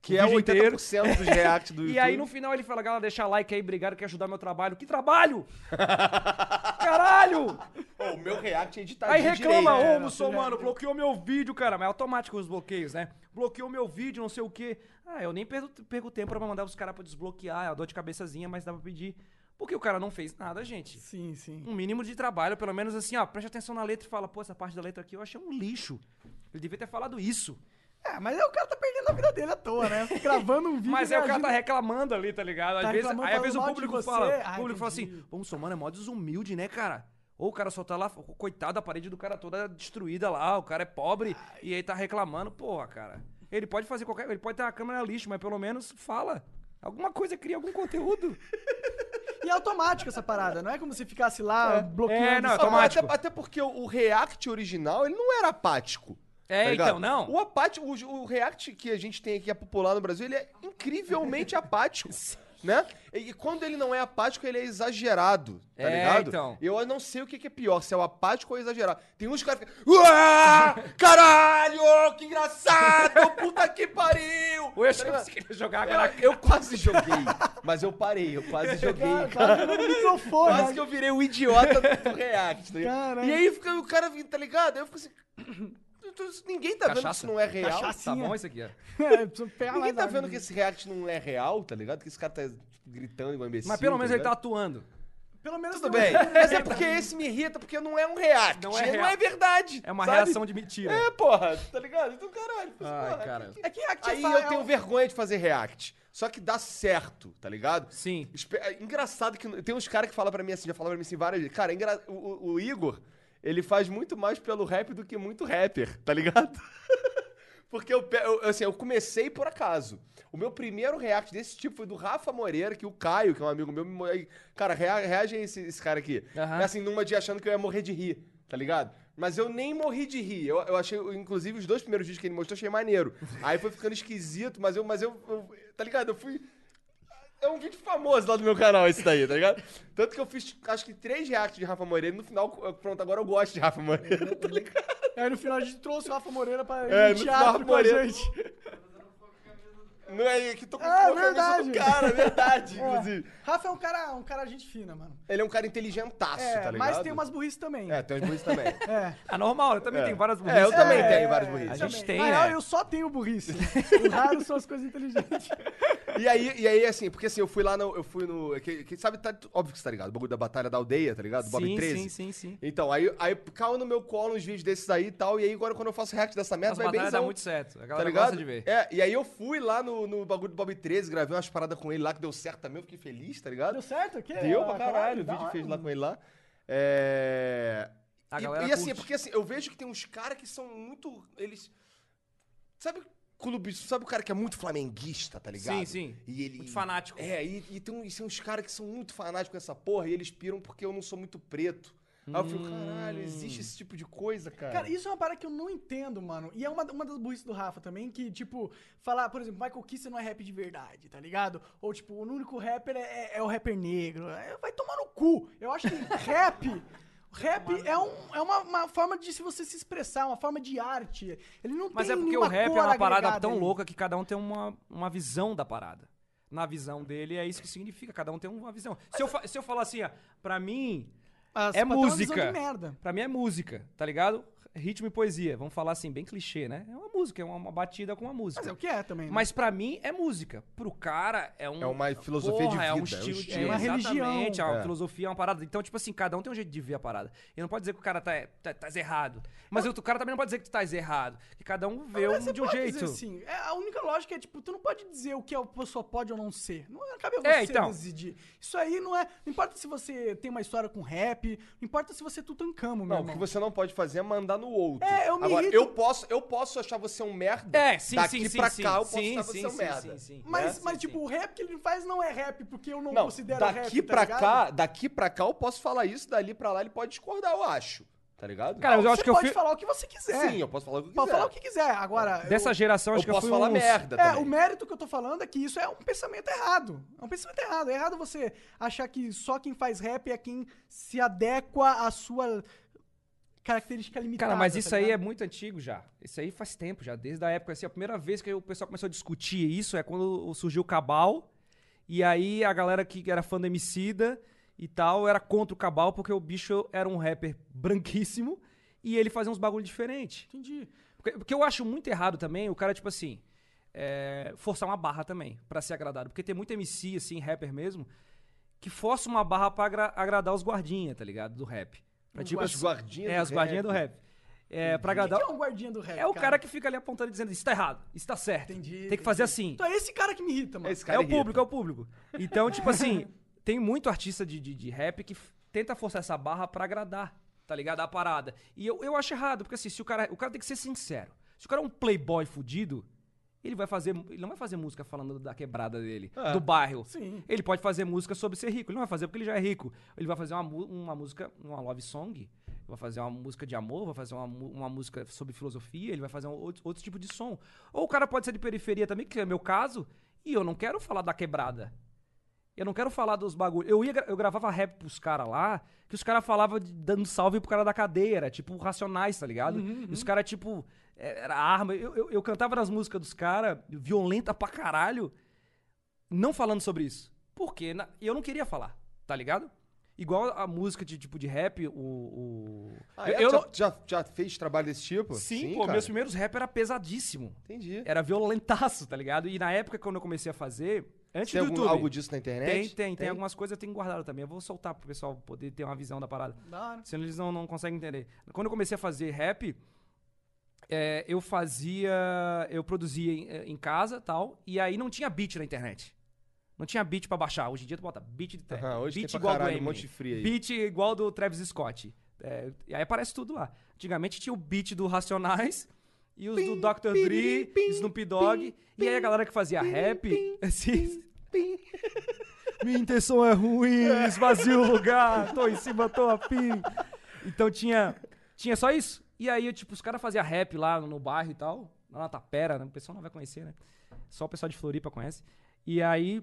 [SPEAKER 3] que é
[SPEAKER 2] vídeo
[SPEAKER 3] 80%
[SPEAKER 2] inteiro.
[SPEAKER 3] dos reacts do YouTube.
[SPEAKER 2] E aí no final ele fala, galera, deixa like aí, obrigado, quer ajudar meu trabalho. Que trabalho! Caralho!
[SPEAKER 3] Ô, O meu react é editadinho
[SPEAKER 2] Aí reclama,
[SPEAKER 3] direito. É,
[SPEAKER 2] ô, muçulmano, bloqueou meu vídeo, cara. Mas é automático os bloqueios, né? Bloqueou meu vídeo, não sei o quê. Ah, eu nem perco, perco tempo pra mandar os caras pra desbloquear. É uma dor de cabeçazinha, mas dá pra pedir. Porque o cara não fez nada, gente.
[SPEAKER 1] Sim, sim.
[SPEAKER 2] Um mínimo de trabalho, pelo menos assim, ó. Preste atenção na letra e fala, pô, essa parte da letra aqui eu achei um lixo. Ele devia ter falado isso.
[SPEAKER 1] É, mas aí o cara tá perdendo a vida dele à toa, né? Gravando um vídeo.
[SPEAKER 2] Mas aí o cara
[SPEAKER 1] reagindo.
[SPEAKER 2] tá reclamando ali, tá ligado? Às
[SPEAKER 1] Tá
[SPEAKER 2] vezes,
[SPEAKER 1] reclamando,
[SPEAKER 2] aí às vezes o
[SPEAKER 1] falando mal de
[SPEAKER 2] público
[SPEAKER 1] você.
[SPEAKER 2] fala,
[SPEAKER 1] Ah,
[SPEAKER 2] o público fala
[SPEAKER 1] entendi.
[SPEAKER 2] assim, pô, muçulmano é mó desumilde, né, cara? Ou o cara só tá lá, coitado, a parede do cara toda destruída lá, o cara é pobre e aí tá reclamando, porra, cara. Ele pode fazer qualquer, ele pode ter a câmera lixo, mas pelo menos fala. Alguma coisa cria algum conteúdo.
[SPEAKER 1] E é automático essa parada, não é como se ficasse lá bloqueando.
[SPEAKER 2] tá- É, não,
[SPEAKER 1] isso.
[SPEAKER 3] Ah, mas
[SPEAKER 2] automático.
[SPEAKER 3] Até, até porque o, o react original, ele não era apático.
[SPEAKER 2] É,
[SPEAKER 3] ligado?
[SPEAKER 2] então, não.
[SPEAKER 3] O apático, o, o react que a gente tem aqui, é popular no Brasil, ele é incrivelmente apático. Né? E e quando ele não é apático, ele é exagerado, tá
[SPEAKER 2] É,
[SPEAKER 3] ligado?
[SPEAKER 2] então.
[SPEAKER 3] Eu não sei o que que é pior, se é o apático ou exagerado. Tem uns caras que ficam. "Uá, Caralho, que engraçado! Puta que pariu!
[SPEAKER 2] Ou eu achei que
[SPEAKER 3] Tá ligado?
[SPEAKER 2] você queria jogar aquela...
[SPEAKER 3] Eu quase joguei, mas eu parei, eu quase joguei, cara.
[SPEAKER 1] No microfone. né?
[SPEAKER 3] Quase que eu virei o idiota do React. Tá ligado?
[SPEAKER 1] Caralho.
[SPEAKER 3] e aí fica, o cara, tá ligado? Aí eu fico assim. eu tô- Ninguém tá vendo que
[SPEAKER 2] Cachaça.
[SPEAKER 3] isso não é real.
[SPEAKER 2] Tá
[SPEAKER 1] Cachacinha.
[SPEAKER 2] bom isso aqui, ó.
[SPEAKER 1] É, precisa pegar
[SPEAKER 3] Ninguém
[SPEAKER 1] mais
[SPEAKER 3] tá
[SPEAKER 1] a-
[SPEAKER 3] vendo que esse react não é real, tá ligado? Que esse cara tá gritando igual imbecil.
[SPEAKER 2] Mas pelo menos ele tá
[SPEAKER 1] né?
[SPEAKER 3] ligado?
[SPEAKER 2] atuando.
[SPEAKER 1] Pelo menos
[SPEAKER 3] Tudo
[SPEAKER 1] tem um-
[SPEAKER 3] bem. Mas é porque esse me irrita, porque não é um react.
[SPEAKER 2] Não
[SPEAKER 3] Não
[SPEAKER 2] é
[SPEAKER 3] é,
[SPEAKER 2] real.
[SPEAKER 3] verdade.
[SPEAKER 2] É uma
[SPEAKER 3] sabe?
[SPEAKER 2] reação de mentira.
[SPEAKER 3] É, porra, tá ligado? Então, caralho. Mas,
[SPEAKER 2] Ai,
[SPEAKER 3] porra,
[SPEAKER 2] cara.
[SPEAKER 3] que-
[SPEAKER 1] É que react
[SPEAKER 3] Aí
[SPEAKER 1] é fa-
[SPEAKER 3] eu
[SPEAKER 2] um
[SPEAKER 3] tenho vergonha de fazer react. Só que dá certo, tá ligado?
[SPEAKER 2] Sim.
[SPEAKER 3] Espe- é Engraçado que tem uns caras que falam pra mim assim, já falaram pra mim assim várias vezes. Cara, é engra- o- o, o Igor, ele faz muito mais pelo rap do que muito rapper, tá ligado? Porque eu, pe- eu- assim, eu comecei por acaso. O meu primeiro react desse tipo foi do Rafa Moreira, que o Caio, que é um amigo meu, me mo- aí, Cara, rea- reage a esse, esse cara aqui.
[SPEAKER 2] Aham.
[SPEAKER 3] É assim, numa de achando que eu ia morrer de rir, tá ligado? Mas eu nem morri de rir. Eu, eu achei, inclusive, os dois primeiros vídeos que ele mostrou, eu achei maneiro. Aí foi ficando esquisito, mas eu, mas eu, eu- tá ligado? Eu fui. É um vídeo famoso lá do meu canal, esse daí, tá ligado? Tanto que eu fiz, acho que, três reacts de Rafa Moreira e no final, eu- pronto, agora eu gosto de Rafa Moreira, tá ligado?
[SPEAKER 1] Aí é, no final a gente trouxe o Rafa Moreira pra ir
[SPEAKER 3] É,
[SPEAKER 1] no
[SPEAKER 3] no
[SPEAKER 1] teatro
[SPEAKER 3] Rafa
[SPEAKER 1] com a
[SPEAKER 3] Moreira.
[SPEAKER 1] gente.
[SPEAKER 3] Não é que tô com
[SPEAKER 1] Ah,
[SPEAKER 3] a camisa
[SPEAKER 1] verdade.
[SPEAKER 3] do cara, verdade,
[SPEAKER 1] É.
[SPEAKER 3] inclusive.
[SPEAKER 1] Rafa é um cara, um cara gente fina, mano.
[SPEAKER 3] Ele é um cara inteligentaço,
[SPEAKER 1] É,
[SPEAKER 3] tá ligado?
[SPEAKER 1] mas tem umas burrices também.
[SPEAKER 3] É, tem umas burrices também.
[SPEAKER 1] É.
[SPEAKER 2] É normal, eu também
[SPEAKER 3] É.
[SPEAKER 2] tenho várias
[SPEAKER 3] É, eu
[SPEAKER 2] burrices.
[SPEAKER 3] também
[SPEAKER 1] É,
[SPEAKER 3] tenho várias burrices.
[SPEAKER 2] A gente
[SPEAKER 1] também.
[SPEAKER 2] tem,
[SPEAKER 1] Na
[SPEAKER 3] Ah,
[SPEAKER 2] né?
[SPEAKER 1] real, eu só tenho burrice. o raro são as coisas inteligentes.
[SPEAKER 3] E aí, e aí, assim, porque assim, eu fui lá no. Eu fui no. Que, que sabe, tá, óbvio que você tá ligado? O bagulho da Batalha da Aldeia, tá ligado? Do Bob
[SPEAKER 2] Sim,
[SPEAKER 3] 13.
[SPEAKER 2] sim, sim, sim.
[SPEAKER 3] Então, aí, aí caiu no meu colo uns vídeos desses aí e tal. E aí, agora quando eu faço react dessa merda,
[SPEAKER 2] As
[SPEAKER 3] vai bem
[SPEAKER 2] batalhas dão muito certo. A
[SPEAKER 3] Tá
[SPEAKER 2] galera
[SPEAKER 3] ligado?
[SPEAKER 2] gosta de ver.
[SPEAKER 3] É, e aí eu fui lá no, no bagulho do Bob 13, gravei umas paradas com ele lá que deu certo também, eu fiquei feliz, tá ligado?
[SPEAKER 1] Deu certo? Que
[SPEAKER 3] Deu pra
[SPEAKER 1] Ah,
[SPEAKER 3] caralho, o
[SPEAKER 1] da
[SPEAKER 3] vídeo
[SPEAKER 1] hora,
[SPEAKER 3] que fez lá
[SPEAKER 1] mano.
[SPEAKER 3] com ele lá. É.
[SPEAKER 2] A A
[SPEAKER 3] e,
[SPEAKER 2] galera
[SPEAKER 3] e assim, é
[SPEAKER 2] curte.
[SPEAKER 3] porque assim, eu vejo que tem uns caras que são muito. Eles. Sabe clube, sabe o cara que é muito flamenguista, tá ligado?
[SPEAKER 2] Sim, sim.
[SPEAKER 3] E ele,
[SPEAKER 2] Muito fanático.
[SPEAKER 3] É, e, e tem, um- e são uns caras que são muito fanáticos com essa porra e eles piram porque eu não sou muito preto. Aí eu fico, caralho, existe esse tipo de coisa, cara.
[SPEAKER 1] Cara, isso é uma parada que eu não entendo, mano. E é uma, uma das burrices do Rafa também, que, tipo, falar, por exemplo, Michael Kister não é rap de verdade, tá ligado? Ou, tipo, o único rapper é, é- é o rapper negro. É, Vai tomar no cu. Eu acho que rap. Rap é, um, é uma, uma forma de se você se expressar, uma forma de arte. Ele não
[SPEAKER 2] Mas
[SPEAKER 1] tem
[SPEAKER 2] é porque o
[SPEAKER 1] nenhuma
[SPEAKER 2] rap é
[SPEAKER 1] cor
[SPEAKER 2] uma parada
[SPEAKER 1] agregada
[SPEAKER 2] tão
[SPEAKER 1] ali.
[SPEAKER 2] louca que cada um tem uma, uma visão da parada. Na visão dele, é isso que significa. Cada um tem uma visão. Se eu, fa- se eu falar assim, ó, pra mim,
[SPEAKER 1] Mas, pra Ah, ter
[SPEAKER 2] É
[SPEAKER 1] uma visão
[SPEAKER 2] música.
[SPEAKER 1] De merda.
[SPEAKER 2] Pra mim é música, tá ligado? Ritmo e poesia. Vamos falar assim, bem clichê, né? É uma música, é uma, uma batida com uma música.
[SPEAKER 1] Mas é o que é também. né?
[SPEAKER 2] Mas pra mim é música. Pro cara é um.
[SPEAKER 3] É uma filosofia
[SPEAKER 2] Porra,
[SPEAKER 3] de
[SPEAKER 2] É um
[SPEAKER 3] vida, é um
[SPEAKER 2] estilo de
[SPEAKER 3] estilo.
[SPEAKER 1] É uma
[SPEAKER 2] Exatamente, é
[SPEAKER 1] religião.
[SPEAKER 2] uma
[SPEAKER 3] É.
[SPEAKER 2] filosofia, é uma parada. Então, tipo assim, cada um tem um jeito de ver a parada. E não pode dizer que o cara tá, tá, tá errado. Mas o outro cara também não pode dizer que tu tá errado. Que cada um vê
[SPEAKER 1] Mas
[SPEAKER 2] um
[SPEAKER 1] você
[SPEAKER 2] de um
[SPEAKER 1] pode
[SPEAKER 2] jeito.
[SPEAKER 1] dizer assim, é, a única lógica é, tipo, tu não pode dizer o que a pessoa pode ou não ser. Não cabe a você
[SPEAKER 2] É, então.
[SPEAKER 1] decidir. Isso aí não é. Não importa se você tem uma história com rap, não importa se você é Tutankamo, meu
[SPEAKER 3] Não, o
[SPEAKER 1] irmão.
[SPEAKER 3] que você não pode fazer é mandar no outro.
[SPEAKER 1] É, eu me
[SPEAKER 3] Agora,
[SPEAKER 1] irrito.
[SPEAKER 3] eu posso, eu posso achar você um merda.
[SPEAKER 2] É, sim,
[SPEAKER 3] Daqui
[SPEAKER 2] sim, sim.
[SPEAKER 3] pra
[SPEAKER 2] sim,
[SPEAKER 3] cá eu posso
[SPEAKER 2] sim,
[SPEAKER 3] achar
[SPEAKER 2] sim,
[SPEAKER 3] você um
[SPEAKER 2] sim,
[SPEAKER 3] merda.
[SPEAKER 2] sim, sim.
[SPEAKER 1] Mas,
[SPEAKER 2] É,
[SPEAKER 1] mas
[SPEAKER 2] sim,
[SPEAKER 1] tipo,
[SPEAKER 2] sim.
[SPEAKER 1] o rap que ele faz não é rap, porque eu não,
[SPEAKER 3] Não,
[SPEAKER 1] considero rap.
[SPEAKER 3] daqui
[SPEAKER 1] tá
[SPEAKER 3] pra
[SPEAKER 1] ligado?
[SPEAKER 3] cá, daqui pra cá eu posso falar isso, dali pra lá ele pode discordar, eu acho. Tá ligado?
[SPEAKER 2] Cara, eu
[SPEAKER 1] Você
[SPEAKER 2] acho que eu
[SPEAKER 1] pode
[SPEAKER 2] fui-
[SPEAKER 1] falar o que você quiser.
[SPEAKER 3] Sim, eu posso falar o que eu
[SPEAKER 1] é. Pode
[SPEAKER 3] quiser.
[SPEAKER 1] falar o que quiser. Agora. eu-
[SPEAKER 2] Dessa geração, acho
[SPEAKER 3] eu
[SPEAKER 2] que um
[SPEAKER 3] posso
[SPEAKER 2] eu fui
[SPEAKER 3] falar
[SPEAKER 2] uns-
[SPEAKER 3] merda
[SPEAKER 1] É,
[SPEAKER 3] também.
[SPEAKER 1] o mérito que eu tô falando é que isso é um pensamento errado. É um pensamento errado. É errado você achar que só quem faz rap é quem se adequa à sua característica limitada.
[SPEAKER 2] Cara, mas isso
[SPEAKER 1] tá
[SPEAKER 2] aí é
[SPEAKER 1] ligado?
[SPEAKER 2] muito antigo já. Isso aí faz tempo já, desde a época assim, a primeira vez que o pessoal começou a discutir isso é quando surgiu o Cabal. E aí a galera que era fã do Emicida e tal era contra o Cabal porque o bicho era um rapper branquíssimo e ele fazia uns bagulho diferente.
[SPEAKER 1] Entendi.
[SPEAKER 2] Porque, porque eu acho muito errado também o cara, tipo assim, é, forçar uma barra também pra ser agradado. Porque tem muito MC, assim, rapper mesmo, que força uma barra pra agra- agradar os guardinha, tá ligado? Do rap. Pra, tipo,
[SPEAKER 3] Os
[SPEAKER 2] assim-
[SPEAKER 3] guardinha
[SPEAKER 2] É,
[SPEAKER 3] do
[SPEAKER 2] os guardinha do rap. É, pra agradar.
[SPEAKER 1] Quem é um guardinha do rap?
[SPEAKER 2] É o cara que fica ali apontando e dizendo, isso tá errado, isso tá certo.
[SPEAKER 1] Entendi,
[SPEAKER 2] Tem que
[SPEAKER 1] entendi.
[SPEAKER 2] fazer assim.
[SPEAKER 1] Então é esse cara que me irrita, mano.
[SPEAKER 3] Esse
[SPEAKER 2] É
[SPEAKER 3] cara
[SPEAKER 2] o
[SPEAKER 3] irrita.
[SPEAKER 2] público, é o público. Então, tipo assim, tem muito artista de, de, de rap que f- tenta forçar essa barra pra agradar, tá ligado? A parada. E eu, eu acho errado, porque assim, se o cara, o cara tem que ser sincero. Se o cara é um playboy fudido, ele vai fazer, ele não vai fazer música falando da quebrada dele, do bairro.
[SPEAKER 1] Sim.
[SPEAKER 2] Ele pode fazer música sobre ser rico. Ele não vai fazer porque ele já é rico. Ele vai fazer uma, mu- uma música, uma love song. Vai fazer uma música de amor, vai fazer uma, mu- uma música sobre filosofia, ele vai fazer um outro, outro tipo de som. Ou o cara pode ser de periferia também, que é meu caso, e eu não quero falar da quebrada. Eu não quero falar dos bagulhos. Eu, ia, gra- eu gravava rap pros caras lá, que os caras falavam de- dando salve pro cara da cadeira, tipo, racionais, tá ligado?
[SPEAKER 3] Uhum,
[SPEAKER 2] E os caras, tipo, é- era arma. Eu, eu, eu cantava nas músicas dos caras, violenta pra caralho, não falando sobre isso. Porque na- eu não queria falar, tá ligado? Igual a música de tipo de rap, o. o...
[SPEAKER 3] Ah,
[SPEAKER 2] eu,
[SPEAKER 3] é?
[SPEAKER 2] eu
[SPEAKER 3] já,
[SPEAKER 2] não-
[SPEAKER 3] já, já fez trabalho desse tipo?
[SPEAKER 2] Sim, pô,
[SPEAKER 3] cara.
[SPEAKER 2] meus primeiros rap era pesadíssimo.
[SPEAKER 3] Entendi.
[SPEAKER 2] Era violentaço, tá ligado? E na época, quando eu comecei a fazer, antes
[SPEAKER 3] Tem
[SPEAKER 2] do
[SPEAKER 3] algum-
[SPEAKER 2] YouTube.
[SPEAKER 3] algo disso na
[SPEAKER 2] Tem,
[SPEAKER 3] internet?
[SPEAKER 2] tem, tem, algumas coisas eu tenho guardado também. Eu vou soltar pro pessoal poder ter uma visão da parada.
[SPEAKER 1] Da hora.
[SPEAKER 2] Senão eles não, não conseguem entender. Quando eu comecei a fazer rap, é, eu fazia. Eu produzia em, em casa tal. E aí não tinha beat na internet. Não tinha beat pra baixar. Hoje em dia tu bota beat de trap.
[SPEAKER 3] Aham, hoje
[SPEAKER 2] beat
[SPEAKER 3] tem pra
[SPEAKER 2] igual do
[SPEAKER 3] caralho, um
[SPEAKER 2] Eminem,
[SPEAKER 3] monte de free aí.
[SPEAKER 2] Beat igual do Travis Scott. É, e aí aparece tudo lá. Antigamente tinha o beat do Racionais. E os do Dr. Dre, Snoop Dogg. e aí a galera que fazia rap. assim, minha intenção é ruim, esvazia o lugar, tô em cima, tô afim. Então tinha, tinha só isso. E aí, eu, tipo, os caras faziam rap lá no bairro e tal, lá na Tapera, né? O pessoal não vai conhecer, né? Só o pessoal de Floripa conhece. E aí,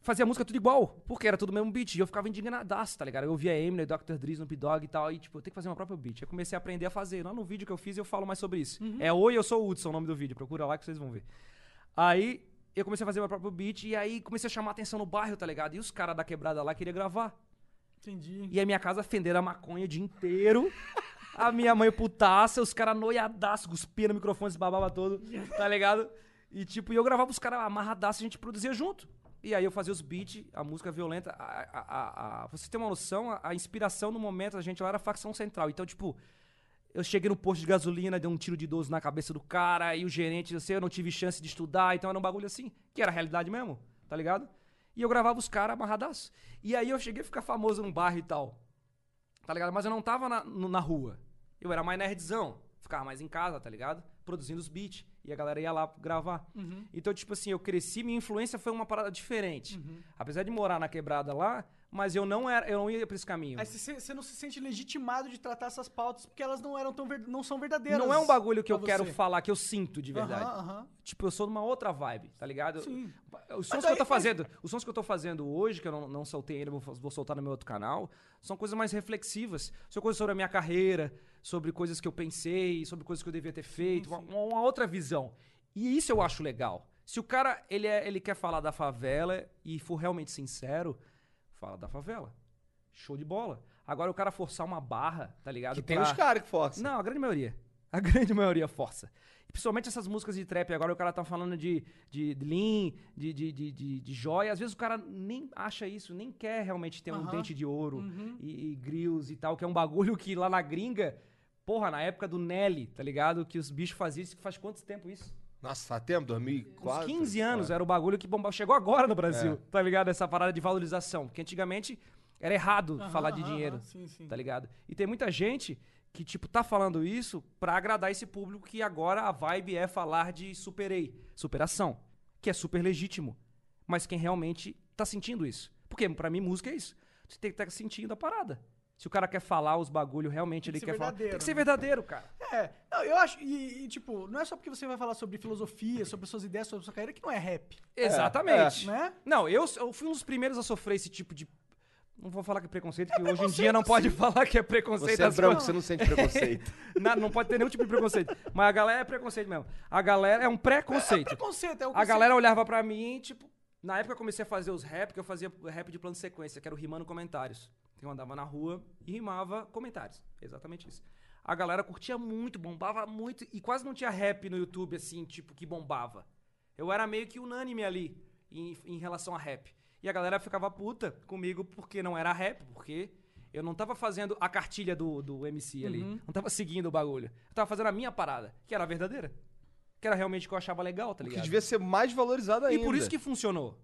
[SPEAKER 2] fazia música tudo igual, porque era tudo mesmo beat. E eu ficava indignadaço, tá ligado? Eu via Eminem, Dr. Dre, Snoop Dogg e tal, e tipo, eu tenho que fazer meu próprio beat. Eu comecei a aprender a fazer. Lá no vídeo que eu fiz, eu falo mais sobre isso. É Oi, Eu Sou o Hudson, o nome do vídeo. Procura lá que vocês vão ver. Aí eu comecei a fazer meu próprio beat e aí comecei a chamar atenção no bairro, tá ligado? E os caras da quebrada lá queriam gravar.
[SPEAKER 1] Entendi.
[SPEAKER 2] E a minha casa fendendo a maconha o dia inteiro. A minha mãe putaça, os caras noiadaço, cuspia no microfone, se babava todo, tá ligado? E tipo, e eu gravava os caras amarradaço, a gente produzia junto. E aí eu fazia os beats, a música violenta. A, a- a- a- você tem uma noção, a, a inspiração no momento da gente lá era a facção central. Então, tipo, eu cheguei no posto de gasolina, dei um tiro de 12 na cabeça do cara, e o gerente, eu sei, eu não tive chance de estudar, então era um bagulho assim, que era a realidade mesmo, tá ligado? E eu gravava os caras amarradaço. E aí eu cheguei a ficar famoso num bairro e tal. Tá ligado? Mas eu não tava na, no- na rua. Eu era mais nerdzão. Ficava mais em casa, tá ligado? Produzindo os beats. E a galera ia lá gravar.
[SPEAKER 1] Uhum.
[SPEAKER 2] Então, tipo assim, eu cresci, minha influência foi uma parada diferente.
[SPEAKER 1] Uhum.
[SPEAKER 2] Apesar de morar na quebrada lá, mas eu não era, eu não ia pra esse caminho.
[SPEAKER 1] Aí você você não se sente legitimado de tratar essas pautas porque elas não eram tão ver- não são verdadeiras.
[SPEAKER 2] Não é um bagulho que eu
[SPEAKER 1] pra
[SPEAKER 2] quero
[SPEAKER 1] você.
[SPEAKER 2] falar, que eu sinto de
[SPEAKER 1] Aham,
[SPEAKER 2] verdade.
[SPEAKER 1] aham.
[SPEAKER 2] Tipo, eu sou numa outra vibe, tá ligado?
[SPEAKER 1] Sim.
[SPEAKER 2] Os
[SPEAKER 1] Mas
[SPEAKER 2] sons que eu
[SPEAKER 1] daí-
[SPEAKER 2] tô fazendo, os sons que eu tô fazendo hoje, que eu não, não soltei ainda, vou, fa- vou soltar no meu outro canal, são coisas mais reflexivas. São coisas sobre a minha carreira, sobre coisas que eu pensei, sobre coisas que eu devia ter feito, uma- Uma, outra visão. E isso eu acho legal. Se o cara, ele, é- ele quer falar da favela e for realmente sincero, fala da favela. Show de bola. Agora o cara forçar uma barra, tá ligado?
[SPEAKER 3] Que tem
[SPEAKER 2] Pra-
[SPEAKER 3] uns caras que forçam.
[SPEAKER 2] não, a grande maioria. A grande maioria força. E principalmente essas músicas de trap, agora o cara tá falando de, de, de lean, de, de, de, de, de joia. Às vezes o cara nem acha isso, nem quer realmente ter um
[SPEAKER 1] Aham. Uhum.
[SPEAKER 2] dente de ouro e, e grills e tal, que é um bagulho que lá na gringa, porra, na época do Nelly, tá ligado? Que os bichos faziam isso, que faz quanto tempo isso?
[SPEAKER 3] Nossa, faz tempo?
[SPEAKER 2] Uns
[SPEAKER 3] 2004?
[SPEAKER 2] 15 anos era o bagulho que bombava. Chegou agora no Brasil, tá ligado? Essa parada de valorização. Porque antigamente era errado
[SPEAKER 1] Aham,
[SPEAKER 2] falar de
[SPEAKER 1] aham,
[SPEAKER 2] dinheiro
[SPEAKER 1] aham, Sim, sim.
[SPEAKER 2] tá ligado? E tem muita gente que, tipo, tá falando isso pra agradar esse público que agora a vibe é falar de superei, superação, que é super legítimo. Mas quem realmente tá sentindo isso? Porque pra mim música é isso. Você tem que estar sentindo a parada. Se o cara quer falar os bagulho realmente
[SPEAKER 1] Tem que ser
[SPEAKER 2] ele quer falar, tem
[SPEAKER 1] verdadeiro,
[SPEAKER 2] que ser
[SPEAKER 1] né?
[SPEAKER 2] verdadeiro, cara.
[SPEAKER 1] É, não, eu acho, e, e, tipo, não é só porque você vai falar sobre filosofia, sobre suas ideias, sobre sua carreira, que não é rap,
[SPEAKER 2] Exatamente.
[SPEAKER 1] né?
[SPEAKER 2] Não, eu, eu fui um dos primeiros a sofrer esse tipo de não vou falar que é preconceito, que hoje em dia não
[SPEAKER 1] preconceito,
[SPEAKER 2] pode falar que é preconceito.
[SPEAKER 3] Você é
[SPEAKER 2] as
[SPEAKER 3] branco,
[SPEAKER 2] coisas-
[SPEAKER 3] você não sente preconceito. tá
[SPEAKER 2] Na- não pode ter nenhum tipo de preconceito. Mas a galera é preconceito mesmo. A galera é um preconceito.
[SPEAKER 1] Preconceito, é o
[SPEAKER 2] A
[SPEAKER 1] conceito.
[SPEAKER 2] galera olhava pra mim, tipo. Na época eu comecei a fazer os rap, que eu fazia rap de plano de sequência, que era o rimando comentários. Então, Eu andava na rua e rimava comentários. Exatamente isso. A galera curtia muito, bombava muito, e quase não tinha rap no YouTube, assim, tipo, que bombava. Eu era meio que unânime ali em, em relação a rap. E a galera ficava puta comigo porque não era rap, porque eu não tava fazendo a cartilha do, do MC ali. Não tava seguindo o bagulho. Eu tava fazendo a minha parada, que era verdadeira. Que era realmente o que eu achava legal, tá
[SPEAKER 3] que
[SPEAKER 2] ligado?
[SPEAKER 3] devia ser mais valorizado ainda.
[SPEAKER 2] E por isso que funcionou.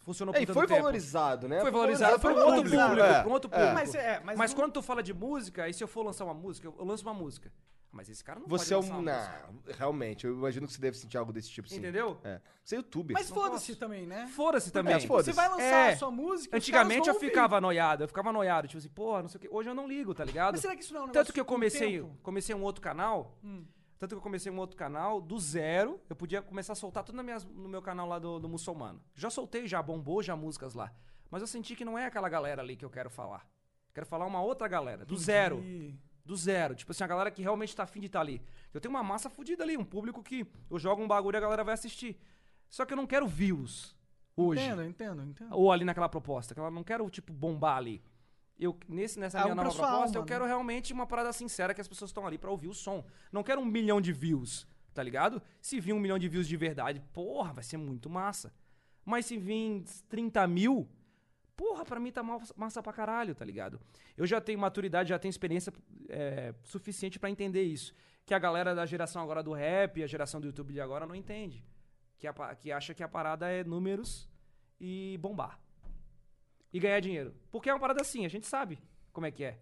[SPEAKER 2] Funcionou
[SPEAKER 3] É,
[SPEAKER 2] por
[SPEAKER 3] e
[SPEAKER 2] tanto
[SPEAKER 3] foi
[SPEAKER 2] tempo.
[SPEAKER 3] valorizado, né?
[SPEAKER 2] Foi valorizado
[SPEAKER 1] foi
[SPEAKER 2] por um outro
[SPEAKER 1] valorizado,
[SPEAKER 2] público.
[SPEAKER 3] é,
[SPEAKER 2] pra um outro
[SPEAKER 3] é.
[SPEAKER 2] público.
[SPEAKER 1] Mas é, mas
[SPEAKER 2] Mas,
[SPEAKER 1] não-
[SPEAKER 2] quando tu fala de música, e se eu for lançar uma música, eu eu lanço uma música. Ah, Mas esse cara não
[SPEAKER 3] Você é
[SPEAKER 2] pode lançar
[SPEAKER 3] um.
[SPEAKER 2] uma música.
[SPEAKER 3] Não, realmente, eu imagino que você deve sentir algo desse tipo, sim.
[SPEAKER 2] Entendeu?
[SPEAKER 3] É. Você é youtuber.
[SPEAKER 1] Mas
[SPEAKER 2] Não
[SPEAKER 1] foda-se
[SPEAKER 2] posso.
[SPEAKER 1] também, né?
[SPEAKER 2] Foda-se também.
[SPEAKER 3] É, foda-se.
[SPEAKER 1] Você vai lançar
[SPEAKER 2] É.
[SPEAKER 1] a sua música. os
[SPEAKER 2] Antigamente
[SPEAKER 1] caras
[SPEAKER 2] eu
[SPEAKER 1] vão ouvir.
[SPEAKER 2] ficava noiado, eu ficava noiado, tipo assim, porra, não sei o que. Hoje eu não ligo, tá ligado?
[SPEAKER 1] Mas será que isso não é um negócio
[SPEAKER 2] Tanto que eu
[SPEAKER 1] com o
[SPEAKER 2] comecei,
[SPEAKER 1] tempo?
[SPEAKER 2] comecei um outro canal.
[SPEAKER 1] Hum.
[SPEAKER 2] Tanto que eu comecei um outro canal do zero. Eu podia começar a soltar tudo na minhas- no meu canal lá do, do muçulmano. Já soltei, já bombou, já músicas lá. Mas eu senti que não é aquela galera ali que eu quero falar. Quero falar uma outra galera, do zero.
[SPEAKER 1] E-
[SPEAKER 2] Do zero. Tipo assim, a galera que realmente tá afim de estar ali. Eu tenho uma massa fodida ali, um público que eu jogo um bagulho e a galera vai assistir. Só que eu não quero views hoje.
[SPEAKER 1] Entendo, entendo, entendo.
[SPEAKER 2] Ou ali naquela proposta, que ela não quero, tipo, bombar ali. Eu, nesse, nessa
[SPEAKER 1] É
[SPEAKER 2] minha
[SPEAKER 1] algo pra
[SPEAKER 2] nova
[SPEAKER 1] sua alma,
[SPEAKER 2] proposta, eu
[SPEAKER 1] né?
[SPEAKER 2] quero realmente uma parada sincera que as pessoas estão ali pra ouvir o som. Não quero um milhão de views, tá ligado? Se vir um milhão de views de verdade, porra, vai ser muito massa. Mas se vir 30 mil, porra, pra mim tá mal- massa pra caralho, tá ligado? Eu já tenho maturidade, já tenho experiência é, suficiente pra entender isso. Que a galera da geração agora do rap, a geração do YouTube de agora, não entende. Que, a pa- que acha que a parada é números e bombar. E ganhar dinheiro. Porque é uma parada assim, a gente sabe como é que é.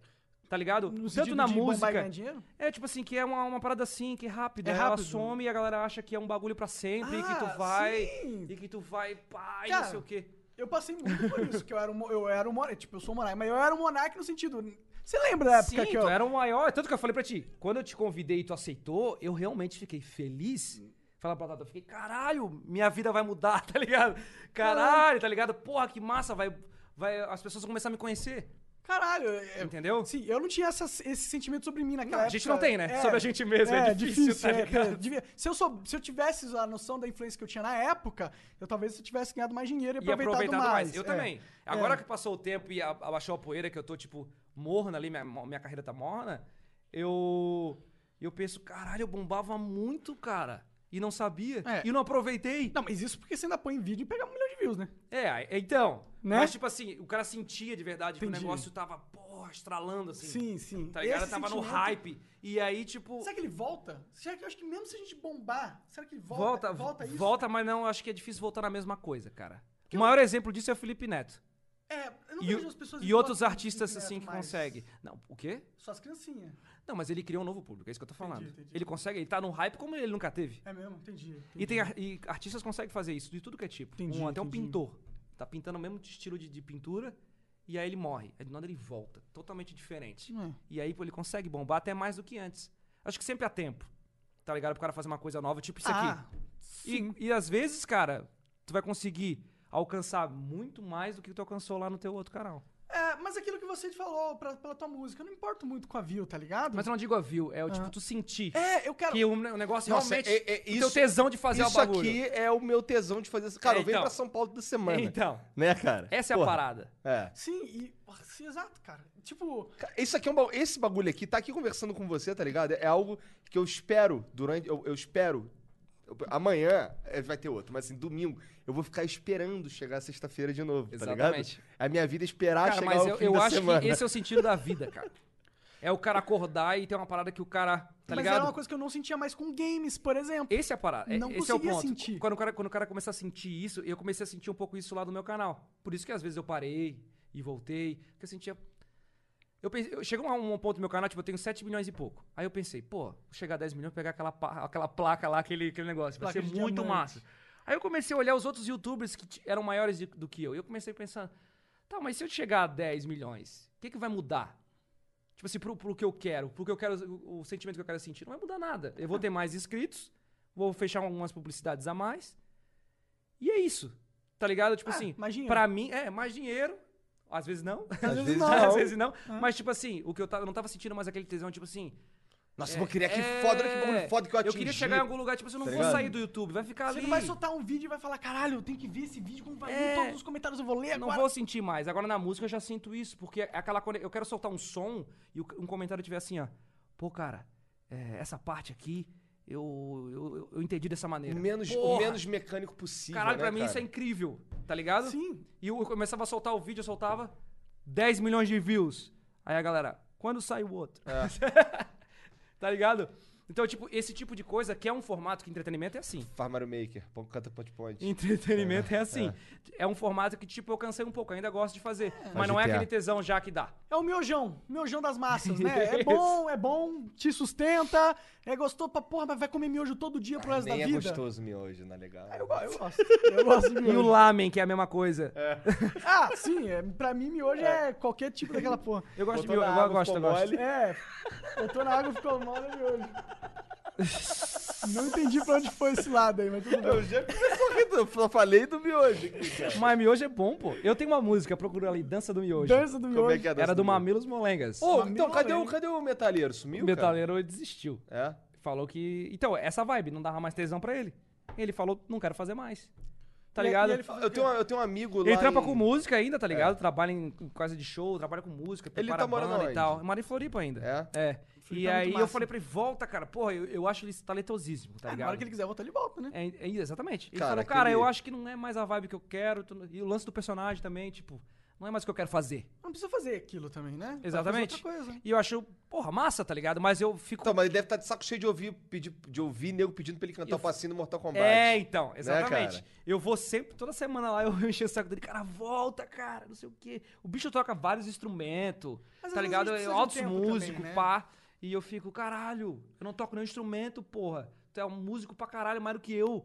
[SPEAKER 2] Tá ligado?
[SPEAKER 1] No
[SPEAKER 2] Tanto
[SPEAKER 1] sentido
[SPEAKER 2] na
[SPEAKER 1] de bombar e ganhar
[SPEAKER 2] música.
[SPEAKER 1] dinheiro?
[SPEAKER 2] É tipo assim, que é uma, uma parada assim, que é rápida.
[SPEAKER 1] É
[SPEAKER 2] Ela
[SPEAKER 1] rápido.
[SPEAKER 2] some e a galera acha que é um bagulho pra sempre, e que
[SPEAKER 1] Ah,
[SPEAKER 2] tu vai.
[SPEAKER 1] sim.
[SPEAKER 2] E que tu vai, pai,
[SPEAKER 1] Cara,
[SPEAKER 2] não sei o quê.
[SPEAKER 1] Eu passei muito por isso, que eu era um, mo- eu era um monarca, tipo, eu sou um monarca, mas eu era um monarca no sentido... Você lembra da época
[SPEAKER 2] Sim,
[SPEAKER 1] que
[SPEAKER 2] tu
[SPEAKER 1] eu...
[SPEAKER 2] era o maior. Tanto que eu falei pra ti, quando eu te convidei e tu aceitou, eu realmente fiquei feliz. Falar pra Tata, eu fiquei, caralho, minha vida vai mudar, tá ligado? Caralho, tá ligado? Porra, que massa, vai, vai, as pessoas vão começar a me conhecer,
[SPEAKER 1] Caralho, é, eu,
[SPEAKER 2] entendeu?
[SPEAKER 1] Sim, eu não tinha essa- esse sentimento sobre mim naquela
[SPEAKER 2] Não, a
[SPEAKER 1] época.
[SPEAKER 2] gente não tem, né? Sobre a gente mesmo, é difícil, tá ligado?
[SPEAKER 1] é, devia- se, eu sou- se eu tivesse a noção da influência que eu tinha na época, eu talvez eu tivesse ganhado mais dinheiro e
[SPEAKER 2] E
[SPEAKER 1] aproveitado,
[SPEAKER 2] aproveitado mais. Eu
[SPEAKER 1] é.
[SPEAKER 2] também. Agora que passou o tempo e a- abaixou a poeira, que eu tô, tipo, morna ali, minha, minha carreira tá morna, eu. Eu penso, caralho, eu bombava muito, cara. E não sabia.
[SPEAKER 1] É.
[SPEAKER 2] E não aproveitei.
[SPEAKER 1] Não, mas isso porque você ainda põe vídeo e pega um milhão de views, né?
[SPEAKER 2] É, aí- então.
[SPEAKER 1] Né?
[SPEAKER 2] Mas, tipo assim, o cara sentia de verdade que
[SPEAKER 1] Entendi.
[SPEAKER 2] o negócio tava, porra, estralando, assim.
[SPEAKER 1] Sim, sim.
[SPEAKER 2] Tá ligado?
[SPEAKER 1] Esse
[SPEAKER 2] tava no
[SPEAKER 1] sentimento-
[SPEAKER 2] hype. E aí, tipo.
[SPEAKER 1] Será que ele volta? Será que eu acho que mesmo se a gente bombar, será que ele volta?
[SPEAKER 2] Volta,
[SPEAKER 1] Volta,
[SPEAKER 2] volta,
[SPEAKER 1] isso?
[SPEAKER 2] mas não, acho que é difícil voltar na mesma coisa, cara. o maior exemplo disso é o Felipe Neto.
[SPEAKER 1] É, eu não
[SPEAKER 2] E,
[SPEAKER 1] vejo
[SPEAKER 2] o-
[SPEAKER 1] as pessoas.
[SPEAKER 2] e
[SPEAKER 1] gostam
[SPEAKER 2] outros
[SPEAKER 1] de
[SPEAKER 2] artistas
[SPEAKER 1] Felipe
[SPEAKER 2] assim
[SPEAKER 1] Neto
[SPEAKER 2] que
[SPEAKER 1] mais.
[SPEAKER 2] conseguem. Não, o quê?
[SPEAKER 1] Só as criancinhas.
[SPEAKER 2] Não, mas ele cria um novo público, é isso que eu tô falando.
[SPEAKER 1] Entendi, entendi.
[SPEAKER 2] Ele consegue, ele tá num hype como ele nunca teve.
[SPEAKER 1] É mesmo, entendi.
[SPEAKER 2] E, tem, ar- e artistas conseguem fazer isso, de tudo que é tipo.
[SPEAKER 1] Entendi,
[SPEAKER 2] um, até um
[SPEAKER 1] entendi.
[SPEAKER 2] pintor. Tá pintando o mesmo estilo de, de pintura, e aí ele morre. Aí do nada ele volta, totalmente diferente.
[SPEAKER 1] Hum.
[SPEAKER 2] E aí pô, ele consegue bombar até mais do que antes. Acho que sempre há tempo, tá ligado? Pro cara fazer uma coisa nova, tipo isso
[SPEAKER 1] Ah,
[SPEAKER 2] aqui. E, e às vezes, cara, tu vai conseguir alcançar muito mais do que tu alcançou lá no teu outro canal.
[SPEAKER 1] É, mas aquilo que você falou pra, pela tua música, eu não importo muito com a view, tá ligado?
[SPEAKER 2] Mas eu não digo a view, é o tipo tu sentir.
[SPEAKER 1] É, eu quero.
[SPEAKER 2] Que o ne- o negócio
[SPEAKER 3] Ah. Nossa,
[SPEAKER 2] realmente.
[SPEAKER 3] é- é
[SPEAKER 2] o teu
[SPEAKER 3] isso-
[SPEAKER 2] tesão de fazer o
[SPEAKER 3] Isso
[SPEAKER 2] bagulho.
[SPEAKER 3] aqui é o meu tesão de fazer. essa- Cara,
[SPEAKER 2] É,
[SPEAKER 3] eu venho
[SPEAKER 2] então.
[SPEAKER 3] pra São Paulo toda semana.
[SPEAKER 2] Então,
[SPEAKER 3] Né, cara?
[SPEAKER 2] essa é a
[SPEAKER 3] Porra,
[SPEAKER 2] parada.
[SPEAKER 3] É.
[SPEAKER 1] Sim, e. porra, Sim, exato, cara. Tipo,
[SPEAKER 2] Tá
[SPEAKER 3] Ca- Isso aqui é um ba- esse bagulho aqui, tá aqui conversando com você, tá ligado? É algo que eu espero durante. Eu, eu espero. eu- amanhã é, vai ter outro, mas assim, domingo eu vou ficar esperando chegar sexta-feira de novo,
[SPEAKER 2] Exatamente.
[SPEAKER 3] tá ligado? A minha vida é esperar
[SPEAKER 2] cara,
[SPEAKER 3] chegar
[SPEAKER 2] mas
[SPEAKER 3] ao
[SPEAKER 2] eu,
[SPEAKER 3] fim
[SPEAKER 2] eu
[SPEAKER 3] da
[SPEAKER 2] acho
[SPEAKER 3] semana.
[SPEAKER 2] que esse é o sentido da vida, cara. É o cara acordar e ter uma parada que o cara. Tá
[SPEAKER 1] mas
[SPEAKER 2] ligado?
[SPEAKER 1] era
[SPEAKER 3] um
[SPEAKER 1] uma coisa que eu não sentia mais com games, por exemplo.
[SPEAKER 2] Esse é a parada. é-
[SPEAKER 1] Não
[SPEAKER 2] esse é o
[SPEAKER 1] conseguia
[SPEAKER 2] ponto.
[SPEAKER 1] sentir.
[SPEAKER 2] Quando, o cara, quando o cara começou a sentir isso, eu comecei a sentir um pouco isso lá no meu canal. Por isso que às vezes eu parei e voltei, porque eu sentia. Eu pensei, eu chegou a um ponto do meu canal, tipo, eu tenho 7 milhões e pouco. Aí eu pensei, pô, vou chegar a 10 milhões, pegar aquela, pa- aquela placa lá, aquele, aquele negócio. Vai
[SPEAKER 1] Placa
[SPEAKER 2] ser
[SPEAKER 1] de
[SPEAKER 2] muito
[SPEAKER 1] diamante.
[SPEAKER 2] massa. Aí eu comecei a olhar os outros youtubers que t- eram maiores de- do que eu. E eu comecei a pensar, tá, mas se eu chegar a 10 milhões, o que, que vai mudar? Tipo assim, pro, pro que eu quero, pro que eu quero, o, o sentimento que eu quero sentir, não vai mudar nada. Eu vou
[SPEAKER 1] É.
[SPEAKER 2] ter mais inscritos, vou fechar algumas publicidades a mais. E é isso. Tá ligado? Tipo
[SPEAKER 1] Ah,
[SPEAKER 2] assim,
[SPEAKER 1] mais dinheiro.
[SPEAKER 2] pra mim, é, mais dinheiro. Às vezes não.
[SPEAKER 1] Às vezes não.
[SPEAKER 2] Às vezes não. Mas, tipo assim, o que eu, tava, eu não tava sentindo mais aquele tesão, tipo assim.
[SPEAKER 3] Nossa, eu vou criar que
[SPEAKER 2] é,
[SPEAKER 3] foda, olha que bagulho foda que eu atingi.
[SPEAKER 2] Eu queria chegar em algum lugar, tipo, assim, eu não
[SPEAKER 3] Tá
[SPEAKER 2] vou
[SPEAKER 3] ligado?
[SPEAKER 2] sair do YouTube, vai ficar
[SPEAKER 1] Você
[SPEAKER 2] ali.
[SPEAKER 1] não vai soltar um vídeo e vai falar, caralho, eu tenho que ver esse vídeo, como vai
[SPEAKER 2] É.
[SPEAKER 1] vir todos os comentários, eu vou ler
[SPEAKER 2] Não
[SPEAKER 1] agora.
[SPEAKER 2] vou sentir mais. Agora na música eu já sinto isso, porque é aquela coisa. Eu quero soltar um som e o- um comentário tiver assim, ó. Pô, cara, é, essa parte aqui eu, eu, eu- eu entendi dessa
[SPEAKER 3] O
[SPEAKER 2] maneira.
[SPEAKER 3] menos, o
[SPEAKER 2] Porra,
[SPEAKER 3] menos mecânico possível.
[SPEAKER 2] Caralho,
[SPEAKER 3] né,
[SPEAKER 2] pra mim
[SPEAKER 3] cara?
[SPEAKER 2] isso é incrível, tá ligado?
[SPEAKER 1] Sim.
[SPEAKER 2] E eu começava a soltar o vídeo, eu soltava 10 milhões de views. Aí a galera, quando sai o outro? tá ligado? Então, tipo, esse tipo de coisa, que é um formato que entretenimento é assim.
[SPEAKER 3] Farmário Maker, pão canta ponte ponte.
[SPEAKER 2] Entretenimento é, assim. É. um formato que, tipo, eu cansei um pouco, ainda gosto de fazer. Mas
[SPEAKER 3] Faz
[SPEAKER 2] não é
[SPEAKER 3] GTA.
[SPEAKER 2] aquele tesão já que dá.
[SPEAKER 1] É o miojão, miojão das massas, né? É bom, é bom, te sustenta, é gostoso pra porra, mas vai comer miojo todo dia pro resto da
[SPEAKER 3] Nem é
[SPEAKER 1] vida.
[SPEAKER 3] gostoso miojo, não é legal?
[SPEAKER 1] Eu, go- eu gosto, eu gosto de
[SPEAKER 2] E o
[SPEAKER 1] miojo.
[SPEAKER 2] lamen, que é a mesma coisa.
[SPEAKER 1] Ah, sim, é, pra mim miojo é. qualquer tipo daquela porra.
[SPEAKER 2] Eu gosto
[SPEAKER 3] Botou
[SPEAKER 2] de
[SPEAKER 3] na
[SPEAKER 2] miojo, eu
[SPEAKER 3] água,
[SPEAKER 2] gosto, eu
[SPEAKER 3] ficou
[SPEAKER 2] gosto.
[SPEAKER 3] mole.
[SPEAKER 1] É, botou na água e ficou mole é miojo. Não entendi pra onde foi esse lado aí, mas tudo bem.
[SPEAKER 3] Eu já começou rindo, eu só falei do miojo. aqui, cara.
[SPEAKER 2] Mas miojo é bom, pô. Eu tenho uma música, procura ali, Dança do Miojo.
[SPEAKER 1] Dança do miojo.
[SPEAKER 3] Como é que é a dança
[SPEAKER 2] Era do
[SPEAKER 3] miojo?
[SPEAKER 2] Mamilos Molengas.
[SPEAKER 3] Ô,
[SPEAKER 1] Mas
[SPEAKER 3] então,
[SPEAKER 1] me
[SPEAKER 3] cadê o,
[SPEAKER 1] falei.
[SPEAKER 3] cadê o metaleiro?
[SPEAKER 2] o
[SPEAKER 3] Sumiu,
[SPEAKER 2] metaleiro desistiu.
[SPEAKER 3] cara? É?
[SPEAKER 2] Falou que... Então, essa vibe, não dava mais tesão pra ele. Ele falou, não quero fazer mais. Tá
[SPEAKER 1] E-
[SPEAKER 2] ligado?
[SPEAKER 1] e ele
[SPEAKER 2] ele
[SPEAKER 1] fala-
[SPEAKER 3] Eu tenho, eu tenho um amigo lá
[SPEAKER 2] trampa
[SPEAKER 3] em-
[SPEAKER 2] com música ainda, tá ligado? Trabalha em coisa de show, trabalha com música, prepara
[SPEAKER 3] tá morando
[SPEAKER 2] banda e
[SPEAKER 3] onde?
[SPEAKER 2] tal. Mora em Floripa ainda. É? É. E
[SPEAKER 1] é muito
[SPEAKER 2] aí eu
[SPEAKER 1] massa.
[SPEAKER 2] falei pra ele, volta, cara. Porra, eu, eu acho ele talentosíssimo, tá
[SPEAKER 1] Ah, na
[SPEAKER 2] ligado?
[SPEAKER 1] hora que ele quiser voltar, ele volta, né?
[SPEAKER 2] É, é, exatamente. Ele
[SPEAKER 3] Cara,
[SPEAKER 2] falou, cara, eu
[SPEAKER 3] aquele-
[SPEAKER 2] acho que não é mais a vibe que eu quero. tu não- E o lance do personagem também, tipo, não é mais o que eu quero fazer.
[SPEAKER 1] Não precisa fazer aquilo também, né? Vai
[SPEAKER 2] Exatamente.
[SPEAKER 1] fazer outra coisa.
[SPEAKER 2] E eu acho, porra, massa, tá ligado? Mas eu fico.
[SPEAKER 3] Então, mas ele deve estar de saco cheio de ouvir, pedir, de ouvir nego pedindo pra ele cantar
[SPEAKER 2] Eu-
[SPEAKER 3] o passinho do Mortal Kombat.
[SPEAKER 2] é, então, exatamente.
[SPEAKER 3] um né, cara?
[SPEAKER 2] eu vou sempre, toda semana lá, eu encho o saco dele, cara, volta, cara, não sei o quê. O bicho toca vários instrumentos,
[SPEAKER 1] Mas às vezes
[SPEAKER 2] tá
[SPEAKER 1] a
[SPEAKER 2] ligado?
[SPEAKER 1] gente precisa de
[SPEAKER 2] Altos
[SPEAKER 1] tempo
[SPEAKER 2] músicos,
[SPEAKER 1] também, né?
[SPEAKER 2] pá. E eu fico, caralho, eu não toco nenhum instrumento, porra. Tu é um músico pra caralho, mais do que eu.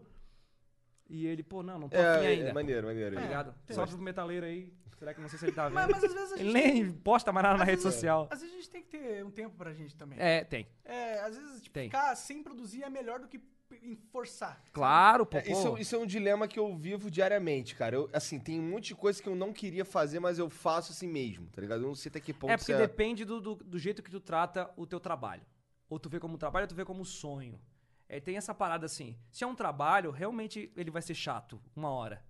[SPEAKER 2] E ele, pô, não, não tô
[SPEAKER 3] É,
[SPEAKER 2] afim
[SPEAKER 3] é,
[SPEAKER 2] um ainda.
[SPEAKER 3] maneiro, maneiro.
[SPEAKER 2] Tá
[SPEAKER 3] É.
[SPEAKER 2] ligado? Salve pro metaleiro aí. Será que não sei se ele tá vendo?
[SPEAKER 1] Mas, mas às vezes a gente.
[SPEAKER 2] ele nem posta mais nada na rede social.
[SPEAKER 1] Às vezes a gente tem que ter um tempo pra gente também.
[SPEAKER 2] É, tem.
[SPEAKER 1] É, às vezes, tipo,
[SPEAKER 2] Tem.
[SPEAKER 1] ficar sem produzir é melhor do que em forçar.
[SPEAKER 2] Claro, pô.
[SPEAKER 3] É, isso, isso é um dilema que eu vivo diariamente, cara. Eu, assim, tem um monte de coisa que eu não queria fazer, mas eu faço assim mesmo, tá ligado? Eu não sei até que ponto
[SPEAKER 2] é porque
[SPEAKER 3] isso é-
[SPEAKER 2] depende do, do, do jeito que tu trata o teu trabalho. Ou tu vê como um trabalho, ou tu vê como sonho. É, tem essa parada assim. Se é um trabalho, realmente ele vai ser chato uma hora.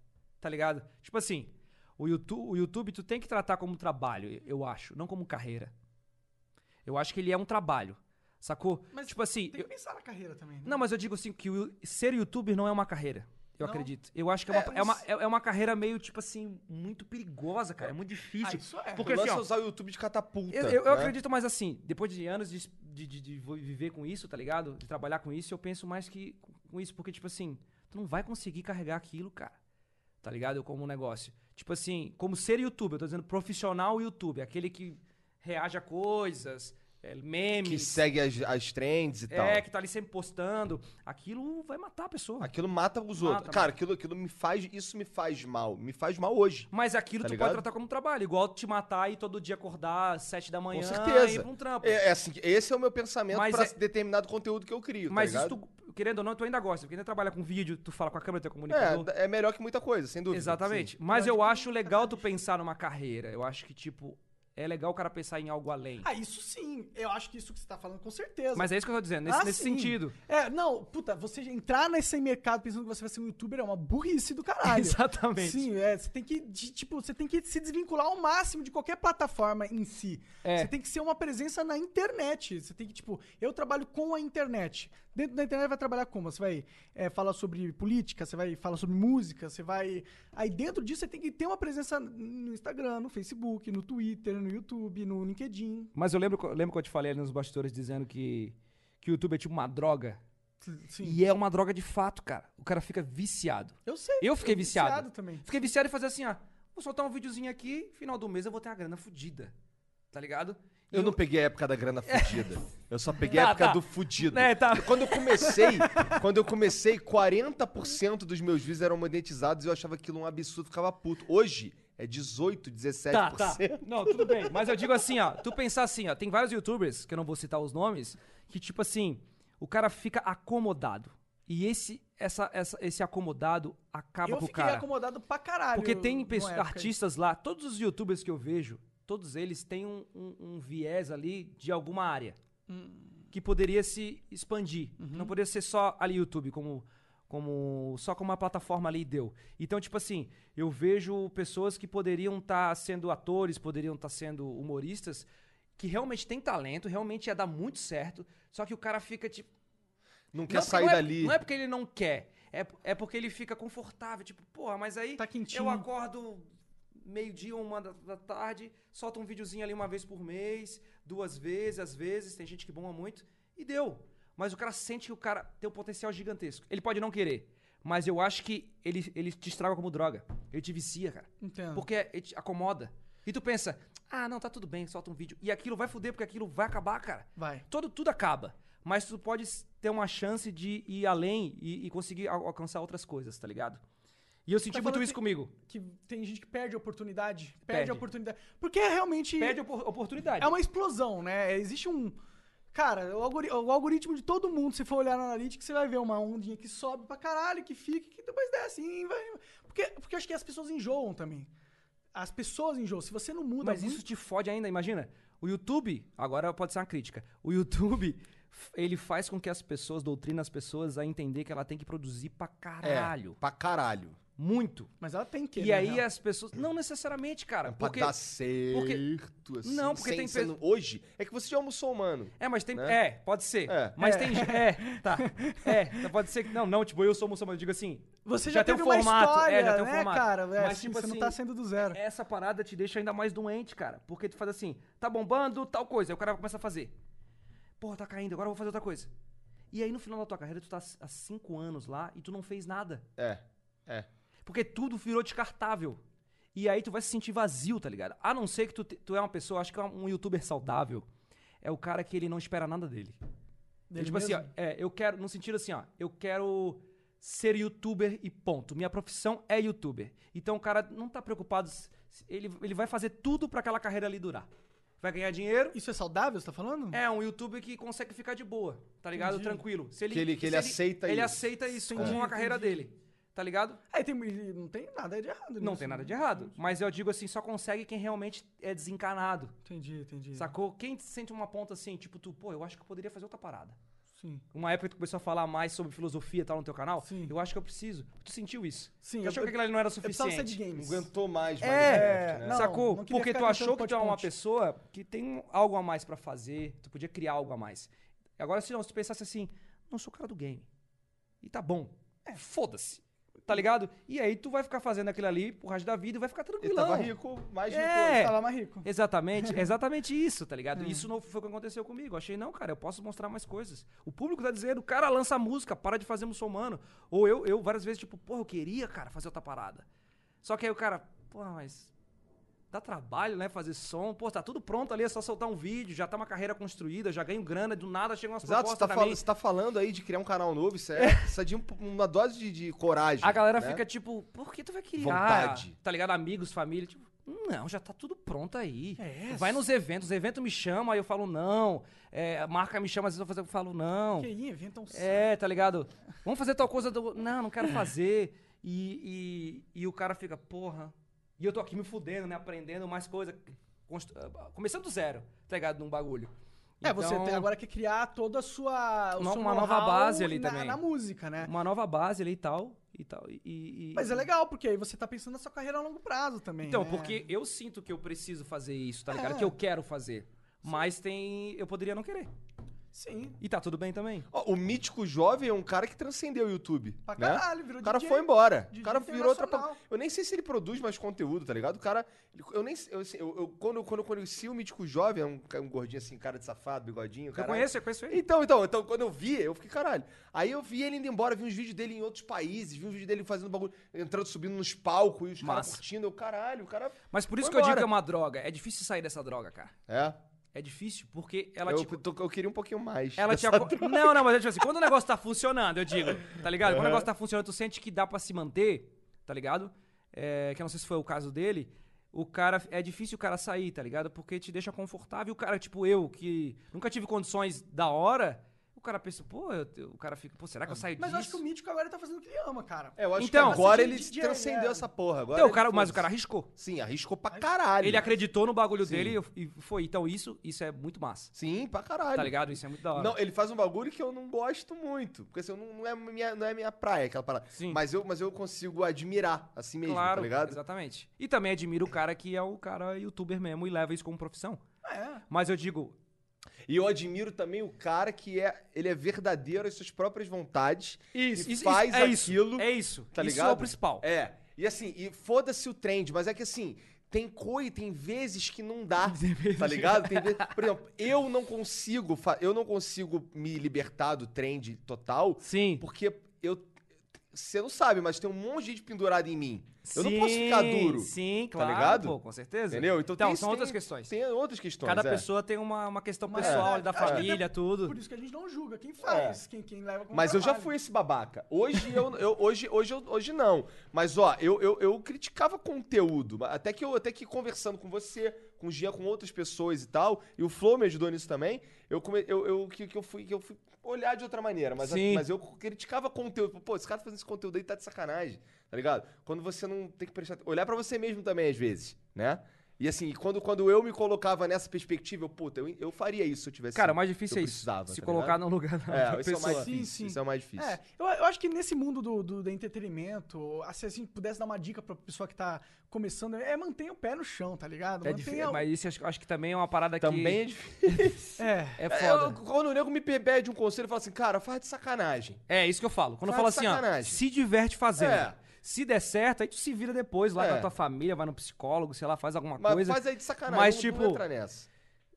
[SPEAKER 2] Tá ligado? Tipo assim, o YouTube, o YouTube tu tem que tratar como trabalho, eu acho, não como carreira. Eu acho que ele é um trabalho. Sacou?
[SPEAKER 1] Mas
[SPEAKER 2] tipo assim,
[SPEAKER 1] Tem que pensar na carreira também, né?
[SPEAKER 2] Não, mas eu digo assim que o- ser youtuber não é uma carreira. Eu
[SPEAKER 1] Não?
[SPEAKER 2] acredito. Eu acho que é uma, é, uma, é- é uma carreira meio, tipo assim, muito perigosa, cara. É muito
[SPEAKER 1] Ah,
[SPEAKER 2] difícil.
[SPEAKER 1] isso é.
[SPEAKER 2] Porque
[SPEAKER 3] O lance
[SPEAKER 2] assim,
[SPEAKER 3] é
[SPEAKER 2] ó,
[SPEAKER 3] usar o YouTube de catapulta.
[SPEAKER 2] eu, eu- eu
[SPEAKER 3] né?
[SPEAKER 2] acredito mais assim, depois de anos de, de- de- de vo- viver com isso, tá ligado? De trabalhar com isso, eu penso mais que com isso, porque, tipo assim, tu não vai conseguir carregar aquilo, cara. Tá ligado? Como um negócio. Tipo assim, como ser youtuber, eu tô dizendo profissional youtuber, aquele que reage a coisas, é, memes.
[SPEAKER 3] Que segue as, as trends e tal.
[SPEAKER 2] É, que tá ali sempre postando. Aquilo vai matar a pessoa.
[SPEAKER 3] Aquilo mata os outros.
[SPEAKER 2] Mata,
[SPEAKER 3] Cara, aquilo, aquilo me faz. Isso me faz mal. Me faz mal hoje.
[SPEAKER 2] Mas aquilo
[SPEAKER 3] Tá
[SPEAKER 2] tu
[SPEAKER 3] ligado?
[SPEAKER 2] pode tratar como trabalho, igual te matar e todo dia acordar às sete da manhã
[SPEAKER 3] certeza.
[SPEAKER 2] e ir pra um trampo.
[SPEAKER 3] É, é assim, esse é o meu pensamento
[SPEAKER 2] Mas
[SPEAKER 3] pra
[SPEAKER 2] é-
[SPEAKER 3] determinado conteúdo que eu crio.
[SPEAKER 2] Mas
[SPEAKER 3] tá
[SPEAKER 2] isso,
[SPEAKER 3] ligado?
[SPEAKER 2] tu, querendo ou não, tu ainda gosta, porque ainda trabalha com vídeo, tu fala com a câmera, teu comunicador.
[SPEAKER 3] É, é melhor que muita coisa, sem dúvida.
[SPEAKER 2] né, Exatamente. Mas eu acho legal tu pensar numa carreira. Eu acho que, tipo, é legal o cara pensar em algo além.
[SPEAKER 1] Ah, isso sim. Eu acho que isso que você tá falando, com certeza.
[SPEAKER 2] Mas é isso que eu tô dizendo, nesse,
[SPEAKER 1] Ah,
[SPEAKER 2] nesse
[SPEAKER 1] sim.
[SPEAKER 2] sentido.
[SPEAKER 1] É, não, puta, você entrar nesse mercado pensando que você vai ser um youtuber é uma burrice do caralho.
[SPEAKER 2] Exatamente.
[SPEAKER 1] Sim, é, você tem que, de- tipo, você tem que se desvincular ao máximo de qualquer plataforma em si.
[SPEAKER 2] É.
[SPEAKER 1] Você tem que ser uma presença na internet. Você tem que, tipo, eu trabalho com a internet. Dentro da internet vai trabalhar como? Você vai é, falar sobre política, você vai falar sobre música, você vai... Aí dentro disso você tem que ter uma presença no Instagram, no Facebook, no Twitter, no YouTube, no LinkedIn.
[SPEAKER 2] Mas eu lembro, que- lembro que eu te falei ali nos bastidores dizendo que, que o YouTube é tipo uma droga.
[SPEAKER 1] Sim.
[SPEAKER 2] E é uma droga de fato, cara. O cara fica viciado.
[SPEAKER 1] Eu sei.
[SPEAKER 2] Eu fiquei viciado.
[SPEAKER 1] também.
[SPEAKER 2] Fiquei viciado em fazer assim, ó. Vou soltar um videozinho aqui, final do mês eu vou ter uma grana fodida. Tá ligado? E
[SPEAKER 3] Eu não peguei a época da grana fudida. Eu só peguei a
[SPEAKER 2] Tá,
[SPEAKER 3] época
[SPEAKER 2] É. tá.
[SPEAKER 3] do fudido.
[SPEAKER 2] É, tá.
[SPEAKER 3] Quando eu comecei, quando eu comecei, 40% dos meus vídeos eram monetizados e eu achava aquilo um absurdo, ficava puto. Hoje é 18, 17%.
[SPEAKER 2] Tá, tá. Não, tudo bem. Mas eu digo assim, ó. Tu pensar assim, ó. Tem vários youtubers, que eu não vou citar os nomes, que tipo assim, o cara fica acomodado. E esse, essa, essa- esse acomodado acaba
[SPEAKER 1] Eu
[SPEAKER 2] com o
[SPEAKER 1] fiquei
[SPEAKER 2] cara.
[SPEAKER 1] acomodado pra caralho.
[SPEAKER 2] Porque tem
[SPEAKER 1] numa
[SPEAKER 2] pessoas-
[SPEAKER 1] um, época aí.
[SPEAKER 2] artistas lá, todos os youtubers que eu vejo, todos eles têm um, um- um viés ali de alguma área
[SPEAKER 1] Hum.
[SPEAKER 2] que poderia se expandir. que
[SPEAKER 1] Uhum.
[SPEAKER 2] Não poderia ser só ali YouTube, como, como só como uma plataforma ali deu. Então, tipo assim, eu vejo pessoas que poderiam estar sendo atores, poderiam estar sendo humoristas, que realmente tem talento, realmente ia dar muito certo, só que o cara fica tipo
[SPEAKER 3] Não quer
[SPEAKER 2] não, porque
[SPEAKER 3] sair
[SPEAKER 2] não é-
[SPEAKER 3] dali.
[SPEAKER 2] Não é porque ele não quer. É, é porque ele fica confortável. Tipo, porra, mas aí
[SPEAKER 1] Tá quentinho.
[SPEAKER 2] eu acordo meio-dia, uma da, da tarde, solta um videozinho ali uma vez por mês, duas vezes, às vezes. Tem gente que bomba muito. E deu. Mas o cara sente que o cara tem um potencial gigantesco. Ele pode não querer. Mas eu acho que ele, ele te estraga como droga. Ele te vicia, cara.
[SPEAKER 1] Entendo.
[SPEAKER 2] Porque ele te acomoda. E tu pensa, ah, não, tá tudo bem, solta um vídeo. E aquilo vai fuder, porque aquilo vai acabar, cara
[SPEAKER 1] Vai.
[SPEAKER 2] todo, tudo acaba. Mas tu pode s- ter uma chance de ir além e, e conseguir al- alcançar outras coisas, tá ligado? E eu senti
[SPEAKER 1] Tá
[SPEAKER 2] muito
[SPEAKER 1] falando
[SPEAKER 2] isso
[SPEAKER 1] que-
[SPEAKER 2] comigo.
[SPEAKER 1] Que tem gente que perde a oportunidade. Perde,
[SPEAKER 2] Perde.
[SPEAKER 1] a oportunidade. Porque é realmente.
[SPEAKER 2] Perde opor- oportunidade.
[SPEAKER 1] É uma explosão, né? Existe um. Cara, o, algori- o algoritmo de todo mundo, se for olhar na Analytics, você vai ver uma ondinha que sobe pra caralho, que fica, que depois desce. E vai... porque, porque eu acho que as pessoas enjoam também. As pessoas enjoam. Se você não muda
[SPEAKER 2] Mas
[SPEAKER 1] muito-
[SPEAKER 2] isso te fode ainda, imagina. O YouTube, agora pode ser uma crítica. O YouTube, f- ele faz com que as pessoas, doutrina as pessoas a entender que ela tem que produzir pra
[SPEAKER 3] É,
[SPEAKER 2] caralho.
[SPEAKER 3] pra caralho.
[SPEAKER 2] Muito.
[SPEAKER 1] Mas ela tem É. que.
[SPEAKER 2] e
[SPEAKER 1] né,
[SPEAKER 2] aí é-
[SPEAKER 1] real.
[SPEAKER 2] as pessoas. Não necessariamente, cara.
[SPEAKER 3] É Pra
[SPEAKER 2] Porque...
[SPEAKER 3] dar certo, assim.
[SPEAKER 2] Não, porque
[SPEAKER 3] sem
[SPEAKER 2] tem
[SPEAKER 3] sendo- Hoje, é que você já almoçou, mano.
[SPEAKER 2] É, mas tem.
[SPEAKER 3] Né?
[SPEAKER 2] É, pode ser.
[SPEAKER 3] É.
[SPEAKER 2] Mas tem. É, tá. É, pode ser que. Não, não, tipo, eu sou muçulmano, eu digo assim.
[SPEAKER 1] Você
[SPEAKER 2] já
[SPEAKER 1] já,
[SPEAKER 2] tem
[SPEAKER 1] teve
[SPEAKER 2] um formato,
[SPEAKER 1] uma história,
[SPEAKER 2] é, já tem um
[SPEAKER 1] né,
[SPEAKER 2] formato.
[SPEAKER 1] cara? É,
[SPEAKER 2] Mas,
[SPEAKER 1] assim,
[SPEAKER 2] tipo
[SPEAKER 1] você
[SPEAKER 2] assim,
[SPEAKER 1] não tá saindo do zero.
[SPEAKER 2] Essa parada te deixa ainda mais doente, cara. Porque tu faz assim, tá bombando tal coisa. Aí o cara começa a fazer. Porra, tá caindo, agora eu vou fazer outra coisa. E aí no final da tua carreira, tu tá há cinco anos lá e tu não fez nada.
[SPEAKER 3] É. É.
[SPEAKER 2] Porque tudo virou descartável. E aí tu vai se sentir vazio, tá ligado? A não ser que tu, te- tu é uma pessoa, acho que é um youtuber saudável. É o cara que ele não espera nada dele.
[SPEAKER 1] Dele
[SPEAKER 2] tipo assim,
[SPEAKER 1] mesmo.
[SPEAKER 2] ó, é, eu quero, no sentido assim, ó, eu quero ser youtuber e ponto. Minha profissão é youtuber. Então o cara não tá preocupado, se- se- ele, ele vai fazer tudo pra aquela carreira ali durar. Vai ganhar dinheiro.
[SPEAKER 1] Isso é saudável, você tá falando?
[SPEAKER 2] É um youtuber que consegue ficar de boa, tá ligado?
[SPEAKER 1] Entendi.
[SPEAKER 2] Tranquilo. Se ele,
[SPEAKER 3] Que ele- que
[SPEAKER 2] se
[SPEAKER 3] ele aceita
[SPEAKER 2] Ele
[SPEAKER 3] isso. É.
[SPEAKER 2] aceita isso como
[SPEAKER 1] Entendi,
[SPEAKER 2] uma carreira dele, tá ligado?
[SPEAKER 1] Aí tem, e não tem nada de errado
[SPEAKER 2] Não
[SPEAKER 1] nisso,
[SPEAKER 2] tem nada
[SPEAKER 1] né?
[SPEAKER 2] de errado. Mas eu digo assim, só consegue quem realmente é desencanado.
[SPEAKER 1] Entendi, entendi.
[SPEAKER 2] Sacou? Quem sente uma ponta assim, tipo, tu, pô, eu acho que eu poderia fazer outra parada.
[SPEAKER 1] Sim.
[SPEAKER 2] Uma época que tu começou a falar mais sobre filosofia e tal no teu canal,
[SPEAKER 1] Sim.
[SPEAKER 2] eu acho que eu preciso. Tu sentiu isso?
[SPEAKER 1] Sim,
[SPEAKER 2] Tu
[SPEAKER 1] eu-
[SPEAKER 2] achou que aquilo ali não era
[SPEAKER 1] Eu precisava ser de
[SPEAKER 2] suficiente.
[SPEAKER 3] Não
[SPEAKER 1] games.
[SPEAKER 3] aguentou mais,
[SPEAKER 2] É,
[SPEAKER 3] Minecraft,
[SPEAKER 1] né? não,
[SPEAKER 2] sacou?
[SPEAKER 1] não queria
[SPEAKER 2] Porque
[SPEAKER 1] ficar
[SPEAKER 2] tu achou
[SPEAKER 1] cantando
[SPEAKER 2] que tu é uma
[SPEAKER 1] pote-ponte.
[SPEAKER 2] pessoa que tem algo a mais pra fazer, tu podia criar algo a mais. Agora, se não, se tu pensasse assim, não sou o cara do game. E tá bom. É, foda-se. Tá ligado? E aí tu vai ficar fazendo aquilo ali pro resto da vida e vai ficar
[SPEAKER 3] Ele
[SPEAKER 2] tranquilão.
[SPEAKER 3] tava rico, mais rico.
[SPEAKER 2] É.
[SPEAKER 3] hoje.
[SPEAKER 1] Tava mais rico.
[SPEAKER 2] Exatamente, é exatamente isso, tá
[SPEAKER 3] É.
[SPEAKER 2] ligado? Isso não foi o que aconteceu comigo. Eu achei, não, cara, eu posso mostrar mais coisas. O público tá dizendo, cara, lança música, para de fazer muçulmano. Ou eu, eu várias vezes, tipo, porra, eu queria, cara, fazer outra parada. Só que aí o cara, Pô, mas dá trabalho, né, fazer som. Pô, tá tudo pronto ali, é só soltar um vídeo, já tá uma carreira construída, já ganho grana, do nada chega umas
[SPEAKER 3] Exato, você
[SPEAKER 2] propostas
[SPEAKER 3] tá,
[SPEAKER 2] pra
[SPEAKER 3] fal-
[SPEAKER 2] mim.
[SPEAKER 3] você tá falando aí de criar um canal novo, isso é, isso é de um- uma dose de, de coragem.
[SPEAKER 2] A galera
[SPEAKER 3] né?
[SPEAKER 2] fica tipo, por que tu vai criar?
[SPEAKER 3] Vontade.
[SPEAKER 2] Tá ligado? Amigos, família, tipo, não, já tá tudo pronto aí.
[SPEAKER 1] É,
[SPEAKER 2] vai nos eventos, os eventos me chamam, aí eu falo não. É, a marca me chama, às vezes eu vou fazer, eu falo não.
[SPEAKER 1] Que aí, inventa um saco.
[SPEAKER 2] É, tá ligado? Vamos fazer tal coisa do. Não, não quero fazer. E, e, e o cara fica, porra. E eu tô aqui me fudendo, né? Aprendendo mais coisa. const- ah, Começando do zero, tá ligado? Num bagulho.
[SPEAKER 1] É, você
[SPEAKER 2] Então,
[SPEAKER 1] tem- agora quer criar toda a sua. o
[SPEAKER 2] Uma-
[SPEAKER 1] seu
[SPEAKER 2] uma nova
[SPEAKER 1] know-how
[SPEAKER 2] base ali
[SPEAKER 1] na,
[SPEAKER 2] também.
[SPEAKER 1] Na música, né?
[SPEAKER 2] Uma nova base ali e tal. E tal e, e-
[SPEAKER 1] Mas é legal, porque aí você tá pensando na sua carreira a longo prazo também.
[SPEAKER 2] Então,
[SPEAKER 1] né?
[SPEAKER 2] porque eu sinto que eu preciso fazer isso, tá
[SPEAKER 1] É.
[SPEAKER 2] ligado? Que eu quero fazer. Mas tem. Eu poderia não querer.
[SPEAKER 1] Sim.
[SPEAKER 2] E tá tudo bem também.
[SPEAKER 3] Ó, o mítico jovem é um cara que transcendeu o YouTube.
[SPEAKER 1] Pra
[SPEAKER 3] né?
[SPEAKER 1] caralho, virou
[SPEAKER 3] O cara
[SPEAKER 1] DJ.
[SPEAKER 3] foi embora.
[SPEAKER 1] DJ
[SPEAKER 3] o cara virou outra.
[SPEAKER 1] internacional.
[SPEAKER 3] pa- Eu nem sei se ele produz mais conteúdo, tá ligado? O cara. ele- Eu nem. Eu, assim, eu- eu- quando, eu- quando eu conheci o mítico jovem, é um, ca- um gordinho assim, cara de safado, bigodinho.
[SPEAKER 2] Eu
[SPEAKER 3] Caralho.
[SPEAKER 2] conheço, eu conheço ele.
[SPEAKER 3] Então, então, então, quando eu vi, eu fiquei, caralho. Aí eu vi ele indo embora, vi uns vídeos dele em outros países, vi uns vídeos dele fazendo bagulho, entrando, subindo nos palcos e os caras
[SPEAKER 2] Massa.
[SPEAKER 3] curtindo. Eu, caralho, o cara.
[SPEAKER 2] Mas por isso
[SPEAKER 3] Foi
[SPEAKER 2] que eu digo
[SPEAKER 3] embora.
[SPEAKER 2] que é uma droga. É difícil sair dessa droga, cara.
[SPEAKER 3] É.
[SPEAKER 2] É difícil porque ela
[SPEAKER 3] eu,
[SPEAKER 2] te
[SPEAKER 3] tô- eu queria um pouquinho mais.
[SPEAKER 2] Ela te
[SPEAKER 3] dessa
[SPEAKER 2] aco- Não, não, mas é tipo assim, quando o negócio tá funcionando, eu digo, tá ligado? Quando o negócio tá funcionando, tu sente que dá pra se manter, tá ligado? É, que eu não sei se foi o caso dele. O cara. É difícil o cara sair, tá ligado? Porque te deixa confortável. E o cara, tipo eu, que nunca tive condições da hora, o cara pensa, pô, eu- eu- o cara fica, pô, será que eu saio
[SPEAKER 1] Mas
[SPEAKER 2] disso?
[SPEAKER 1] eu acho que o Mítico agora tá fazendo o que ele ama, cara.
[SPEAKER 3] É, eu acho
[SPEAKER 2] Então-
[SPEAKER 3] que agora
[SPEAKER 1] Mas,
[SPEAKER 3] ele
[SPEAKER 1] assim, de- de-
[SPEAKER 3] transcendeu
[SPEAKER 1] é.
[SPEAKER 3] essa porra. Agora
[SPEAKER 2] Então, o
[SPEAKER 3] ele-
[SPEAKER 2] cara, mas o
[SPEAKER 3] foda-se.
[SPEAKER 2] cara arriscou.
[SPEAKER 3] Sim, arriscou pra caralho.
[SPEAKER 2] Ele acreditou no bagulho
[SPEAKER 3] Sim.
[SPEAKER 2] dele e e foi. Então, isso, isso é muito massa.
[SPEAKER 3] Sim, pra caralho.
[SPEAKER 2] Tá ligado? Isso é muito da hora.
[SPEAKER 3] Não, ele faz um bagulho que eu não gosto muito. Porque assim, eu não, não é, minha, não é minha praia aquela parada.
[SPEAKER 2] Sim.
[SPEAKER 3] Mas eu, mas eu consigo admirar assim mesmo,
[SPEAKER 2] claro,
[SPEAKER 3] tá ligado?
[SPEAKER 2] exatamente. E também admiro o cara que é o cara youtuber mesmo e leva isso como profissão.
[SPEAKER 1] É.
[SPEAKER 2] Mas eu digo,
[SPEAKER 3] E eu admiro também o cara que é. Ele é verdadeiro às suas próprias vontades.
[SPEAKER 2] isso,
[SPEAKER 3] e
[SPEAKER 2] isso,
[SPEAKER 3] faz
[SPEAKER 2] é isso,
[SPEAKER 3] aquilo.
[SPEAKER 2] é isso. isso
[SPEAKER 3] tá
[SPEAKER 2] é o
[SPEAKER 3] ligado?
[SPEAKER 2] principal.
[SPEAKER 3] É. E assim, e foda-se o trend, mas é que assim, tem coisa, tem vezes que não dá, tá ligado? Tem vezes, por exemplo, eu não consigo, fa- eu não consigo me libertar do trend total,
[SPEAKER 2] Sim.
[SPEAKER 3] porque eu você não sabe, mas tem um monte de gente pendurada em mim. Eu não
[SPEAKER 2] Sim,
[SPEAKER 3] posso ficar duro.
[SPEAKER 2] Sim,
[SPEAKER 3] tá
[SPEAKER 2] claro.
[SPEAKER 3] ligado?
[SPEAKER 2] pô, com certeza.
[SPEAKER 3] Entendeu? Então, tem-
[SPEAKER 2] são
[SPEAKER 3] tem-
[SPEAKER 2] outras questões.
[SPEAKER 3] Tem outras questões.
[SPEAKER 2] Cada
[SPEAKER 3] é.
[SPEAKER 2] pessoa tem uma, uma questão
[SPEAKER 1] Mas,
[SPEAKER 2] pessoal
[SPEAKER 1] é,
[SPEAKER 2] ali da
[SPEAKER 1] acho que
[SPEAKER 2] família, tudo. É.
[SPEAKER 1] Por isso que a gente não julga quem faz, quem, quem leva como
[SPEAKER 3] Mas eu já
[SPEAKER 1] trabalho.
[SPEAKER 3] fui esse babaca. Hoje eu, eu- hoje, hoje, eu- hoje não. Mas ó, eu, eu, eu criticava conteúdo. mas Até que eu até que conversando com você, com o Gia, com outras pessoas e tal, e o Flow me ajudou nisso também. Eu, come- eu, eu- que, que eu fui que eu fui olhar de outra maneira, mas, a-
[SPEAKER 2] Sim.
[SPEAKER 3] mas eu criticava conteúdo. Pô, esse cara tá fazendo esse conteúdo aí tá de sacanagem, tá ligado? Quando você não tem que prestar, olhar pra você mesmo também às vezes, né? E assim, quando, quando eu me colocava nessa perspectiva, eu, puta, eu, eu faria isso se eu tivesse.
[SPEAKER 2] Cara, o mais difícil
[SPEAKER 3] eu
[SPEAKER 2] é isso.
[SPEAKER 3] precisava,
[SPEAKER 2] se
[SPEAKER 3] tá
[SPEAKER 2] colocar
[SPEAKER 3] ligado?
[SPEAKER 2] no lugar da
[SPEAKER 3] É,
[SPEAKER 2] outra
[SPEAKER 3] isso é o mais
[SPEAKER 2] pessoa.
[SPEAKER 1] Sim,
[SPEAKER 3] difícil.
[SPEAKER 1] sim.
[SPEAKER 3] Isso é o mais difícil.
[SPEAKER 1] É, eu, eu acho que nesse mundo do, do, do entretenimento, se assim, pudesse dar uma dica pra pessoa que tá começando, é mantenha o pé no chão, tá ligado?
[SPEAKER 2] É
[SPEAKER 1] mantenha
[SPEAKER 2] difícil,
[SPEAKER 1] o-
[SPEAKER 2] mas isso acho, acho que também é uma parada
[SPEAKER 3] Também é
[SPEAKER 2] que
[SPEAKER 3] difícil.
[SPEAKER 1] É.
[SPEAKER 2] é
[SPEAKER 3] É,
[SPEAKER 2] foda.
[SPEAKER 3] eu- quando o nego me pe- pede um conselho, eu falo assim, cara, faz de sacanagem.
[SPEAKER 2] É, isso que eu falo. Quando eu
[SPEAKER 3] Tá
[SPEAKER 2] falo
[SPEAKER 3] de
[SPEAKER 2] assim, ó,
[SPEAKER 3] sacanagem.
[SPEAKER 2] se diverte fazendo.
[SPEAKER 3] É.
[SPEAKER 2] Se der certo, aí tu se vira depois lá
[SPEAKER 3] É.
[SPEAKER 2] com a tua família, vai no psicólogo, sei lá, faz alguma
[SPEAKER 3] Mas
[SPEAKER 2] coisa.
[SPEAKER 3] faz aí de sacanagem.
[SPEAKER 2] Mas,
[SPEAKER 3] não-
[SPEAKER 2] tipo,
[SPEAKER 3] não entra nessa.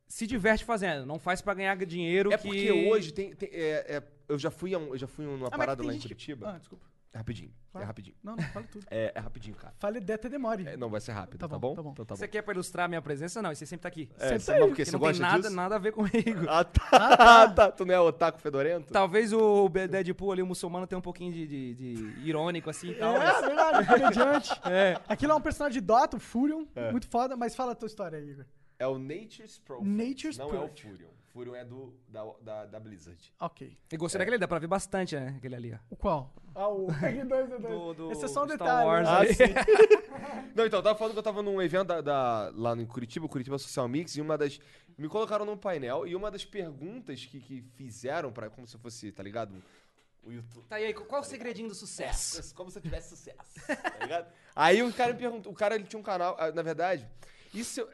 [SPEAKER 2] Se diverte fazendo, não faz pra ganhar dinheiro
[SPEAKER 3] É
[SPEAKER 2] que...
[SPEAKER 3] porque hoje tem. tem- é- é- eu já fui a um- eu já fui numa
[SPEAKER 1] Ah, mas
[SPEAKER 3] parada
[SPEAKER 1] tem
[SPEAKER 3] lá em
[SPEAKER 1] gente que-
[SPEAKER 3] Curitiba.
[SPEAKER 1] Ah, desculpa.
[SPEAKER 3] É Rapidinho.
[SPEAKER 1] Claro.
[SPEAKER 3] É rapidinho.
[SPEAKER 1] Não, não, fala tudo.
[SPEAKER 3] É, é rapidinho, cara.
[SPEAKER 1] Fale até até demore.
[SPEAKER 3] É, não, vai ser rápido,
[SPEAKER 1] Tá
[SPEAKER 3] tá,
[SPEAKER 1] bom,
[SPEAKER 3] bom?
[SPEAKER 1] tá bom.
[SPEAKER 3] Então tá bom.
[SPEAKER 2] Você quer pra ilustrar a minha presença? Não, você sempre tá aqui.
[SPEAKER 1] Senta
[SPEAKER 3] É, você, mas
[SPEAKER 1] aí,
[SPEAKER 3] porque
[SPEAKER 2] Que
[SPEAKER 3] você
[SPEAKER 2] não tem
[SPEAKER 3] gosta
[SPEAKER 2] nada,
[SPEAKER 3] disso?
[SPEAKER 2] nada a ver comigo.
[SPEAKER 3] Ah, tá.
[SPEAKER 1] Ah, tá.
[SPEAKER 3] tá. Tu não é otaku fedorento?
[SPEAKER 2] Talvez o Deadpool ali, o muçulmano, tenha um pouquinho de, de- de irônico assim e tal.
[SPEAKER 1] É,
[SPEAKER 2] mas-
[SPEAKER 1] verdade, comediante.
[SPEAKER 2] É.
[SPEAKER 1] Aquilo é um personagem de Dota, o Furion, muito foda, mas fala a tua história aí, Igor.
[SPEAKER 3] É o Nature's Prophet.
[SPEAKER 1] Nature's
[SPEAKER 3] não é o
[SPEAKER 1] Prophet.
[SPEAKER 3] Furion. Furion é do, da, da, da Blizzard.
[SPEAKER 1] Ok.
[SPEAKER 2] Eu gostei daquele ali, dá pra ver bastante, né? Aquele ali, ó.
[SPEAKER 1] O qual? Ah, o R2,
[SPEAKER 2] Do-
[SPEAKER 1] R2.
[SPEAKER 2] do
[SPEAKER 1] Esse é só um
[SPEAKER 2] Star
[SPEAKER 1] detalhe.
[SPEAKER 2] Wars
[SPEAKER 1] né?
[SPEAKER 2] ali. Ah,
[SPEAKER 3] Não, então, eu tava falando que eu tava num evento da, da- lá em Curitiba, Curitiba Social Mix, e uma das. Me colocaram num painel e uma das perguntas que, que fizeram pra. Como se fosse, tá ligado? O YouTube.
[SPEAKER 2] Tá, e aí, qual o segredinho do sucesso?
[SPEAKER 3] Como se eu tivesse sucesso, tá ligado? Aí o cara me perguntou. O cara ele tinha um canal. ah, Na verdade, isso. eu-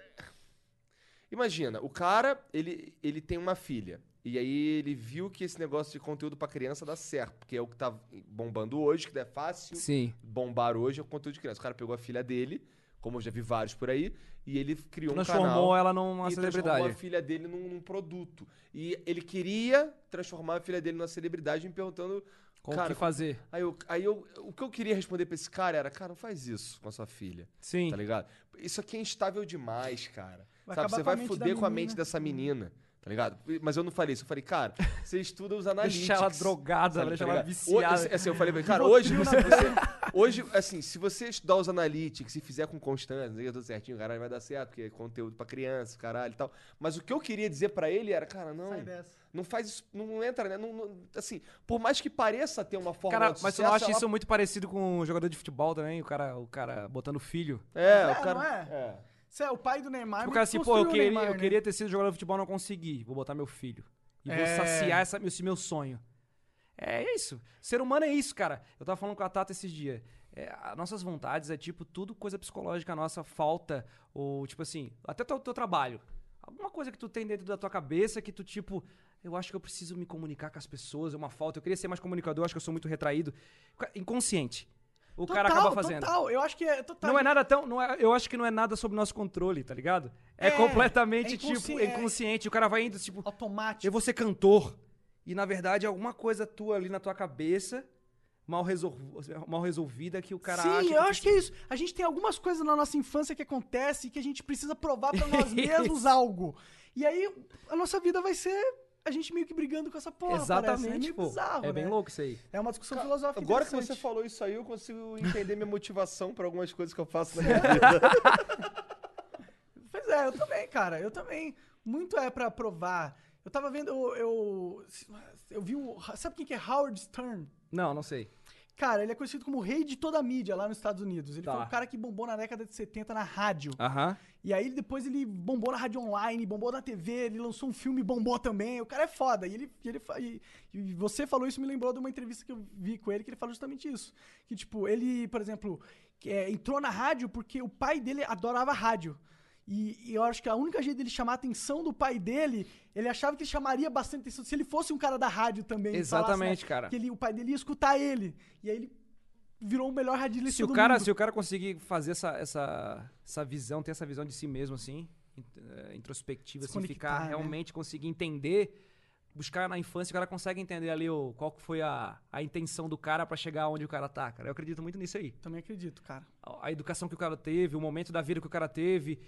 [SPEAKER 3] Imagina, o cara, ele, ele tem uma filha. E aí ele viu que esse negócio de conteúdo pra criança dá certo, porque é o que tá bombando hoje, que é fácil
[SPEAKER 2] Sim.
[SPEAKER 3] bombar hoje é o conteúdo de criança. O cara pegou a filha dele, como eu já vi vários por aí, e ele criou um canal.
[SPEAKER 2] Transformou ela numa
[SPEAKER 3] e transformou a
[SPEAKER 2] celebridade.
[SPEAKER 3] filha dele num, num produto. E ele queria transformar a filha dele numa celebridade, me perguntando.
[SPEAKER 2] Como
[SPEAKER 3] cara,
[SPEAKER 2] que fazer?
[SPEAKER 3] Aí, eu, aí eu, o que eu queria responder pra esse cara era, cara, não faz isso com a sua filha,
[SPEAKER 2] Sim.
[SPEAKER 3] tá ligado? Isso aqui é instável demais, cara.
[SPEAKER 1] Vai
[SPEAKER 3] Sabe,
[SPEAKER 1] acabar
[SPEAKER 3] você
[SPEAKER 1] com a
[SPEAKER 3] vai
[SPEAKER 1] mente
[SPEAKER 3] fuder
[SPEAKER 1] da
[SPEAKER 3] com a
[SPEAKER 1] menina.
[SPEAKER 3] mente dessa menina, tá ligado? Mas eu não falei isso, eu falei, cara, você estuda os analíticos.
[SPEAKER 2] Deixa ela drogada,
[SPEAKER 3] Sabe,
[SPEAKER 2] deixa
[SPEAKER 3] tá
[SPEAKER 2] ela
[SPEAKER 3] ligado? Hoje,
[SPEAKER 2] viciada.
[SPEAKER 3] assim, assim, eu falei pra ele, cara, hoje você, você- Hoje, assim, se você estudar os analytics e fizer com constância, não sei o que, tudo certinho, caralho, vai dar certo, porque é conteúdo pra criança, caralho e tal. Mas o que eu queria dizer pra ele era, cara, não.
[SPEAKER 1] Sai dessa.
[SPEAKER 3] Não faz isso, não entra, né? Não, não- assim, por mais que pareça ter uma forma
[SPEAKER 2] Cara,
[SPEAKER 3] de
[SPEAKER 2] mas você
[SPEAKER 3] sucesso,
[SPEAKER 2] não acha
[SPEAKER 3] ela-
[SPEAKER 2] isso muito parecido com um jogador de futebol também? O cara, o cara botando filho.
[SPEAKER 3] É,
[SPEAKER 1] É,
[SPEAKER 3] o cara.
[SPEAKER 1] não é?
[SPEAKER 3] é.
[SPEAKER 1] Você é o pai do Neymar.
[SPEAKER 2] Tipo, o
[SPEAKER 1] mas
[SPEAKER 2] cara assim, pô,
[SPEAKER 1] construiu
[SPEAKER 2] eu
[SPEAKER 1] o
[SPEAKER 2] queria,
[SPEAKER 1] Neymar,
[SPEAKER 2] eu
[SPEAKER 1] né?
[SPEAKER 2] queria ter sido jogador de futebol, não consegui. Vou botar meu filho. E vou
[SPEAKER 1] É.
[SPEAKER 2] saciar essa, esse meu sonho. É isso. Ser humano é isso, cara. Eu tava falando com a Tata esses dias. É, as nossas vontades é tipo tudo coisa psicológica, a nossa falta, ou tipo assim, até o teu, teu trabalho. Alguma coisa que tu tem dentro da tua cabeça que tu, tipo, eu acho que eu preciso me comunicar com as pessoas, é uma falta. Eu queria ser mais comunicador, eu acho que eu sou muito retraído. Inconsciente. O cara
[SPEAKER 1] Total,
[SPEAKER 2] acaba fazendo.
[SPEAKER 1] Total, eu acho que é total.
[SPEAKER 2] Não é nada tão. Não é, eu acho que não é nada sob nosso controle, tá ligado? É,
[SPEAKER 1] É,
[SPEAKER 2] completamente,
[SPEAKER 1] é
[SPEAKER 2] tipo,
[SPEAKER 1] inconsci-
[SPEAKER 2] é inconsciente. O cara vai indo, tipo,
[SPEAKER 1] Automático.
[SPEAKER 2] eu vou ser cantor. E na verdade, é alguma coisa tua ali na tua cabeça, mal, resol- mal resolvida, que o cara
[SPEAKER 1] Sim,
[SPEAKER 2] acha.
[SPEAKER 1] eu acho que é isso. A gente tem algumas coisas na nossa infância que acontece que a gente precisa provar pra nós mesmos algo. E aí a nossa vida vai ser a gente meio que brigando com essa porra.
[SPEAKER 2] Exatamente,
[SPEAKER 1] parece, né? É meio
[SPEAKER 2] pô.
[SPEAKER 1] bizarro,
[SPEAKER 2] é bem
[SPEAKER 1] né?
[SPEAKER 2] louco isso aí.
[SPEAKER 1] É uma discussão filosófica.
[SPEAKER 3] Agora que você
[SPEAKER 1] interessante.
[SPEAKER 3] falou isso aí, eu consigo entender minha motivação pra algumas coisas que eu faço na minha vida.
[SPEAKER 1] Pois é, eu também, cara. Eu também. Muito é pra provar. Eu tava vendo. Eu, eu, eu vi o. Sabe quem que é Howard Stern?
[SPEAKER 2] Não, não sei.
[SPEAKER 1] Cara, ele é conhecido como o rei de toda a mídia lá nos Estados Unidos. Ele
[SPEAKER 2] Tá.
[SPEAKER 1] foi o cara que bombou na década de 70 na rádio.
[SPEAKER 2] Aham.
[SPEAKER 1] E aí depois ele bombou na rádio online, bombou na TV, ele lançou um filme, bombou também. O cara é foda. E ele, e ele fa- e- e você falou isso me lembrou de uma entrevista que eu vi com ele que ele falou justamente isso, que tipo ele, por exemplo, que, é, entrou na rádio porque o pai dele adorava rádio. E, e eu acho que a única jeito dele chamar a atenção do pai dele, ele achava que ele chamaria bastante atenção se ele fosse um cara da rádio também. e falasse,
[SPEAKER 2] Exatamente,
[SPEAKER 1] né,
[SPEAKER 2] cara.
[SPEAKER 1] Que ele, o pai dele ia escutar ele. E aí ele virou o melhor radialista
[SPEAKER 2] Se o,
[SPEAKER 1] do
[SPEAKER 2] cara,
[SPEAKER 1] mundo.
[SPEAKER 2] se o cara conseguir fazer essa, essa, essa visão, ter essa visão de si mesmo, assim, in- eh, introspectiva,
[SPEAKER 1] Se
[SPEAKER 2] assim, ficar
[SPEAKER 1] conectar, né?
[SPEAKER 2] realmente conseguir entender, buscar na infância, o cara consegue entender ali o, qual que foi a, a intenção do cara pra chegar onde o cara tá, cara. Eu acredito muito nisso aí.
[SPEAKER 1] Também acredito, cara.
[SPEAKER 2] A, a educação que o cara teve, o momento da vida que o cara teve,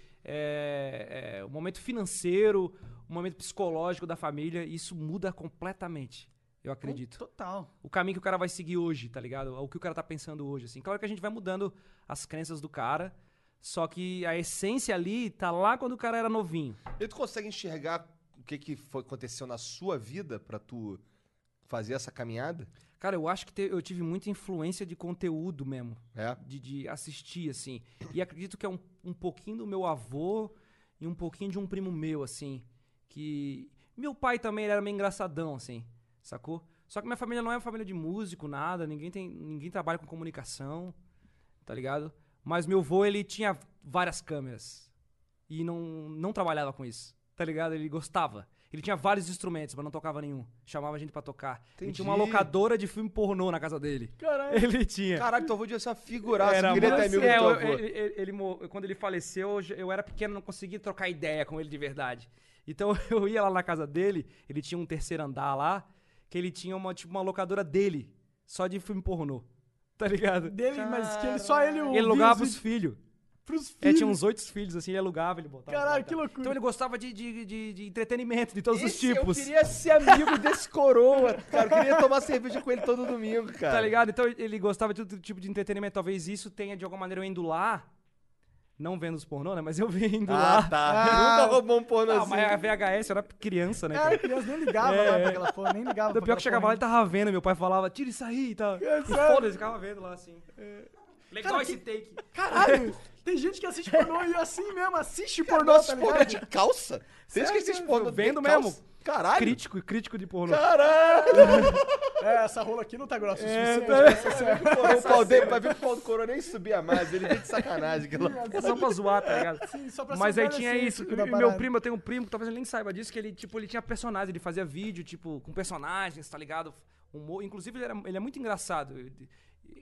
[SPEAKER 2] eh, eh, o momento financeiro, o momento psicológico da família, isso muda completamente. Eu acredito
[SPEAKER 1] Total.
[SPEAKER 2] o caminho que o cara vai seguir hoje, tá ligado? O que o cara tá pensando hoje, assim. Claro que a gente vai mudando as crenças do cara, só que a essência ali tá lá quando o cara era novinho.
[SPEAKER 3] E tu consegue enxergar o que, que foi, aconteceu na sua vida pra tu fazer essa caminhada?
[SPEAKER 2] Cara, eu acho que te- eu tive muita influência de conteúdo mesmo,
[SPEAKER 3] É.
[SPEAKER 2] de, de assistir, assim. E acredito que é um, um pouquinho do meu avô e um pouquinho de um primo meu, assim. Que. Meu pai também ele era meio engraçadão, assim, sacou? Só que minha família não é uma família de músico, nada, ninguém, tem, ninguém trabalha com comunicação, tá ligado? Mas meu avô, ele tinha várias câmeras e não, não trabalhava com isso, tá ligado? Ele gostava. Ele tinha vários instrumentos, mas não tocava nenhum. Chamava a gente pra tocar. Ele tinha uma
[SPEAKER 3] Entendi.
[SPEAKER 2] locadora de filme pornô na casa dele.
[SPEAKER 1] Caralho.
[SPEAKER 2] Ele tinha.
[SPEAKER 3] Caralho, teu avô devia ser uma figuraça. eu queria
[SPEAKER 2] muito-
[SPEAKER 3] ter amigo
[SPEAKER 2] É,
[SPEAKER 3] do
[SPEAKER 2] eu-
[SPEAKER 3] teu avô.
[SPEAKER 2] ele, ele- ele mo- quando ele faleceu, eu já- eu era pequeno, não conseguia trocar ideia com ele de verdade. Então eu ia lá na casa dele, ele tinha um terceiro andar lá, que ele tinha uma, tipo, uma locadora dele, só de filme pornô. Tá ligado?
[SPEAKER 1] dele, mas que ele, só ele
[SPEAKER 2] Ele alugava pros filhos.
[SPEAKER 1] pros
[SPEAKER 2] É,
[SPEAKER 1] filhos.
[SPEAKER 2] tinha uns oito filhos, assim, ele alugava, ele botava.
[SPEAKER 1] Caralho,
[SPEAKER 2] botava.
[SPEAKER 1] que loucura.
[SPEAKER 2] Então ele gostava de, de, de- de entretenimento de todos os
[SPEAKER 3] Esse
[SPEAKER 2] tipos.
[SPEAKER 3] Eu queria ser amigo desse coroa. Cara, eu queria tomar cerveja com ele todo domingo, cara.
[SPEAKER 2] Tá ligado? Então ele gostava de todo tipo de entretenimento. Talvez isso tenha, de alguma maneira, eu indo lá. Não vendo os pornô, né? Mas eu vendo lá.
[SPEAKER 3] Ah, tá. Nunca roubou um
[SPEAKER 2] Ah,
[SPEAKER 3] pornozinho.
[SPEAKER 2] mas a VHS eu era criança, né?
[SPEAKER 1] Cara,
[SPEAKER 2] Cara?
[SPEAKER 1] a criança nem ligava
[SPEAKER 2] É,
[SPEAKER 1] lá
[SPEAKER 2] é.
[SPEAKER 1] pra aquela porra, nem ligava.
[SPEAKER 2] Então,
[SPEAKER 1] pra
[SPEAKER 2] pior que
[SPEAKER 1] aquela
[SPEAKER 2] chegava lá
[SPEAKER 1] porra.
[SPEAKER 2] e tava vendo, meu pai falava, tira isso aí e tal. E
[SPEAKER 1] tá sério?
[SPEAKER 2] foda-se, ficava vendo lá assim. Legal
[SPEAKER 1] Cara,
[SPEAKER 2] esse
[SPEAKER 1] que-
[SPEAKER 2] take.
[SPEAKER 1] Caralho, tem gente que assiste pornô e assim mesmo, assiste pornô,
[SPEAKER 3] Nossa,
[SPEAKER 1] tá
[SPEAKER 3] pornô
[SPEAKER 1] ligado?
[SPEAKER 3] de calça? Vocês que esses pornô tem
[SPEAKER 2] Vendo
[SPEAKER 3] calça?
[SPEAKER 2] mesmo.
[SPEAKER 3] Caralho.
[SPEAKER 2] Crítico, crítico de pornô.
[SPEAKER 3] Caralho.
[SPEAKER 1] É, essa rola aqui não tá grossa o
[SPEAKER 2] É,
[SPEAKER 1] suficiente.
[SPEAKER 3] Porra, o pau dele, vai ver que o pau do coroa nem subia mais. Ele veio de sacanagem. Que ela...
[SPEAKER 2] É só pra zoar, tá ligado?
[SPEAKER 1] Sim, só pra
[SPEAKER 2] Mas
[SPEAKER 1] ser
[SPEAKER 2] aí
[SPEAKER 1] velho
[SPEAKER 2] tinha
[SPEAKER 1] assim,
[SPEAKER 2] isso.
[SPEAKER 1] tipo, da
[SPEAKER 2] E meu
[SPEAKER 1] parada.
[SPEAKER 2] primo, eu tenho um primo que talvez ele nem saiba disso, que ele, tipo, ele tinha personagens, ele fazia vídeo, tipo, com personagens, tá ligado? Humor. Inclusive, ele, era- ele é muito engraçado. Ele-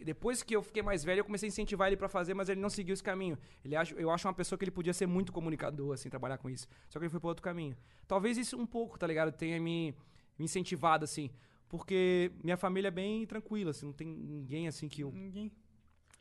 [SPEAKER 2] E Depois que eu fiquei mais velho, eu comecei a incentivar ele pra fazer, mas ele não seguiu esse caminho. Ele acha, eu acho uma pessoa que ele podia ser muito comunicador, assim, trabalhar com isso. Só que ele foi pro outro caminho. Talvez isso um pouco, tá ligado? Tenha me, me incentivado, assim. Porque minha família é bem tranquila, assim, não tem ninguém assim que eu,
[SPEAKER 1] Ninguém.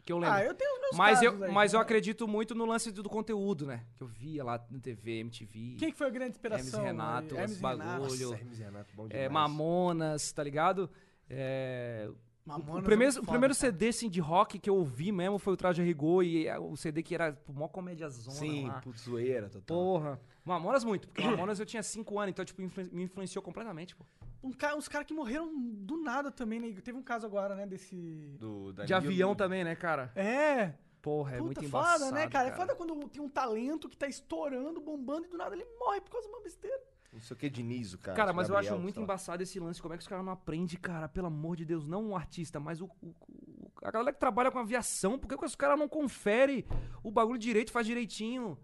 [SPEAKER 2] que eu lembro.
[SPEAKER 1] Ah, eu tenho os meus
[SPEAKER 2] Mas
[SPEAKER 1] casos
[SPEAKER 2] eu,
[SPEAKER 1] aí.
[SPEAKER 2] mas eu acredito muito no lance do, do conteúdo, né? Que eu via lá na TV, MTV,
[SPEAKER 1] Quem que foi a grande inspiração?
[SPEAKER 2] Hermes Renato,
[SPEAKER 1] aí?
[SPEAKER 2] esse bagulho.
[SPEAKER 3] Hermes e Renato, bom
[SPEAKER 2] é,
[SPEAKER 3] demais.
[SPEAKER 2] Mamonas, tá ligado? É,
[SPEAKER 1] Mamonas
[SPEAKER 2] o primeiro,
[SPEAKER 1] é muito
[SPEAKER 2] o primeiro
[SPEAKER 1] foda,
[SPEAKER 2] CD assim, de rock que eu ouvi mesmo foi o Traje a Rigor e é, o CD que era pô, mó comédiazona
[SPEAKER 3] Sim,
[SPEAKER 2] lá.
[SPEAKER 3] putz, zoeira, total.
[SPEAKER 2] Porra. Mamonas muito, porque Mamonas eu tinha 5 anos, então tipo, influ- me influenciou completamente, pô.
[SPEAKER 1] cara. Um ca- uns caras que morreram do nada também, né? Teve um caso agora, né? Desse.
[SPEAKER 3] Do
[SPEAKER 2] De
[SPEAKER 3] Danilo.
[SPEAKER 2] avião também, né, cara?
[SPEAKER 1] É.
[SPEAKER 2] Porra, é
[SPEAKER 1] Tá Puta,
[SPEAKER 2] muito embaçado,
[SPEAKER 1] foda, né, cara? É foda quando tem um talento que tá estourando, bombando e do nada ele morre por causa de uma besteira.
[SPEAKER 3] Não sei o que, Diniz, o cara.
[SPEAKER 2] Cara, mas eu acho
[SPEAKER 3] Tá, Gabriel,
[SPEAKER 2] muito
[SPEAKER 3] sei lá.
[SPEAKER 2] embaçado esse lance. Como é que os caras não aprendem, cara? Pelo amor de Deus, não o artista, mas o, o- o- a galera que trabalha com aviação. Por que, que os caras não conferem o bagulho direito, faz direitinho?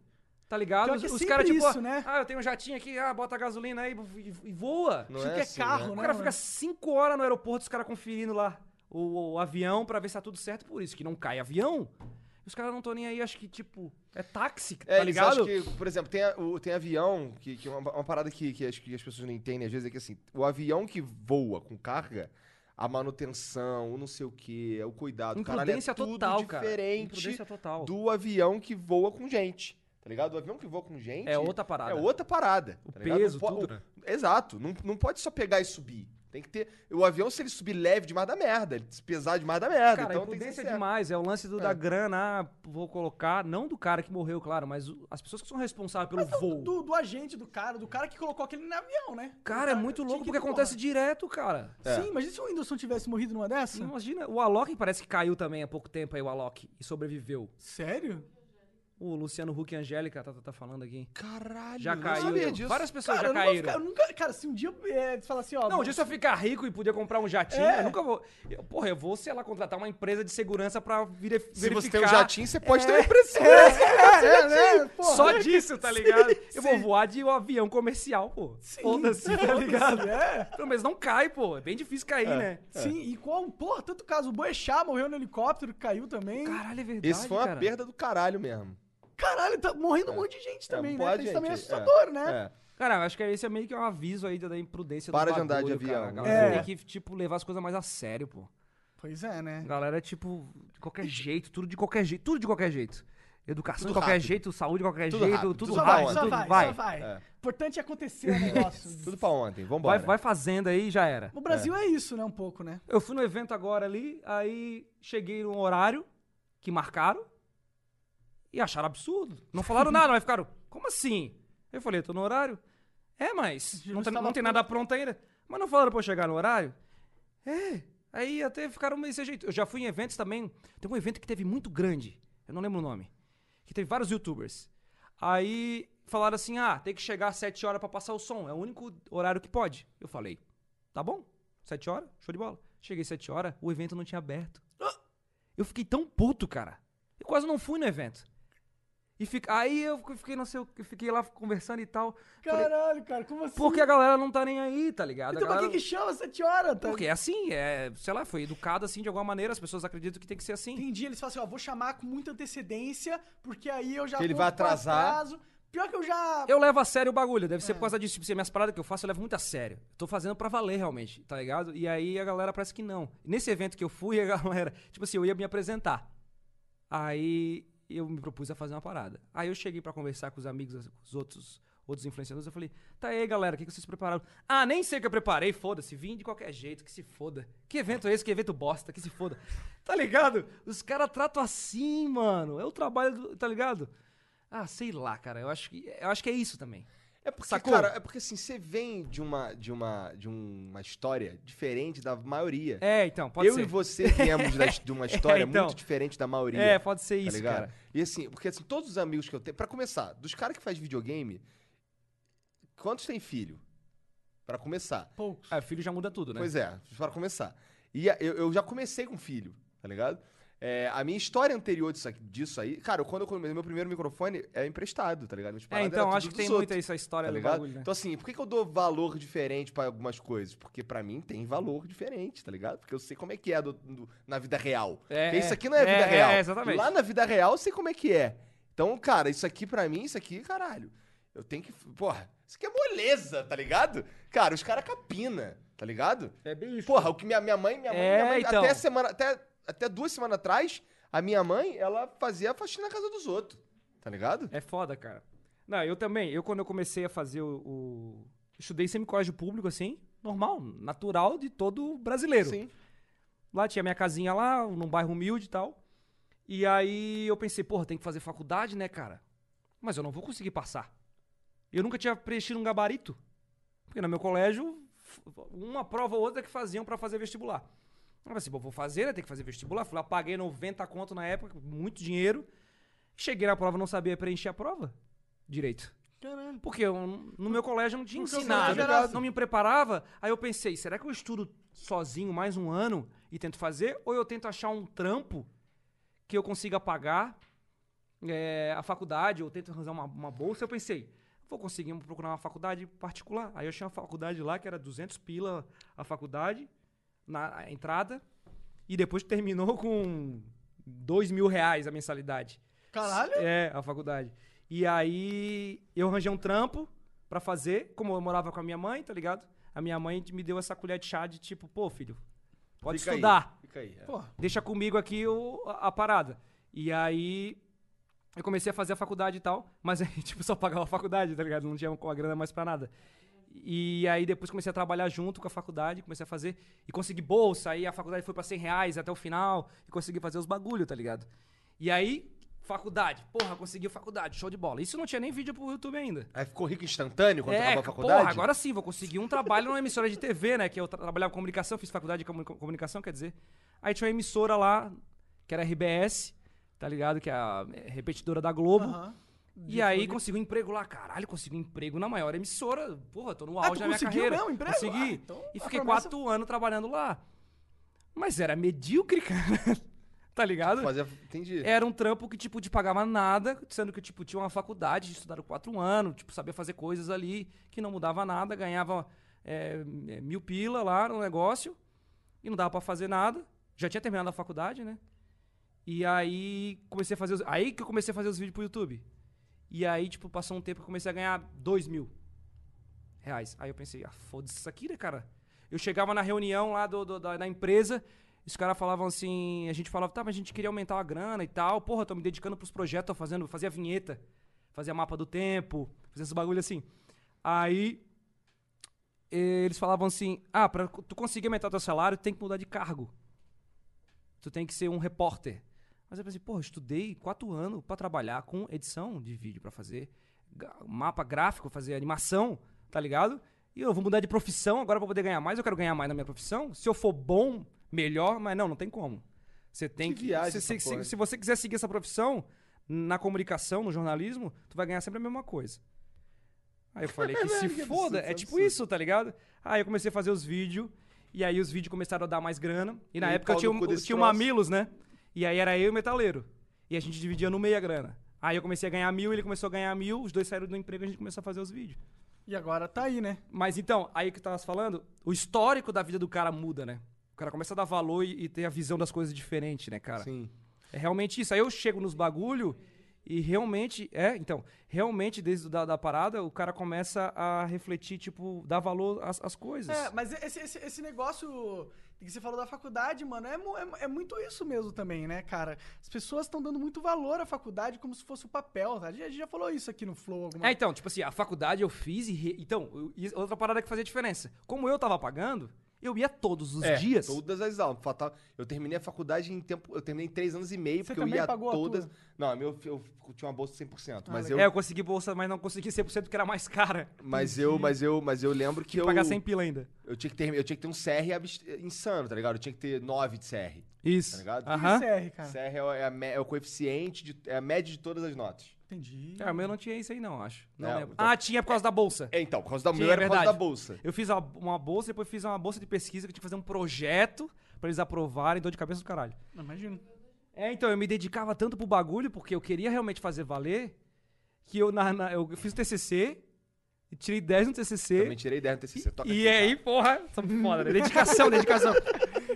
[SPEAKER 2] Tá ligado?
[SPEAKER 1] Pior
[SPEAKER 2] Os,
[SPEAKER 1] que é
[SPEAKER 2] os
[SPEAKER 1] sempre
[SPEAKER 2] caras, tipo,
[SPEAKER 1] isso, né?
[SPEAKER 2] ah, eu tenho um jatinho aqui, ah, bota a gasolina aí e, e voa.
[SPEAKER 3] Não
[SPEAKER 1] Isso
[SPEAKER 3] é
[SPEAKER 1] que é
[SPEAKER 3] assim,
[SPEAKER 1] carro,
[SPEAKER 3] né?
[SPEAKER 1] né?
[SPEAKER 2] o cara
[SPEAKER 1] mano?
[SPEAKER 2] fica cinco horas no aeroporto, os caras conferindo lá o, o avião pra ver se tá tudo certo. Por isso que não cai avião. Os caras não estão nem aí, acho que, tipo, é táxi,
[SPEAKER 3] É,
[SPEAKER 2] tá
[SPEAKER 3] eles
[SPEAKER 2] ligado?
[SPEAKER 3] acham que, por exemplo, tem, a- o, tem avião, que, que é uma, uma parada que, que acho que as pessoas não entendem às vezes, é que assim, o avião que voa com carga, a manutenção, o não sei o que, o cuidado, caralho, é
[SPEAKER 2] Imprudência
[SPEAKER 3] tudo
[SPEAKER 2] total, cara.
[SPEAKER 3] diferente
[SPEAKER 2] Imprudência total.
[SPEAKER 3] do avião que voa com gente, tá ligado? O avião que voa com gente...
[SPEAKER 2] É outra parada.
[SPEAKER 3] É outra parada.
[SPEAKER 2] O
[SPEAKER 3] tá ligado?
[SPEAKER 2] peso,
[SPEAKER 3] Não po-
[SPEAKER 2] tudo, né?
[SPEAKER 3] o- Exato. Não, não pode só pegar e subir. Tem que ter... O avião, se ele subir leve demais da merda, ele se pesar demais da merda.
[SPEAKER 2] Cara,
[SPEAKER 3] então tem que ser
[SPEAKER 2] imprudência é
[SPEAKER 3] certo.
[SPEAKER 2] demais. É o lance do,
[SPEAKER 3] É.
[SPEAKER 2] da grana, ah, vou colocar, não do cara que morreu, claro, mas o- as pessoas que são responsáveis pelo voo.
[SPEAKER 1] Do, do agente, do cara, do cara que colocou aquele no avião, né?
[SPEAKER 2] Cara, é muito louco porque acontece direto, cara.
[SPEAKER 3] É.
[SPEAKER 1] Sim, imagina se o Whindersson tivesse morrido numa dessa.
[SPEAKER 2] Imagina, o Alok parece que caiu também há pouco tempo aí, o Alok, e sobreviveu.
[SPEAKER 1] Sério?
[SPEAKER 2] O Luciano Huck e a Angélica tá, tá, tá falando aqui.
[SPEAKER 3] Caralho,
[SPEAKER 2] Já
[SPEAKER 3] não
[SPEAKER 2] caiu.
[SPEAKER 3] sabia disso.
[SPEAKER 2] Várias pessoas
[SPEAKER 1] cara,
[SPEAKER 2] já
[SPEAKER 1] eu nunca,
[SPEAKER 2] caíram.
[SPEAKER 1] ficar, eu nunca. Cara, se um dia é, falar assim, ó.
[SPEAKER 2] Não, um
[SPEAKER 1] vou-
[SPEAKER 2] dia se eu ficar rico e poder comprar um jatinho,
[SPEAKER 1] É.
[SPEAKER 2] eu nunca vou. Eu, porra, eu vou, sei lá, contratar uma empresa de segurança pra vire- verificar. É,
[SPEAKER 3] Se você tem um jatinho, você pode ter uma impressão.
[SPEAKER 1] é, né? Porra.
[SPEAKER 2] Só disso, tá ligado? eu vou voar de um avião comercial, pô.
[SPEAKER 1] Sim,
[SPEAKER 2] Foda-se, tá
[SPEAKER 1] foda-se,
[SPEAKER 2] ligado?
[SPEAKER 1] É.
[SPEAKER 2] Pelo menos não cai, pô. É bem difícil cair, né?
[SPEAKER 3] É.
[SPEAKER 1] Sim, e qual, porra, tanto caso. O Boechat morreu no helicóptero, caiu também.
[SPEAKER 2] Caralho, é verdade,
[SPEAKER 3] Esse foi uma
[SPEAKER 2] cara.
[SPEAKER 3] perda do caralho mesmo.
[SPEAKER 1] Caralho, tá morrendo um monte de gente
[SPEAKER 3] É,
[SPEAKER 1] também, né?
[SPEAKER 3] pode,
[SPEAKER 1] Isso também é
[SPEAKER 3] gente,
[SPEAKER 1] assustador, né?
[SPEAKER 3] É.
[SPEAKER 2] Cara, eu acho que esse é meio que um aviso aí da da imprudência
[SPEAKER 3] Para
[SPEAKER 2] do
[SPEAKER 3] de andar de
[SPEAKER 2] bagulho, cara.
[SPEAKER 3] avião,
[SPEAKER 2] A galera
[SPEAKER 1] né?
[SPEAKER 2] tem que, tipo, levar as coisas mais a sério, pô.
[SPEAKER 1] Pois é, né?
[SPEAKER 2] A galera é, tipo, de qualquer jeito, tudo de qualquer jeito, tudo de qualquer jeito. Educação
[SPEAKER 3] Tudo
[SPEAKER 2] de qualquer
[SPEAKER 3] rápido.
[SPEAKER 2] jeito, saúde de qualquer
[SPEAKER 3] Tudo
[SPEAKER 2] jeito,
[SPEAKER 3] rápido,
[SPEAKER 2] tudo
[SPEAKER 3] tudo
[SPEAKER 1] só
[SPEAKER 2] rápido,
[SPEAKER 1] vai, só
[SPEAKER 2] tudo
[SPEAKER 1] vai,
[SPEAKER 2] vai.
[SPEAKER 1] só vai.
[SPEAKER 3] É.
[SPEAKER 1] Importante é acontecer o negócio.
[SPEAKER 3] Tudo pra ontem,
[SPEAKER 2] Vai,
[SPEAKER 3] vambora.
[SPEAKER 2] vai fazendo aí e já era.
[SPEAKER 1] o Brasil é. isso, né? Um pouco, né?
[SPEAKER 2] Eu fui no evento agora ali, aí cheguei num horário que marcaram e acharam absurdo. Não falaram nada, mas ficaram, como assim? Eu falei, tô no horário? É, mas
[SPEAKER 1] Já
[SPEAKER 2] não, tá-
[SPEAKER 1] estava
[SPEAKER 2] não tem nada pronto ainda. Mas não falaram pra eu chegar no horário? É. Aí até ficaram desse jeito. Eu já fui em eventos também. Tem um evento que teve muito grande, eu não lembro o nome, que teve vários youtubers. Aí falaram assim: ah, tem que chegar às 7 horas pra passar o som, é o único horário que pode. Eu falei, tá bom, 7 horas, show de bola. Cheguei 7 horas, o evento não tinha aberto. Eu fiquei tão puto, cara. Eu quase não fui no evento. E fica, aí eu fiquei, não sei, o que, fiquei lá conversando e tal. Falei,
[SPEAKER 1] Caralho, cara, como assim?
[SPEAKER 2] porque a galera não tá nem aí, tá ligado? A
[SPEAKER 1] Então pra
[SPEAKER 2] galera-
[SPEAKER 1] que que chama sete horas? Tá?
[SPEAKER 2] Porque é assim, é, sei lá, foi educado assim de alguma maneira, as pessoas acreditam que tem que ser assim.
[SPEAKER 1] Entendi, eles falam assim, ó, vou chamar com muita antecedência, porque aí eu já...
[SPEAKER 3] Que ele
[SPEAKER 1] conto
[SPEAKER 3] vai
[SPEAKER 1] com
[SPEAKER 3] atrasar.
[SPEAKER 1] atraso. Pior que eu já...
[SPEAKER 2] Eu levo a sério o bagulho, deve ser por causa disso. Tipo, assim, minhas paradas que eu faço, eu levo muito a sério. Tô fazendo pra valer realmente, tá ligado? E aí a galera parece que não. Nesse evento que eu fui, a galera, tipo assim, eu ia me apresentar. Aí eu me propus a fazer uma parada. Aí eu cheguei pra conversar com os amigos, com os outros, outros influenciadores, eu falei, tá aí, galera, o que, que vocês prepararam? Ah, nem sei o que eu preparei, foda-se, vim de qualquer jeito, que se foda. Que evento é esse? Que evento bosta, que se foda. Tá ligado? Os caras tratam assim, mano. É o trabalho, do, tá ligado? Ah, sei lá, cara. Eu acho que, eu acho que é isso também.
[SPEAKER 3] É porque,
[SPEAKER 2] Sacou?
[SPEAKER 3] cara, é porque assim, você vem de uma, de uma, de um, uma história diferente da maioria.
[SPEAKER 2] É, então, pode
[SPEAKER 3] eu
[SPEAKER 2] ser.
[SPEAKER 3] e você viemos da- de uma história
[SPEAKER 2] É, então.
[SPEAKER 3] muito diferente da maioria.
[SPEAKER 2] É, pode ser
[SPEAKER 3] tá
[SPEAKER 2] isso,
[SPEAKER 3] ligado?
[SPEAKER 2] cara.
[SPEAKER 3] E assim, porque assim, todos os amigos que eu tenho. Pra começar, dos caras que faz videogame, quantos tem filho? Pra começar.
[SPEAKER 1] Poucos.
[SPEAKER 3] é,
[SPEAKER 2] Ah, filho já É, muda tudo, né?
[SPEAKER 3] Pois é, para começar. E a- eu, eu já comecei com filho, tá ligado? É, a minha história anterior disso, aqui- disso aí, cara, quando eu comecei, meu primeiro microfone é emprestado, tá ligado? Minhas
[SPEAKER 2] É,
[SPEAKER 3] paradas
[SPEAKER 2] então,
[SPEAKER 3] eram
[SPEAKER 2] acho
[SPEAKER 3] tudo
[SPEAKER 2] que tem
[SPEAKER 3] dos
[SPEAKER 2] muito
[SPEAKER 3] outros,
[SPEAKER 2] essa história
[SPEAKER 3] tá
[SPEAKER 2] do
[SPEAKER 3] ligado?
[SPEAKER 2] bagulho, né?
[SPEAKER 3] Então, assim, por que, que eu dou valor diferente pra algumas coisas? Porque pra mim tem valor diferente, tá ligado? Porque eu sei como é que é do- do- na vida real.
[SPEAKER 2] É,
[SPEAKER 3] Porque
[SPEAKER 2] é.
[SPEAKER 3] isso aqui não é,
[SPEAKER 2] É, é,
[SPEAKER 3] vida real.
[SPEAKER 2] é, exatamente.
[SPEAKER 3] Lá na vida real eu sei como é que é. Então, cara, isso aqui pra mim, isso aqui, caralho. Eu tenho que. Porra, isso aqui é moleza, tá ligado? Cara, os caras capina, tá ligado?
[SPEAKER 2] É bem isso.
[SPEAKER 3] Porra, o que minha, minha mãe, minha mãe,
[SPEAKER 2] É,
[SPEAKER 3] minha mãe
[SPEAKER 2] então.
[SPEAKER 3] até semana, até, até duas semanas atrás, a minha mãe, ela fazia a faxina na casa dos outros. Tá ligado?
[SPEAKER 2] É foda, cara. Não, eu também. Eu, quando eu comecei a fazer o. o... Estudei sempre colégio público, assim, normal, natural de todo brasileiro.
[SPEAKER 3] Sim.
[SPEAKER 2] Lá tinha minha casinha lá, num bairro humilde e tal. E aí eu pensei, porra, tem que fazer faculdade, né, cara? Mas eu não vou conseguir passar. Eu nunca tinha preenchido um gabarito. Porque no meu colégio, f- uma prova ou outra que faziam pra fazer vestibular. Eu falei assim, pô, vou fazer, né? Tem que fazer vestibular. Fui lá, paguei 90 conto na época, muito dinheiro. Cheguei na prova, não sabia preencher a prova direito.
[SPEAKER 1] Caralho.
[SPEAKER 2] Porque eu não- no meu colégio não tinha
[SPEAKER 1] Porque o
[SPEAKER 2] ensinado,
[SPEAKER 1] colégio era-
[SPEAKER 2] não me preparava. Aí eu pensei, será que eu estudo sozinho mais um ano e tento fazer? Ou eu tento achar um trampo que eu consiga pagar é, a faculdade, ou tento arranjar uma, uma bolsa? Eu pensei, vou conseguir procurar uma faculdade particular. Aí eu achei uma faculdade lá que era 200 pila a faculdade, na a entrada, e depois terminou com 2 mil reais a mensalidade.
[SPEAKER 1] Caralho.
[SPEAKER 2] É, a faculdade. E aí eu arranjei um trampo pra fazer, como eu morava com a minha mãe, tá ligado? A minha mãe me deu essa colher de chá de tipo, pô, filho, pode
[SPEAKER 3] Fica aí,
[SPEAKER 2] estudar.
[SPEAKER 3] Fica aí. é.
[SPEAKER 1] Pô,
[SPEAKER 2] Deixa comigo aqui o, a, a parada. E aí eu comecei a fazer a faculdade e tal, mas aí, tipo, só pagava a faculdade, tá ligado? Não tinha com a grana mais pra nada. E aí depois comecei a trabalhar junto com a faculdade, comecei a fazer e consegui bolsa, aí a faculdade foi pra 100 reais até o final e consegui fazer os bagulho, tá ligado? E aí, faculdade, porra, consegui faculdade, show de bola. Isso não tinha nem vídeo pro YouTube ainda.
[SPEAKER 3] Aí ficou rico instantâneo quando
[SPEAKER 2] É,
[SPEAKER 3] acabou a
[SPEAKER 2] ca-
[SPEAKER 3] faculdade?
[SPEAKER 2] Porra, agora sim, vou conseguir um trabalho numa emissora de TV, né? Que eu tra- trabalhava com comunicação, fiz faculdade de comuni- comunicação, quer dizer. Aí tinha uma emissora lá, que era a RBS, tá ligado? Que é a é, repetidora da Globo.
[SPEAKER 1] aham.
[SPEAKER 2] E aí consegui um emprego lá, caralho, consegui um emprego na maior emissora. Porra, tô no
[SPEAKER 1] Ah,
[SPEAKER 2] auge
[SPEAKER 1] tu
[SPEAKER 2] da minha
[SPEAKER 1] conseguiu
[SPEAKER 2] carreira.
[SPEAKER 1] mesmo emprego?
[SPEAKER 2] Consegui.
[SPEAKER 1] Ah, então
[SPEAKER 2] e
[SPEAKER 1] a
[SPEAKER 2] fiquei
[SPEAKER 1] promessa-
[SPEAKER 2] quatro anos trabalhando lá. Mas era medíocre, cara. tá ligado?
[SPEAKER 3] Fazer, entendi.
[SPEAKER 2] Era um trampo que, tipo, te pagava nada, sendo que, tipo, tinha uma faculdade, estudaram quatro anos, tipo, sabia fazer coisas ali, que não mudava nada, ganhava é, é, mil pila lá no negócio, e não dava pra fazer nada. Já tinha terminado a faculdade, né? E aí comecei a fazer os... Aí que eu comecei a fazer os vídeos pro YouTube. E aí, tipo, passou um tempo que eu comecei a ganhar dois mil reais. Aí eu pensei, ah, foda-se isso aqui, né, cara? Eu chegava na reunião lá do, do- da, da empresa, e os caras falavam assim, a gente falava, tá, mas a gente queria aumentar a grana e tal. Porra, tô me dedicando pros projetos, tô fazendo, fazia vinheta, fazia mapa do tempo, fazia esses bagulho assim. Aí eh, eles falavam assim, ah, pra co- tu conseguir aumentar teu salário, tu tem que mudar de cargo. Tu tem que ser um repórter. Mas eu pensei, porra, eu estudei quatro anos pra trabalhar com edição de vídeo, pra fazer ga- mapa gráfico, fazer animação, tá ligado? E eu vou mudar de profissão agora pra poder ganhar mais, eu quero ganhar mais na minha profissão. Se eu for bom, melhor, mas não, não tem como. Você tem
[SPEAKER 3] Que
[SPEAKER 2] que.
[SPEAKER 3] viagem
[SPEAKER 2] se, se,
[SPEAKER 3] essa porra.
[SPEAKER 2] se, se você quiser seguir essa profissão na comunicação, no jornalismo, tu vai ganhar sempre a mesma coisa. Aí eu falei que se
[SPEAKER 3] absurdo,
[SPEAKER 2] foda,
[SPEAKER 3] que
[SPEAKER 2] é tipo
[SPEAKER 3] absurdo.
[SPEAKER 2] isso, tá ligado? Aí eu comecei a fazer os vídeos, e aí os vídeos começaram a dar mais grana. E na
[SPEAKER 3] E
[SPEAKER 2] época eu
[SPEAKER 3] pau
[SPEAKER 2] tinha,
[SPEAKER 3] no cu
[SPEAKER 2] um-
[SPEAKER 3] desse
[SPEAKER 2] tinha o
[SPEAKER 3] troço.
[SPEAKER 2] Mamilos, né? E aí era eu e o Metaleiro. E a gente dividia no meio a grana. Aí eu comecei a ganhar mil, ele começou a ganhar mil, os dois saíram do emprego e a gente começou a fazer os vídeos.
[SPEAKER 1] E agora tá aí, né?
[SPEAKER 2] Mas então, aí que eu tava falando, o histórico da vida do cara muda, né? O cara começa a dar valor e, e ter a visão das coisas diferente, né, cara?
[SPEAKER 3] Sim.
[SPEAKER 2] É realmente isso. Aí eu chego nos bagulho e realmente. É, então. Realmente, desde o da, da parada, o cara começa a refletir, tipo, dar valor às, às coisas.
[SPEAKER 1] É, mas esse, esse, esse negócio que você falou da faculdade, mano, é, mu- é, mu- é muito isso mesmo também, né, cara? As pessoas estão dando muito valor à faculdade como se fosse o papel, tá? A gente a gente já falou isso aqui no Flow alguma
[SPEAKER 2] É, então, tipo assim, a faculdade eu fiz e. re- Então, eu- e outra parada que fazia diferença. Como eu tava pagando, eu ia todos os
[SPEAKER 3] É,
[SPEAKER 2] dias.
[SPEAKER 3] Todas as aulas. Fatal. Eu terminei a faculdade em tempo. Eu terminei em três anos e meio,
[SPEAKER 1] Você
[SPEAKER 3] porque eu
[SPEAKER 1] também
[SPEAKER 3] ia
[SPEAKER 1] pagou a
[SPEAKER 3] todas.
[SPEAKER 1] tua?
[SPEAKER 3] Não, meu, eu tinha uma bolsa 100%. mas, eu,
[SPEAKER 2] É, eu consegui bolsa, mas não consegui 100% que era mais cara.
[SPEAKER 3] mas eu. Mas eu. Mas eu lembro que eu. Tá
[SPEAKER 2] Pagar 100 pila ainda.
[SPEAKER 3] Eu tinha que ter, eu tinha que ter um CR abs- insano, tá ligado? Eu tinha que ter 9 de CR. Tá
[SPEAKER 2] Isso.
[SPEAKER 3] ligado?
[SPEAKER 2] Aham.
[SPEAKER 1] Isso é, cara.
[SPEAKER 3] CR é, o- é a me- é o coeficiente, de, é a média de todas as notas.
[SPEAKER 1] Entendi.
[SPEAKER 2] É, o meu não tinha isso aí, não, acho. Não
[SPEAKER 3] É,
[SPEAKER 2] lembro.
[SPEAKER 3] então-
[SPEAKER 2] Ah, tinha por causa da bolsa.
[SPEAKER 3] É, então, por causa da
[SPEAKER 2] Sim,
[SPEAKER 3] meu
[SPEAKER 2] é
[SPEAKER 3] era por causa da
[SPEAKER 2] verdade.
[SPEAKER 3] bolsa.
[SPEAKER 2] Eu fiz a- uma bolsa, depois fiz uma bolsa de pesquisa que eu tinha que fazer um projeto pra eles aprovarem, dor de cabeça do caralho.
[SPEAKER 1] Não, imagino.
[SPEAKER 2] É, então, eu me dedicava tanto pro bagulho, porque eu queria realmente fazer valer, que eu, na, na- eu fiz o TCC, tirei 10 no TCC.
[SPEAKER 3] Também tirei 10 no TCC. Toca
[SPEAKER 2] E é
[SPEAKER 3] aqui, tá?
[SPEAKER 2] aí, porra, só foda, né? Dedicação, dedicação.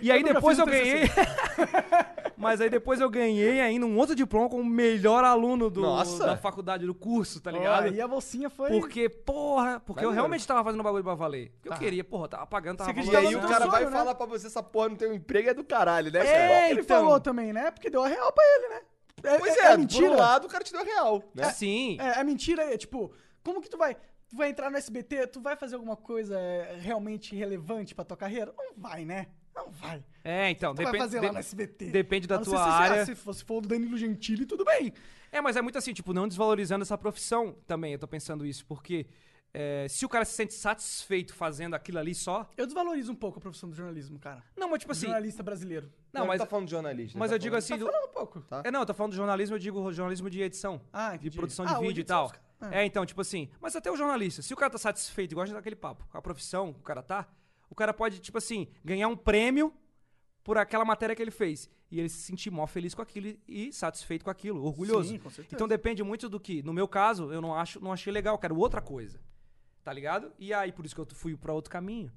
[SPEAKER 2] E aí
[SPEAKER 1] nunca
[SPEAKER 2] depois
[SPEAKER 1] fiz
[SPEAKER 2] eu
[SPEAKER 1] o TCC.
[SPEAKER 2] ganhei. Mas aí depois eu ganhei ainda um outro diploma como melhor aluno do,
[SPEAKER 3] Nossa.
[SPEAKER 2] da faculdade, do curso, tá
[SPEAKER 1] Ó,
[SPEAKER 2] ligado?
[SPEAKER 1] aí a bolsinha foi.
[SPEAKER 2] porque, porra, porque eu
[SPEAKER 3] Maneiro.
[SPEAKER 2] realmente tava fazendo um bagulho pra valer. Porque eu
[SPEAKER 1] Tá.
[SPEAKER 2] queria, porra, tava pagando, tava
[SPEAKER 1] Você
[SPEAKER 3] tá. E
[SPEAKER 1] acreditava
[SPEAKER 2] valorizando.
[SPEAKER 3] aí o
[SPEAKER 1] no
[SPEAKER 3] cara
[SPEAKER 1] sonho,
[SPEAKER 3] vai
[SPEAKER 1] né?
[SPEAKER 3] falar pra você, essa porra não tem um emprego, é do caralho, né,
[SPEAKER 1] É,
[SPEAKER 3] cara?
[SPEAKER 1] o que ele
[SPEAKER 2] então.
[SPEAKER 1] falou também, né? Porque deu a real pra ele, né? É,
[SPEAKER 3] Pois
[SPEAKER 1] é,
[SPEAKER 3] é,
[SPEAKER 1] é mentira.
[SPEAKER 3] por um lado o cara te deu real, né?
[SPEAKER 2] Sim.
[SPEAKER 1] É, é mentira, é tipo, como que tu vai. Tu vai entrar no SBT, tu vai fazer alguma coisa é, realmente relevante pra tua carreira? Não vai, né? Não vai.
[SPEAKER 2] É, então,
[SPEAKER 1] Tu vai
[SPEAKER 2] depende.
[SPEAKER 1] fazer
[SPEAKER 2] de-
[SPEAKER 1] lá né? no SBT.
[SPEAKER 2] depende da
[SPEAKER 1] A não ser
[SPEAKER 2] tua
[SPEAKER 1] se,
[SPEAKER 2] área.
[SPEAKER 1] ah, Se, for- se for o Danilo Gentili, tudo bem.
[SPEAKER 2] É, mas é muito assim, tipo, não desvalorizando essa profissão também, eu tô pensando isso, porque é, se o cara se sente satisfeito fazendo aquilo ali só.
[SPEAKER 1] Eu desvalorizo um pouco a profissão do jornalismo, cara.
[SPEAKER 2] Não, mas tipo assim.
[SPEAKER 1] Jornalista brasileiro.
[SPEAKER 2] Não, mas,
[SPEAKER 3] tá falando de jornalista.
[SPEAKER 2] mas
[SPEAKER 3] tá
[SPEAKER 2] eu digo
[SPEAKER 3] falando-
[SPEAKER 2] assim. do-
[SPEAKER 1] Fala um pouco.
[SPEAKER 3] Tá.
[SPEAKER 2] É, não, eu tô falando de jornalismo, eu digo jornalismo de edição.
[SPEAKER 1] Ah,
[SPEAKER 2] de
[SPEAKER 1] entendi.
[SPEAKER 2] produção
[SPEAKER 1] Ah,
[SPEAKER 2] de
[SPEAKER 1] o Ah.
[SPEAKER 2] vídeo e
[SPEAKER 1] edição,
[SPEAKER 2] tal.
[SPEAKER 1] os caras-
[SPEAKER 2] É, então, tipo assim, mas até o jornalista, se o cara tá satisfeito, igual a gente daquele papo, com a profissão que o cara tá, o cara pode, tipo assim, ganhar um prêmio por aquela matéria que ele fez. E ele se sentir mó feliz com aquilo e- e satisfeito com aquilo, orgulhoso.
[SPEAKER 1] Sim, com certeza.
[SPEAKER 2] então depende muito do que. No meu caso, eu não acho, não achei legal, eu quero outra coisa. Tá ligado? E aí, por isso que eu fui pra outro caminho.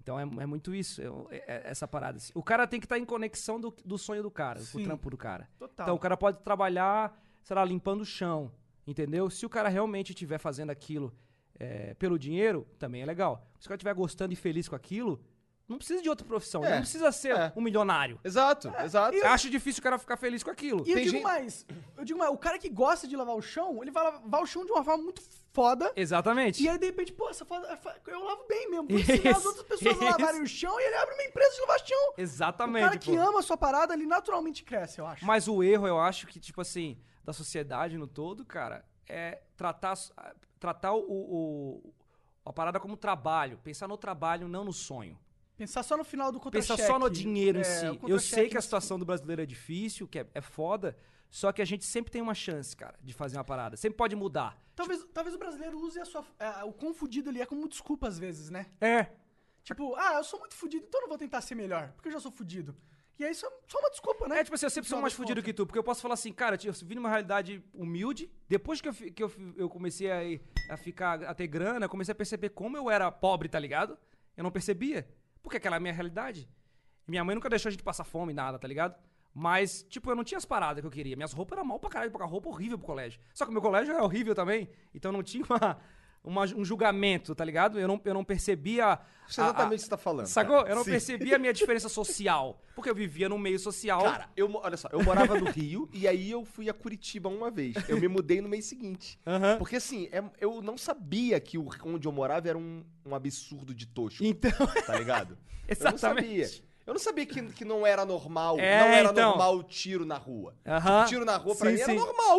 [SPEAKER 2] Então é, é muito isso, eu- é- é essa parada. assim. O cara tem que estar em conexão do, do sonho do cara,
[SPEAKER 1] Sim.
[SPEAKER 2] do trampo do cara.
[SPEAKER 1] Total.
[SPEAKER 2] Então o cara pode trabalhar, sei lá, limpando o chão, entendeu? Se o cara realmente estiver fazendo aquilo é, pelo dinheiro, também é legal. Se o cara estiver gostando e feliz com aquilo, não precisa de outra profissão, ele
[SPEAKER 3] É,
[SPEAKER 2] não precisa ser
[SPEAKER 3] é.
[SPEAKER 2] um milionário.
[SPEAKER 3] Exato, exato.
[SPEAKER 2] Eu acho difícil o cara ficar feliz com aquilo.
[SPEAKER 1] E eu
[SPEAKER 3] Tem
[SPEAKER 1] digo
[SPEAKER 3] gente-
[SPEAKER 1] mais, eu digo mais, o cara que gosta de lavar o chão, ele vai lavar o chão de uma forma muito foda.
[SPEAKER 2] Exatamente.
[SPEAKER 1] E aí, de repente, pô, essa foda, eu lavo bem mesmo. Vou ensinar as
[SPEAKER 2] Isso,
[SPEAKER 1] outras pessoas a lavarem o chão e ele abre uma empresa de lavar chão. O
[SPEAKER 2] Exatamente.
[SPEAKER 1] cara que
[SPEAKER 2] pô.
[SPEAKER 1] ama a sua parada, ele naturalmente cresce, eu acho.
[SPEAKER 2] Mas o erro, eu acho que, tipo assim, da sociedade no todo, cara, é tratar, s- a- tratar o, o- a parada como trabalho. Pensar no trabalho, não no sonho.
[SPEAKER 1] Pensar só no final do
[SPEAKER 2] Pensar
[SPEAKER 1] contra-cheque.
[SPEAKER 2] só no dinheiro
[SPEAKER 1] É,
[SPEAKER 2] em
[SPEAKER 1] o
[SPEAKER 2] si. Eu
[SPEAKER 1] contra-cheque
[SPEAKER 2] sei que a
[SPEAKER 1] no-
[SPEAKER 2] situação do brasileiro é difícil, que é, é foda, só que a gente sempre tem uma chance, cara, de fazer uma parada. Sempre pode mudar.
[SPEAKER 1] Talvez, talvez o brasileiro use a sua, é, o quão fudido ele é como desculpa às vezes, né?
[SPEAKER 2] É.
[SPEAKER 1] Tipo, ah, eu sou muito fudido, então eu não vou tentar ser melhor, porque eu já sou fudido. E aí, só, só uma desculpa, né?
[SPEAKER 2] É, tipo assim, eu sempre sou
[SPEAKER 1] No final
[SPEAKER 2] mais
[SPEAKER 1] das
[SPEAKER 2] fudido
[SPEAKER 1] contas.
[SPEAKER 2] que tu, porque eu posso falar assim, cara, eu vim numa realidade humilde, depois que eu, fi- que eu, fi- eu comecei a, ir- a ficar, a ter grana, eu comecei a perceber como eu era pobre, tá ligado? Eu não percebia, porque aquela é a minha realidade. Minha mãe nunca deixou a gente passar fome, nada, tá ligado? Mas, tipo, eu não tinha as paradas que eu queria. Minhas roupas eram mal pra caralho, porque a roupa é horrível pro colégio. Só que meu colégio era horrível também, então não tinha uma- uma- um julgamento, tá ligado? Eu não, eu não percebia...
[SPEAKER 3] Isso é exatamente o
[SPEAKER 2] a-
[SPEAKER 3] que você tá falando.
[SPEAKER 2] Sacou?
[SPEAKER 3] cara.
[SPEAKER 2] Eu não
[SPEAKER 3] Sim.
[SPEAKER 2] percebia a minha diferença social. Porque eu vivia num meio social.
[SPEAKER 3] Cara, eu, mo- olha só, eu morava no Rio e aí eu fui a Curitiba uma vez. Eu me mudei no mês seguinte.
[SPEAKER 2] Aham.
[SPEAKER 3] Porque assim, é- eu não sabia que o- onde eu morava era um, um absurdo de tosco,
[SPEAKER 2] Então,
[SPEAKER 3] tá ligado? Eu não sabia.
[SPEAKER 2] exatamente.
[SPEAKER 3] Eu não sabia que, que não era normal,
[SPEAKER 2] É,
[SPEAKER 3] não era
[SPEAKER 2] então.
[SPEAKER 3] normal o tiro na rua.
[SPEAKER 2] Aham.
[SPEAKER 3] Tipo, Tiro na rua pra
[SPEAKER 2] Sim,
[SPEAKER 3] mim era
[SPEAKER 2] sim.
[SPEAKER 3] normal.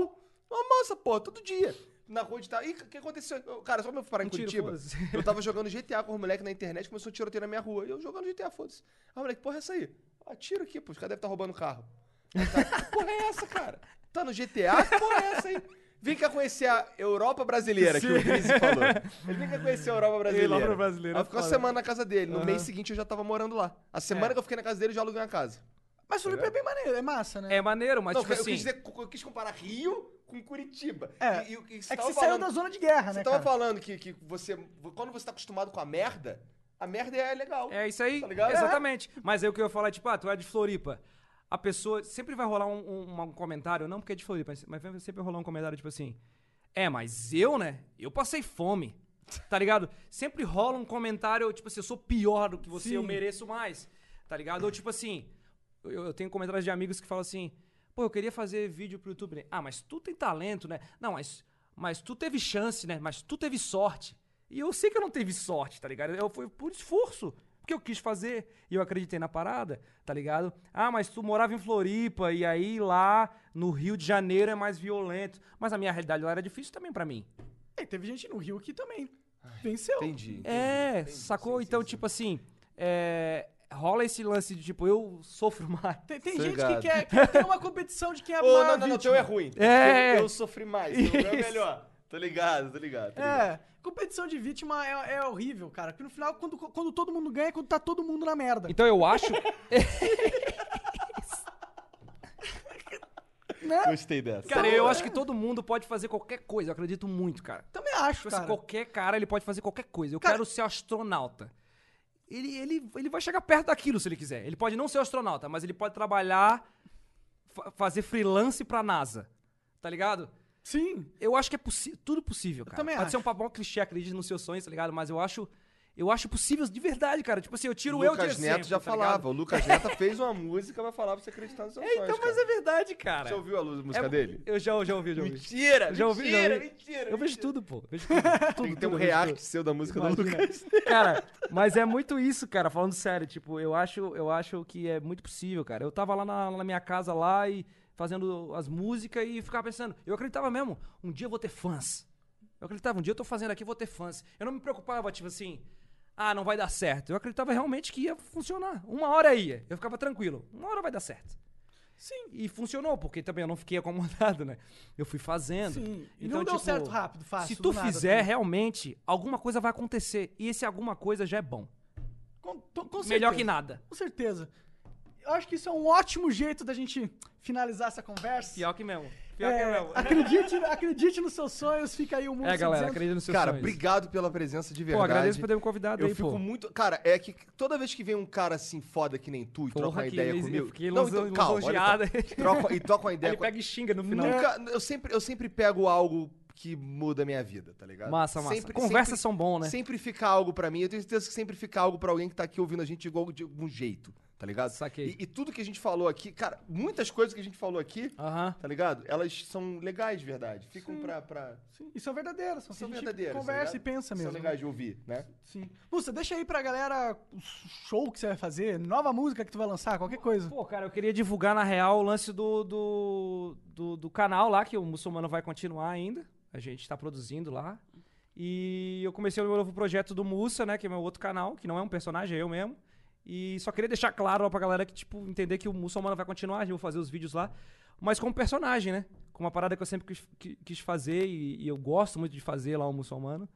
[SPEAKER 3] Normal essa porra, todo dia. Na rua de tal. Ih, o que aconteceu? Eu- Cara, só pra eu parar em
[SPEAKER 2] Um tiro,
[SPEAKER 3] Curitiba.
[SPEAKER 2] foda-se.
[SPEAKER 3] Eu tava jogando GTA com os moleques na internet, começou um tiroteio na minha rua. E eu jogando GTA, foda-se. Ah, moleque, porra, é essa aí? Ah, tiro aqui, pô, os caras devem estar roubando carro. Aí, cara, que porra é essa, cara? Tá no GTA? Que porra é essa aí? Vem cá conhecer a Europa brasileira, que o Grise falou. Ele vem cá conhecer a Europa brasileira.
[SPEAKER 2] Europa brasileira,
[SPEAKER 3] Aí eu fiquei uma
[SPEAKER 2] foda.
[SPEAKER 3] semana na casa dele. No
[SPEAKER 2] Aham.
[SPEAKER 3] mês seguinte eu já tava morando lá. A semana
[SPEAKER 2] É.
[SPEAKER 3] que eu fiquei na casa dele, eu já aluguei uma casa.
[SPEAKER 1] Mas Floripa é bem maneiro, é massa, né?
[SPEAKER 2] É maneiro, mas
[SPEAKER 3] não,
[SPEAKER 2] tipo
[SPEAKER 3] eu,
[SPEAKER 2] assim.
[SPEAKER 3] quis dizer- eu quis comparar Rio com Curitiba.
[SPEAKER 1] É.
[SPEAKER 3] E- e o que
[SPEAKER 1] É que
[SPEAKER 3] tava
[SPEAKER 1] você saiu
[SPEAKER 3] falando-
[SPEAKER 1] da zona de guerra,
[SPEAKER 3] Você
[SPEAKER 1] né,
[SPEAKER 3] tava
[SPEAKER 1] cara?
[SPEAKER 3] falando que, que você. Quando você tá acostumado com a merda, a merda é legal.
[SPEAKER 2] É isso aí.
[SPEAKER 3] Tá ligado?
[SPEAKER 2] Exatamente. Mas aí o que eu ia falar é, tipo, ah, tu é de Floripa. A pessoa. Sempre vai rolar um, um- um comentário, não porque é de Floripa, mas sempre vai rolar um comentário, tipo assim. É, mas eu, né? Eu passei fome. Tá ligado? Sempre rola um comentário, tipo assim, eu sou pior do que você, eu
[SPEAKER 1] Sim.
[SPEAKER 2] mereço mais. Tá ligado? Ou tipo assim, eu, eu tenho comentários de amigos que falam assim, pô, eu queria fazer vídeo pro YouTube. Ah, mas tu tem talento, né? Não, mas, mas tu teve chance, né? Mas tu teve sorte. E eu sei que eu não teve sorte, tá ligado? Eu fui por esforço. Porque eu quis fazer e eu acreditei na parada, tá ligado? Ah, mas tu morava em Floripa e aí lá no Rio de Janeiro é mais violento. Mas a minha realidade lá era difícil também pra mim.
[SPEAKER 1] É, teve gente no Rio aqui também. Venceu.
[SPEAKER 3] Entendi.
[SPEAKER 2] É, sacou? então, tipo assim, é, rola esse lance de tipo, eu sofro mais.
[SPEAKER 1] Tem, tem
[SPEAKER 3] Tô
[SPEAKER 1] gente que
[SPEAKER 3] ligado.
[SPEAKER 1] quer, que tem uma competição de quem é
[SPEAKER 3] Ô,
[SPEAKER 1] mais
[SPEAKER 3] não, não, não, teu é ruim.
[SPEAKER 2] É.
[SPEAKER 3] Eu, eu sofri mais. Teu é
[SPEAKER 2] Isso.
[SPEAKER 3] melhor. Tô ligado, tô ligado. Tô ligado.
[SPEAKER 1] É, competição de vítima é, é horrível, cara. Porque no final, quando, quando todo mundo ganha, é quando tá todo mundo na merda.
[SPEAKER 2] Então eu acho.
[SPEAKER 1] né?
[SPEAKER 3] Gostei dessa.
[SPEAKER 2] Cara, eu acho que todo mundo pode fazer qualquer coisa. Eu acredito muito, cara.
[SPEAKER 1] Também acho,
[SPEAKER 2] Tipo assim,
[SPEAKER 1] cara.
[SPEAKER 2] qualquer cara, ele pode fazer qualquer coisa. Eu
[SPEAKER 1] Cara-
[SPEAKER 2] quero ser astronauta. Ele, ele, ele vai chegar perto daquilo se ele quiser. Ele pode não ser astronauta, mas ele pode trabalhar, fa- fazer freelance pra NASA. Tá ligado?
[SPEAKER 1] Sim.
[SPEAKER 2] Eu acho que é possi- tudo possível, cara.
[SPEAKER 1] também
[SPEAKER 2] pode ser um
[SPEAKER 1] acho.
[SPEAKER 2] papão clichê, acredite nos seus sonhos, tá ligado? Mas eu acho, eu acho possível de verdade, cara. Tipo assim, eu tiro
[SPEAKER 3] O
[SPEAKER 2] eu de
[SPEAKER 3] Lucas Neto
[SPEAKER 2] exemplo,
[SPEAKER 3] já
[SPEAKER 2] tá
[SPEAKER 3] falava.
[SPEAKER 2] ligado?
[SPEAKER 3] O Lucas Neto fez uma música, vai falar pra você acreditar nos seus
[SPEAKER 2] É,
[SPEAKER 3] sonhos.
[SPEAKER 2] então, mas
[SPEAKER 3] cara.
[SPEAKER 2] é verdade, cara.
[SPEAKER 3] Você ouviu a lu- música
[SPEAKER 2] É-
[SPEAKER 3] dele?
[SPEAKER 2] Eu já, já ouvi, já ouvi.
[SPEAKER 5] Mentira!
[SPEAKER 2] Já ouvi, já
[SPEAKER 5] mentira,
[SPEAKER 2] ouvi.
[SPEAKER 5] mentira!
[SPEAKER 2] Eu vejo tudo, pô. Vejo tudo, tudo,
[SPEAKER 3] Tem que ter
[SPEAKER 2] tudo, eu vejo
[SPEAKER 3] um
[SPEAKER 2] tudo.
[SPEAKER 3] react seu da música do
[SPEAKER 2] Imagina.
[SPEAKER 3] Lucas.
[SPEAKER 2] Cara, mas é muito isso, cara, falando sério, tipo, eu acho, eu acho que é muito possível, cara. Eu tava lá na, na minha casa lá e fazendo as músicas e ficava pensando, eu acreditava mesmo, um dia eu vou ter fãs. Eu acreditava, um dia eu tô fazendo aqui, eu vou ter fãs. Eu não me preocupava, tipo assim, ah, não vai dar certo. Eu acreditava realmente que ia funcionar. Uma hora ia, eu ficava tranquilo. Uma hora vai dar certo. Sim. E funcionou, porque também eu não fiquei acomodado, né? Eu fui fazendo.
[SPEAKER 1] Sim. E
[SPEAKER 2] Então,
[SPEAKER 1] não deu
[SPEAKER 2] tipo,
[SPEAKER 1] certo rápido, fácil.
[SPEAKER 2] se tu
[SPEAKER 1] do nada,
[SPEAKER 2] fizer
[SPEAKER 1] assim.
[SPEAKER 2] realmente, alguma coisa vai acontecer. E esse alguma coisa já é bom.
[SPEAKER 1] Com- to- com
[SPEAKER 2] Melhor
[SPEAKER 1] certeza.
[SPEAKER 2] que nada.
[SPEAKER 1] Com certeza. Eu acho que isso é um ótimo jeito da gente finalizar essa conversa.
[SPEAKER 2] Pior que mesmo.
[SPEAKER 1] É, acredite, acredite nos seus sonhos, fica aí o mundo
[SPEAKER 2] É, galera,
[SPEAKER 1] dizendo-
[SPEAKER 2] acredita no seu
[SPEAKER 3] Cara, obrigado pela presença de
[SPEAKER 2] Pô,
[SPEAKER 3] verdade.
[SPEAKER 2] agradeço por ter me convidado
[SPEAKER 3] Eu
[SPEAKER 2] aí,
[SPEAKER 3] fico
[SPEAKER 2] pô.
[SPEAKER 3] muito. Cara, é que toda vez que vem um cara assim foda que nem tu e troca uma
[SPEAKER 2] que
[SPEAKER 3] ideia
[SPEAKER 2] lise-
[SPEAKER 3] comigo.
[SPEAKER 2] fiquei
[SPEAKER 3] Não,
[SPEAKER 2] longe-
[SPEAKER 3] então, calma, olha só.
[SPEAKER 2] lisonjeada.
[SPEAKER 3] Troca, e troca uma ideia
[SPEAKER 2] Ele
[SPEAKER 3] com.
[SPEAKER 2] pega e xinga no final.
[SPEAKER 3] Nunca. Eu sempre, eu sempre pego algo que muda a minha vida, tá ligado?
[SPEAKER 2] Massa, massa.
[SPEAKER 3] Sempre-
[SPEAKER 2] Conversas
[SPEAKER 3] sempre-
[SPEAKER 2] são bom, né?
[SPEAKER 3] Sempre fica algo pra mim. Eu tenho certeza que sempre fica algo pra alguém que tá aqui ouvindo a gente igual de algum jeito, tá ligado?
[SPEAKER 2] Saquei.
[SPEAKER 3] E, e tudo que a gente falou aqui, cara, muitas coisas que a gente falou aqui,
[SPEAKER 2] Aham.
[SPEAKER 3] tá ligado? Elas são legais de verdade. Ficam pra. pra-
[SPEAKER 1] Sim, e são verdadeiras, são,
[SPEAKER 3] São
[SPEAKER 1] que a gente
[SPEAKER 3] verdadeiras, tá
[SPEAKER 1] Conversa e
[SPEAKER 3] ligado?
[SPEAKER 1] pensa
[SPEAKER 3] São
[SPEAKER 1] mesmo.
[SPEAKER 3] legais de ouvir, né?
[SPEAKER 1] Sim. Mussa, deixa aí pra galera o show que você vai fazer, nova música que tu vai lançar, qualquer coisa.
[SPEAKER 2] Pô, cara, eu queria divulgar, na real, o lance do, do, do, do canal lá, que o muçulmano vai continuar ainda. A gente tá produzindo lá. E eu comecei o meu novo projeto do Mussa, né? Que é meu outro canal, que não é um personagem, é eu mesmo. E só queria deixar claro lá pra galera que, tipo, entender que o muçulmano vai continuar, eu vou fazer os vídeos lá. Mas como personagem, né? Com uma parada que eu sempre quis, qui- quis fazer e, e eu gosto muito de fazer lá o muçulmano.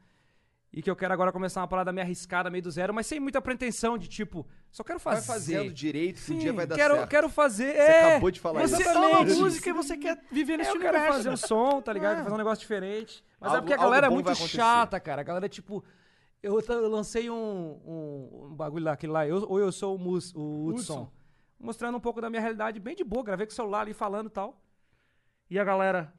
[SPEAKER 2] E que eu quero agora começar uma parada meio arriscada, meio do zero, mas sem muita pretensão de, tipo, só quero fazer.
[SPEAKER 3] Vai fazendo direito, que um
[SPEAKER 1] Sim,
[SPEAKER 3] dia vai dar
[SPEAKER 2] quero,
[SPEAKER 3] certo.
[SPEAKER 2] quero fazer.
[SPEAKER 3] Você acabou de falar
[SPEAKER 1] é, Você
[SPEAKER 3] isso.
[SPEAKER 1] ama a
[SPEAKER 2] Exatamente.
[SPEAKER 1] música e você quer viver nesse
[SPEAKER 2] eu quero
[SPEAKER 1] universo.
[SPEAKER 2] fazer um som, tá ligado?
[SPEAKER 1] É.
[SPEAKER 2] Quero fazer um negócio diferente. Mas é
[SPEAKER 3] Algo-
[SPEAKER 2] porque a
[SPEAKER 3] algo
[SPEAKER 2] galera é
[SPEAKER 3] bom
[SPEAKER 2] muito
[SPEAKER 3] vai acontecer.
[SPEAKER 2] chata, cara. A galera é tipo. Eu, t- eu lancei um, um, um bagulho lá, aquele lá, eu, ou eu sou o, Mus, o Hudson, mostrando um pouco da minha realidade, bem de boa, gravei com o celular ali falando e tal. E a galera.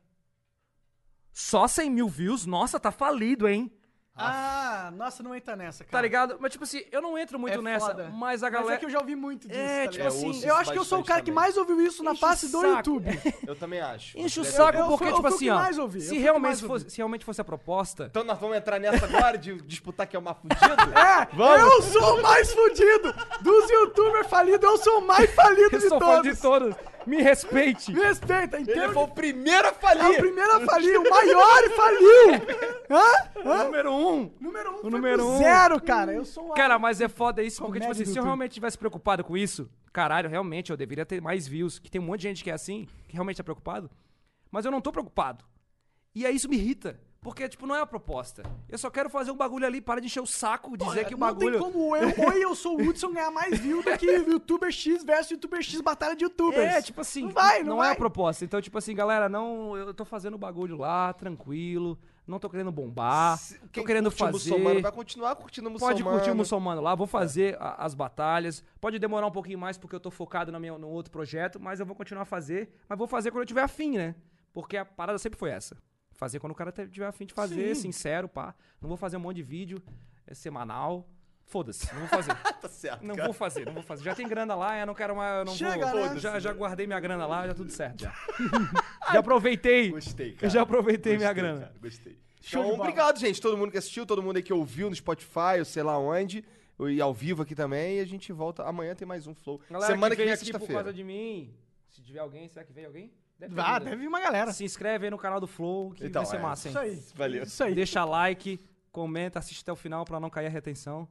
[SPEAKER 2] Só 100 mil views? Nossa, tá falido, hein?
[SPEAKER 1] Ah, nossa, não entra nessa, cara.
[SPEAKER 2] Tá ligado? Mas, tipo assim, eu não entro muito
[SPEAKER 1] É
[SPEAKER 2] nessa,
[SPEAKER 1] foda.
[SPEAKER 2] mas a
[SPEAKER 1] Mas
[SPEAKER 2] galera.
[SPEAKER 1] é que eu já ouvi muito disso,
[SPEAKER 2] É,
[SPEAKER 1] tá
[SPEAKER 2] tipo
[SPEAKER 1] ligado?
[SPEAKER 2] assim,
[SPEAKER 3] ouço
[SPEAKER 1] eu
[SPEAKER 3] isso
[SPEAKER 1] acho que eu sou o
[SPEAKER 3] bastante
[SPEAKER 1] cara que
[SPEAKER 3] também.
[SPEAKER 1] mais ouviu isso na
[SPEAKER 2] Enche o
[SPEAKER 1] face do
[SPEAKER 2] saco.
[SPEAKER 1] YouTube.
[SPEAKER 3] Eu também acho.
[SPEAKER 2] Enche o
[SPEAKER 3] Deve-
[SPEAKER 2] saco,
[SPEAKER 1] eu
[SPEAKER 2] porque,
[SPEAKER 1] fui- eu
[SPEAKER 2] tipo
[SPEAKER 1] fui o que
[SPEAKER 2] assim, ó.
[SPEAKER 1] mais ouvi, eu fui o
[SPEAKER 2] se,
[SPEAKER 1] que
[SPEAKER 2] realmente
[SPEAKER 1] mais
[SPEAKER 2] fosse,
[SPEAKER 1] ouvi.
[SPEAKER 2] se realmente fosse a proposta.
[SPEAKER 3] Então nós vamos entrar nessa agora de disputar que é uma fudida?
[SPEAKER 1] É, eu sou o mais fudido dos youtubers falidos, eu sou o mais falido é
[SPEAKER 2] Eu
[SPEAKER 1] de
[SPEAKER 2] sou fã de
[SPEAKER 1] todos.
[SPEAKER 2] todos. Me respeite.
[SPEAKER 1] Me respeita, entende?
[SPEAKER 3] Ele foi o primeiro a falir!
[SPEAKER 1] É o primeiro a falir, o maior e faliu! Hã? Hã?
[SPEAKER 2] Número um.
[SPEAKER 1] Número um,
[SPEAKER 2] O
[SPEAKER 1] foi
[SPEAKER 2] número
[SPEAKER 1] pro
[SPEAKER 2] um.
[SPEAKER 1] zero, cara. Eu sou um
[SPEAKER 2] Cara, mas é foda isso, porque, tipo
[SPEAKER 1] Comédia
[SPEAKER 2] assim,
[SPEAKER 1] do
[SPEAKER 2] se eu
[SPEAKER 1] YouTube.
[SPEAKER 2] realmente tivesse preocupado com isso, caralho, realmente, eu deveria ter mais views. Que tem um monte de gente que é assim, que realmente é preocupado. Mas eu não tô preocupado. E aí isso me irrita. Porque, tipo, não é a proposta. Eu só quero fazer um bagulho ali, para de encher o saco,
[SPEAKER 3] É
[SPEAKER 2] dizer que o bagulho.
[SPEAKER 1] Não tem como eu, ou eu sou o Hudson ganhar mais view do que youtuber X versus youtuber X batalha de youtubers.
[SPEAKER 2] É, tipo assim,
[SPEAKER 1] Não vai, não, vai.
[SPEAKER 2] é a proposta. Então, tipo assim, galera, não, eu tô fazendo o bagulho lá, tranquilo, não tô querendo bombar,
[SPEAKER 3] Se-
[SPEAKER 2] tô
[SPEAKER 3] quem
[SPEAKER 2] querendo
[SPEAKER 3] curte o
[SPEAKER 2] fazer.
[SPEAKER 3] muçulmano vai continuar curtindo o
[SPEAKER 2] Pode
[SPEAKER 3] muçulmano. É.
[SPEAKER 2] curtir o muçulmano lá, vou fazer a- as batalhas. Pode demorar um pouquinho mais porque eu tô focado na minha, no outro projeto, mas eu vou continuar a fazer. Mas vou fazer quando eu tiver afim, né? Porque a parada sempre foi essa. Fazer quando o cara te- tiver afim de fazer, sincero, pá. Não vou fazer um monte de vídeo é semanal. Foda-se, não vou fazer.
[SPEAKER 3] Tá certo,
[SPEAKER 2] Não
[SPEAKER 3] cara.
[SPEAKER 2] vou fazer, não vou fazer. Já tem grana lá, eu não quero mais. Eu não
[SPEAKER 1] Chega,
[SPEAKER 2] vou,
[SPEAKER 1] né?
[SPEAKER 2] já, já guardei minha grana lá, já tudo certo. Já, já aproveitei.
[SPEAKER 3] Gostei, cara.
[SPEAKER 2] Eu já aproveitei
[SPEAKER 3] Gostei,
[SPEAKER 2] minha grana.
[SPEAKER 3] cara, gostei.
[SPEAKER 1] Show de
[SPEAKER 3] Então,
[SPEAKER 1] bola.
[SPEAKER 3] obrigado, gente. Todo mundo que assistiu, todo mundo aí que ouviu no Spotify, ou sei lá onde. E ao vivo aqui também. E a gente volta. Amanhã tem mais um Flow.
[SPEAKER 2] Galera
[SPEAKER 3] Semana que,
[SPEAKER 2] veio
[SPEAKER 3] vem é
[SPEAKER 2] aqui por causa
[SPEAKER 3] sexta-feira.
[SPEAKER 2] de mim. Se tiver alguém, será que veio alguém? Deve ter
[SPEAKER 3] é.
[SPEAKER 1] Ah,
[SPEAKER 2] ainda.
[SPEAKER 1] deve vir uma galera.
[SPEAKER 2] Se inscreve aí no canal do Flow, que
[SPEAKER 3] Então,
[SPEAKER 2] vai ser
[SPEAKER 3] é.
[SPEAKER 2] massa, hein?
[SPEAKER 1] Isso aí.
[SPEAKER 3] Valeu.
[SPEAKER 1] Isso aí.
[SPEAKER 2] Deixa like, comenta, assiste até o final pra não cair a retenção.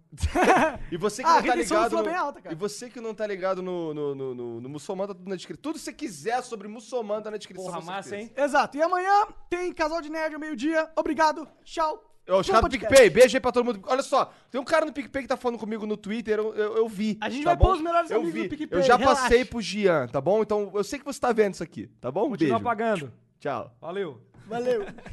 [SPEAKER 3] E você que
[SPEAKER 1] Ah, a
[SPEAKER 3] não tá
[SPEAKER 1] redenção do
[SPEAKER 3] ligado.
[SPEAKER 1] Flow
[SPEAKER 3] no-
[SPEAKER 1] é bem alta, cara.
[SPEAKER 3] E você que não tá ligado no, no, no, no- no muçulmano, tá tudo na descrição. Tudo que você quiser sobre muçulmano tá na descrição.
[SPEAKER 2] Porra,
[SPEAKER 3] com
[SPEAKER 2] massa,
[SPEAKER 3] certeza.
[SPEAKER 2] hein?
[SPEAKER 1] Exato. E amanhã tem Casal de Nerd ao meio-dia. Obrigado. Tchau.
[SPEAKER 3] Eu, os
[SPEAKER 1] Tem um
[SPEAKER 3] caras do
[SPEAKER 1] podcast.
[SPEAKER 3] PicPay, beijo aí pra todo mundo. Olha só, tem um cara no PicPay que tá falando comigo no Twitter, eu, eu, eu vi.
[SPEAKER 1] A gente
[SPEAKER 3] tá
[SPEAKER 1] vai
[SPEAKER 3] bom?
[SPEAKER 1] pôr os melhores
[SPEAKER 3] eu
[SPEAKER 1] amigos
[SPEAKER 3] vi.
[SPEAKER 1] do PicPay,
[SPEAKER 3] Eu já
[SPEAKER 1] relaxa.
[SPEAKER 3] passei pro Gian, tá bom? Então eu sei que você tá vendo isso aqui, tá bom?
[SPEAKER 2] Continua
[SPEAKER 3] beijo.
[SPEAKER 2] pagando.
[SPEAKER 3] Tchau.
[SPEAKER 2] Valeu.
[SPEAKER 1] Valeu.